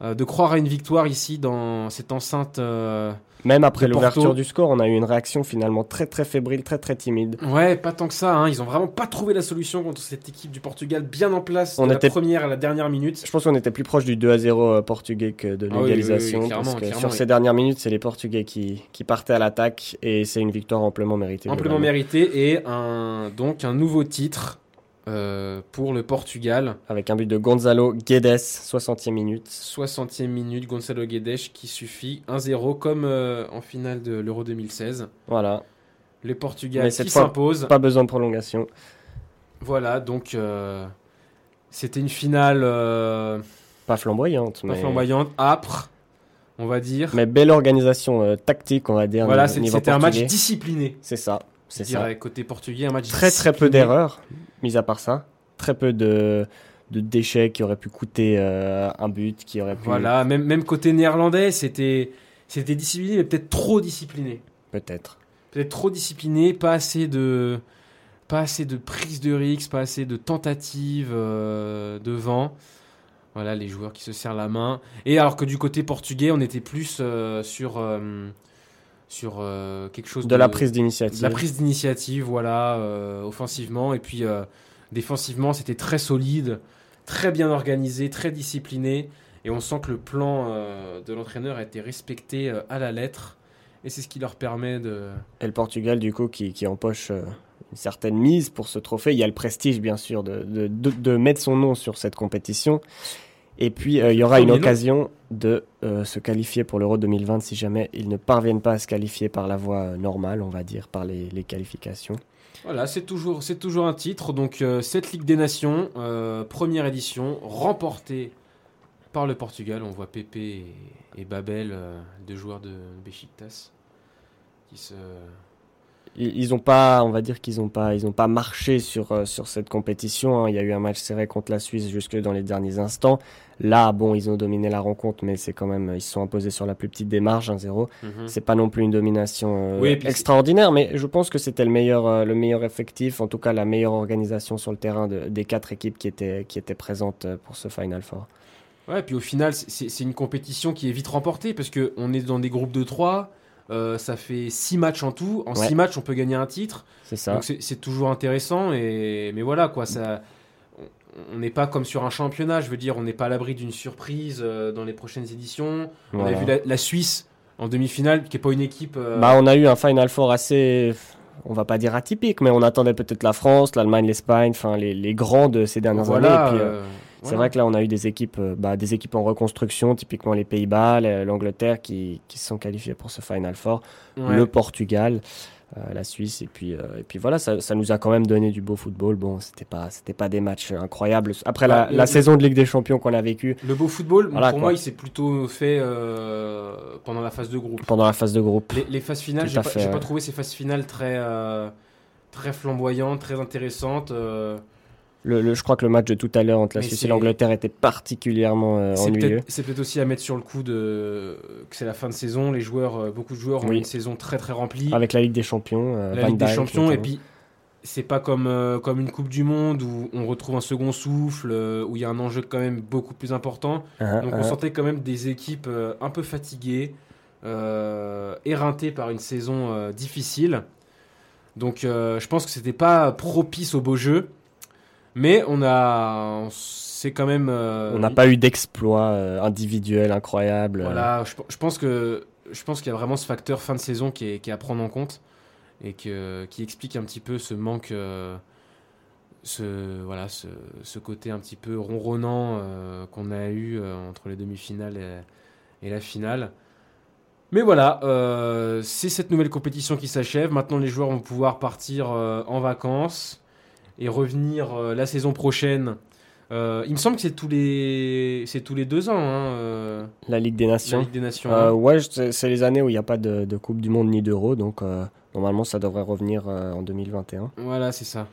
[SPEAKER 1] euh, de croire à une victoire ici dans cette enceinte. euh,
[SPEAKER 2] Même après
[SPEAKER 1] de Porto.
[SPEAKER 2] l'ouverture du score, on a eu une réaction finalement très très fébrile, très très timide.
[SPEAKER 1] Ouais, pas tant que ça. hein. Ils ont vraiment pas trouvé la solution contre cette équipe du Portugal bien en place
[SPEAKER 2] On
[SPEAKER 1] de
[SPEAKER 2] était-
[SPEAKER 1] la première à la dernière minute.
[SPEAKER 2] Je pense qu'on était plus proche du 2 à 0 euh, portugais que de
[SPEAKER 1] Ah oui,
[SPEAKER 2] l'égalisation.
[SPEAKER 1] oui, oui, clairement,
[SPEAKER 2] parce que
[SPEAKER 1] clairement,
[SPEAKER 2] sur
[SPEAKER 1] oui.
[SPEAKER 2] ces dernières minutes, c'est les Portugais qui, qui partaient à l'attaque et c'est une victoire amplement méritée.
[SPEAKER 1] Amplement
[SPEAKER 2] globalement.
[SPEAKER 1] mérité et un donc un nouveau titre euh, pour le Portugal.
[SPEAKER 2] Avec un but de Gonzalo Guedes, 60e minute.
[SPEAKER 1] 60e minute, Gonzalo Guedes qui suffit 1-0 comme euh, en finale de l'Euro 2016.
[SPEAKER 2] Voilà,
[SPEAKER 1] Le Portugal
[SPEAKER 2] Mais cette
[SPEAKER 1] qui
[SPEAKER 2] fois-
[SPEAKER 1] s'impose.
[SPEAKER 2] pas besoin de prolongation.
[SPEAKER 1] Voilà, donc euh, c'était une finale euh,
[SPEAKER 2] Pas flamboyante,
[SPEAKER 1] pas
[SPEAKER 2] mais,
[SPEAKER 1] flamboyante, âpre, on va dire.
[SPEAKER 2] mais belle organisation euh, tactique, on va dire.
[SPEAKER 1] voilà,
[SPEAKER 2] niveau-
[SPEAKER 1] c'est-
[SPEAKER 2] niveau
[SPEAKER 1] c'était un match
[SPEAKER 2] portugais.
[SPEAKER 1] discipliné.
[SPEAKER 2] C'est ça, c'est
[SPEAKER 1] je
[SPEAKER 2] ça.
[SPEAKER 1] dirais, côté portugais, un match
[SPEAKER 2] Très très peu
[SPEAKER 1] discipliné.
[SPEAKER 2] d'erreurs, mis à part ça. Très peu de, de déchets qui auraient pu coûter euh, un but, qui auraient pu
[SPEAKER 1] Voilà, même, même côté néerlandais, c'était c'était discipliné, mais peut-être trop discipliné.
[SPEAKER 2] peut-être.
[SPEAKER 1] Peut-être trop discipliné, pas assez de pas assez de prise de risque, pas assez de tentatives euh, devant. Voilà, les joueurs qui se serrent la main. Et alors que du côté portugais, on était plus euh, sur euh, sur euh, quelque chose
[SPEAKER 2] De, la prise d'initiative.
[SPEAKER 1] de la prise d'initiative, voilà, euh, offensivement. Et puis euh, défensivement, c'était très solide, très bien organisé, très discipliné. Et on sent que le plan euh, de l'entraîneur a été respecté euh, à la lettre. Et c'est ce qui leur permet de.
[SPEAKER 2] Et le Portugal, du coup, qui, qui empoche euh, une certaine mise pour ce trophée. Il y a le prestige, bien sûr, de, de, de- de mettre son nom sur cette compétition. Et puis, euh, il y aura une
[SPEAKER 1] premier nom.
[SPEAKER 2] occasion de euh, se qualifier pour l'Euro 2020 si jamais ils ne parviennent pas à se qualifier par la voie euh, normale, on va dire, par les, les qualifications.
[SPEAKER 1] Voilà, c'est toujours, c'est toujours un titre. Donc, euh, cette Ligue des Nations, euh, première édition, remportée par le Portugal. On voit Pepe et, et Babel, euh, deux joueurs de Besiktas, qui se.
[SPEAKER 2] Ils ils ont pas, on va dire qu'ils ont pas, ils ont pas marché sur euh, sur cette compétition. hein. Il y a eu un match serré contre la Suisse jusque dans les derniers instants. Là, bon, ils ont dominé la rencontre, mais c'est quand même, ils se sont imposés sur la plus petite des marges, 1-0.
[SPEAKER 1] Mhm.
[SPEAKER 2] C'est pas non plus une domination euh,
[SPEAKER 1] Oui, et puis
[SPEAKER 2] extraordinaire, mais je pense que c'était le meilleur, euh, le meilleur effectif, en tout cas la meilleure organisation sur le terrain de- des quatre équipes qui étaient qui étaient présentes euh, pour ce final four.
[SPEAKER 1] Ouais, puis au final, c'est- c'est c'est une compétition qui est vite remportée parce que on est dans des groupes de 3. ça fait 6 matchs en tout. En
[SPEAKER 2] Ouais.
[SPEAKER 1] 6 matchs, on peut gagner un titre.
[SPEAKER 2] C'est ça.
[SPEAKER 1] Donc c'est- c'est toujours intéressant. Et, mais voilà, quoi. Ça, on- on n'est pas comme sur un championnat. Je veux dire, on n'est pas à l'abri d'une surprise euh, dans les prochaines éditions. On
[SPEAKER 2] Voilà.
[SPEAKER 1] a vu la, la Suisse en demi-finale, qui n'est pas une équipe. euh,
[SPEAKER 2] Bah, on a eu un Final Four assez, on va pas dire atypique, mais on attendait peut-être la France, l'Allemagne, l'Espagne, enfin les, les grands de ces dernières
[SPEAKER 1] voilà,
[SPEAKER 2] années. Et puis, euh,
[SPEAKER 1] euh,
[SPEAKER 2] C'est
[SPEAKER 1] Voilà.
[SPEAKER 2] vrai que là, on a eu des équipes, euh, bah, des équipes en reconstruction, typiquement les Pays-Bas, la- l'Angleterre qui, qui se sont qualifiées pour ce Final Four,
[SPEAKER 1] Ouais.
[SPEAKER 2] le Portugal, euh, la Suisse, et puis, euh, et puis voilà, ça, ça nous a quand même donné du beau football. Bon, c'était pas, c'était pas des matchs incroyables. Après la,
[SPEAKER 1] Ouais, le-
[SPEAKER 2] la
[SPEAKER 1] le-
[SPEAKER 2] saison de Ligue des Champions qu'on a vécue
[SPEAKER 1] Le beau football,
[SPEAKER 2] Voilà,
[SPEAKER 1] pour
[SPEAKER 2] quoi.
[SPEAKER 1] moi, il s'est plutôt fait euh, pendant la phase de groupe.
[SPEAKER 2] pendant la phase de groupe.
[SPEAKER 1] Les, les phases finales,
[SPEAKER 2] Tout
[SPEAKER 1] j'ai
[SPEAKER 2] à
[SPEAKER 1] pas,
[SPEAKER 2] fait,
[SPEAKER 1] j'ai
[SPEAKER 2] ouais.
[SPEAKER 1] pas trouvé ces phases finales très, euh, très flamboyantes, très intéressantes. euh,
[SPEAKER 2] Le, le- je crois que le match de tout à l'heure entre la
[SPEAKER 1] Mais
[SPEAKER 2] Suisse
[SPEAKER 1] c'est-
[SPEAKER 2] et l'Angleterre était particulièrement euh,
[SPEAKER 1] c'est
[SPEAKER 2] ennuyeux.
[SPEAKER 1] peut-être c'est peut-être aussi à mettre sur le coup de, que c'est la fin de saison. Les joueurs, euh, beaucoup de joueurs ont
[SPEAKER 2] Oui.
[SPEAKER 1] une saison très très remplie.
[SPEAKER 2] Avec la Ligue des Champions, euh,
[SPEAKER 1] la
[SPEAKER 2] Van
[SPEAKER 1] Ligue des
[SPEAKER 2] Dijk,
[SPEAKER 1] Champions et
[SPEAKER 2] notamment.
[SPEAKER 1] puis c'est pas comme euh, comme une Coupe du Monde où on retrouve un second souffle euh, où il y a un enjeu quand même beaucoup plus important
[SPEAKER 2] Hein,
[SPEAKER 1] donc
[SPEAKER 2] hein.
[SPEAKER 1] on sentait quand même des équipes euh, un peu fatiguées euh, éreintées par une saison euh, difficile donc euh, je pense que c'était pas propice au beau jeu mais on a on s'est quand même euh,
[SPEAKER 2] On n'a pas eu d'exploit euh, individuel incroyable. euh,
[SPEAKER 1] voilà, je, je pense que je pense qu'il y a vraiment ce facteur fin de saison qui est, qui est à prendre en compte et que, qui explique un petit peu ce manque, euh, ce voilà, ce, ce côté un petit peu ronronnant euh, qu'on a eu euh, entre les demi-finales et, et la finale. Mais voilà, euh, c'est cette nouvelle compétition qui s'achève. Maintenant, les joueurs vont pouvoir partir euh, en vacances et revenir euh, la saison prochaine. Euh, il me semble que c'est tous les c'est tous les deux ans. hein, euh,
[SPEAKER 2] La Ligue des
[SPEAKER 1] la
[SPEAKER 2] Nations.
[SPEAKER 1] Ligue des Nations.
[SPEAKER 2] Euh, ouais, je- c'est- c'est les années où il n'y a pas de, de Coupe du Monde ni d'Euro, donc euh, normalement ça devrait revenir euh, en 2021.
[SPEAKER 1] Voilà, c'est ça.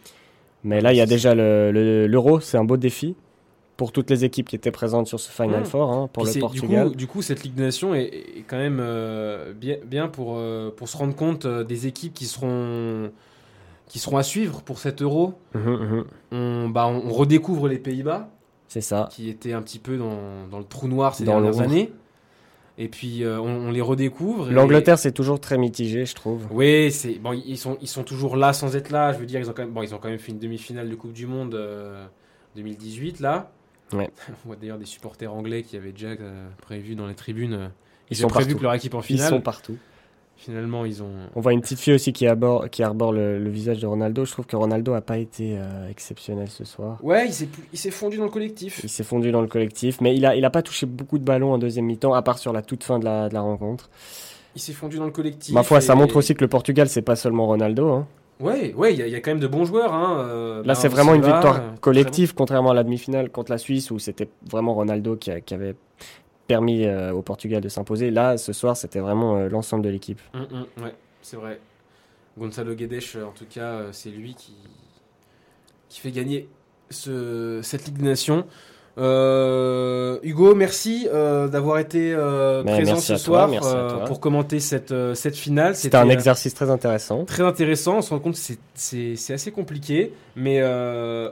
[SPEAKER 2] Mais là, il y a
[SPEAKER 1] C'est-
[SPEAKER 2] déjà le- le- l'Euro, c'est un beau défi pour toutes les équipes qui étaient présentes sur ce Final
[SPEAKER 1] Mmh.
[SPEAKER 2] Four, hein, pour
[SPEAKER 1] Puis
[SPEAKER 2] le
[SPEAKER 1] c'est- du
[SPEAKER 2] Portugal.
[SPEAKER 1] coup, du coup, cette Ligue des Nations est, est quand même euh, bien, bien pour, euh, pour se rendre compte euh, des équipes qui seront, qui seront à suivre pour cet euro.
[SPEAKER 2] Mhm, mhm.
[SPEAKER 1] On, bah, on, on redécouvre les Pays-Bas,
[SPEAKER 2] C'est ça.
[SPEAKER 1] qui étaient un petit peu dans, dans le trou noir ces
[SPEAKER 2] Dans le
[SPEAKER 1] dernières
[SPEAKER 2] rouge.
[SPEAKER 1] années. Et puis, euh, on, on les redécouvre. et-
[SPEAKER 2] L'Angleterre, c'est toujours très mitigé, je trouve.
[SPEAKER 1] Oui, c'est bon, ils sont ils sont toujours là sans être là. Je veux dire, ils ont quand même bon, ils ont quand même fait une demi-finale de Coupe du Monde euh, 2018 là.
[SPEAKER 2] Ouais.
[SPEAKER 1] On voit d'ailleurs des supporters anglais qui avaient déjà euh, prévu dans les tribunes. euh,
[SPEAKER 2] Ils
[SPEAKER 1] ils
[SPEAKER 2] sont
[SPEAKER 1] ont prévu
[SPEAKER 2] partout.
[SPEAKER 1] que leur équipe en
[SPEAKER 2] Ils
[SPEAKER 1] finale.
[SPEAKER 2] sont partout.
[SPEAKER 1] Finalement, ils ont.
[SPEAKER 2] On voit une petite fille aussi qui, arbore- qui arbore le, le visage de Ronaldo. Je trouve que Ronaldo n'a pas été euh, exceptionnel ce soir.
[SPEAKER 1] Ouais, il s'est plus- il s'est fondu dans le collectif.
[SPEAKER 2] Il s'est fondu dans le collectif, mais il a, il a pas touché beaucoup de ballons en deuxième mi-temps, à part sur la toute fin de la, de la rencontre.
[SPEAKER 1] Il s'est fondu dans le collectif.
[SPEAKER 2] Ma foi, ça
[SPEAKER 1] et-
[SPEAKER 2] montre aussi que le Portugal, c'est pas seulement Ronaldo. hein.
[SPEAKER 1] Ouais, ouais, il y, a- il y a quand même de bons joueurs. Hein. euh,
[SPEAKER 2] Là,
[SPEAKER 1] Bernardo
[SPEAKER 2] c'est vraiment une
[SPEAKER 1] Silva, euh,
[SPEAKER 2] victoire
[SPEAKER 1] très
[SPEAKER 2] collective, contrairement à la demi-finale contre la Suisse, où c'était vraiment Ronaldo qui, a- qui avait permis euh, au Portugal de s'imposer. Là, ce soir, c'était vraiment euh, l'ensemble de l'équipe.
[SPEAKER 1] bon. Hum, hum, ouais, c'est vrai. Gonzalo Guedes, euh, en tout cas, euh, c'est lui qui, qui fait gagner ce, cette Ligue des Nations. Euh, Hugo, merci euh, d'avoir été euh,
[SPEAKER 2] Mais
[SPEAKER 1] présent
[SPEAKER 2] Ben, merci
[SPEAKER 1] ce
[SPEAKER 2] à toi,
[SPEAKER 1] soir
[SPEAKER 2] merci à
[SPEAKER 1] euh,
[SPEAKER 2] toi.
[SPEAKER 1] pour commenter cette, euh, cette finale.
[SPEAKER 2] C'était un
[SPEAKER 1] euh,
[SPEAKER 2] exercice très intéressant.
[SPEAKER 1] très intéressant. On se rend compte que c'est- c'est c'est assez compliqué, mais euh,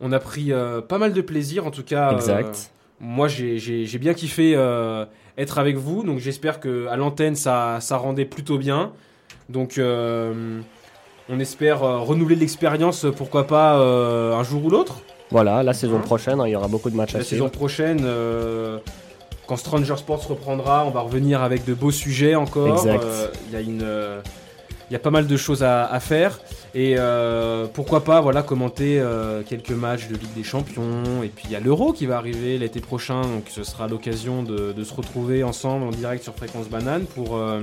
[SPEAKER 1] on a pris euh, pas mal de plaisir. En tout cas, euh,
[SPEAKER 2] Exact.
[SPEAKER 1] moi, j'ai- j'ai j'ai bien kiffé euh, être avec vous. Donc, j'espère que à l'antenne, ça, ça rendait plutôt bien. Donc, euh, on espère euh, renouveler l'expérience, pourquoi pas euh, un jour ou l'autre.
[SPEAKER 2] Voilà, la saison prochaine, hein, il y aura beaucoup de matchs à
[SPEAKER 1] Mhm. La saison
[SPEAKER 2] suivre.
[SPEAKER 1] prochaine, euh, quand Stranger Sports reprendra, on va revenir avec de beaux sujets encore.
[SPEAKER 2] Exact.
[SPEAKER 1] Euh, Il y a une. euh, il y a pas mal de choses à, à faire et euh, pourquoi pas voilà commenter euh, quelques matchs de Ligue des Champions et puis il y a l'Euro qui va arriver l'été prochain donc ce sera l'occasion de, de se retrouver ensemble en direct sur Fréquence Banane pour euh,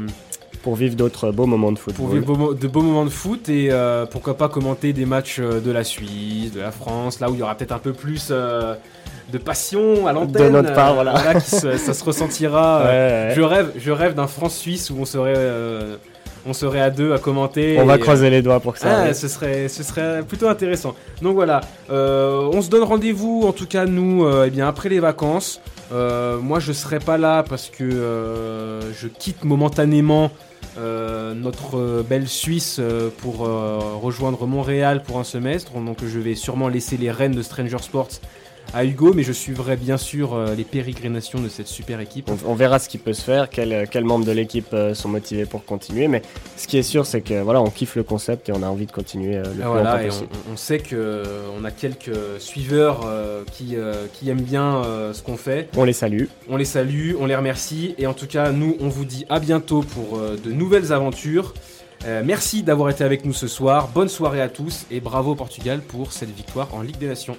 [SPEAKER 2] Pour vivre d'autres beaux moments de
[SPEAKER 1] pour
[SPEAKER 2] football.
[SPEAKER 1] vivre beau- de beaux moments de foot et euh, pourquoi pas commenter des matchs euh, de la Suisse, de la France, là où il y aura peut-être un peu plus euh, de passion à l'antenne. euh,
[SPEAKER 2] De notre part, voilà.
[SPEAKER 1] qui se- ça se ressentira.
[SPEAKER 2] Ouais,
[SPEAKER 1] euh,
[SPEAKER 2] ouais.
[SPEAKER 1] Je rêve, je rêve d'un France-Suisse où on serait, euh, on serait à deux à commenter.
[SPEAKER 2] On va
[SPEAKER 1] et, euh,
[SPEAKER 2] croiser les doigts pour que ça
[SPEAKER 1] ah,
[SPEAKER 2] arrive.
[SPEAKER 1] ce serait, ce serait plutôt intéressant. Donc voilà, euh, on se donne rendez-vous, en tout cas nous, euh, eh bien après les vacances. Euh, moi, je serai pas là parce que euh, je quitte momentanément euh, notre euh, belle Suisse euh, pour euh, rejoindre Montréal pour un semestre. Donc je vais sûrement laisser les rênes de Stranger Sports à Hugo, mais je suivrai bien sûr euh, les pérégrinations de cette super équipe.
[SPEAKER 2] On, on verra ce qui peut se faire, quels quels membres de l'équipe euh, sont motivés pour continuer, mais ce qui est sûr, c'est que voilà, on kiffe le concept et on a envie de continuer euh, le plus
[SPEAKER 1] Ah, voilà,
[SPEAKER 2] longtemps
[SPEAKER 1] et
[SPEAKER 2] possible.
[SPEAKER 1] on, on sait que euh, on a quelques suiveurs euh, qui, euh, qui aiment bien euh, ce qu'on fait.
[SPEAKER 2] On... les salue.
[SPEAKER 1] On les salue, on les remercie et en tout cas nous on vous dit à bientôt pour euh, de nouvelles aventures. Euh, merci d'avoir été avec nous ce soir, bonne soirée à tous et bravo au Portugal pour cette victoire en Ligue des Nations.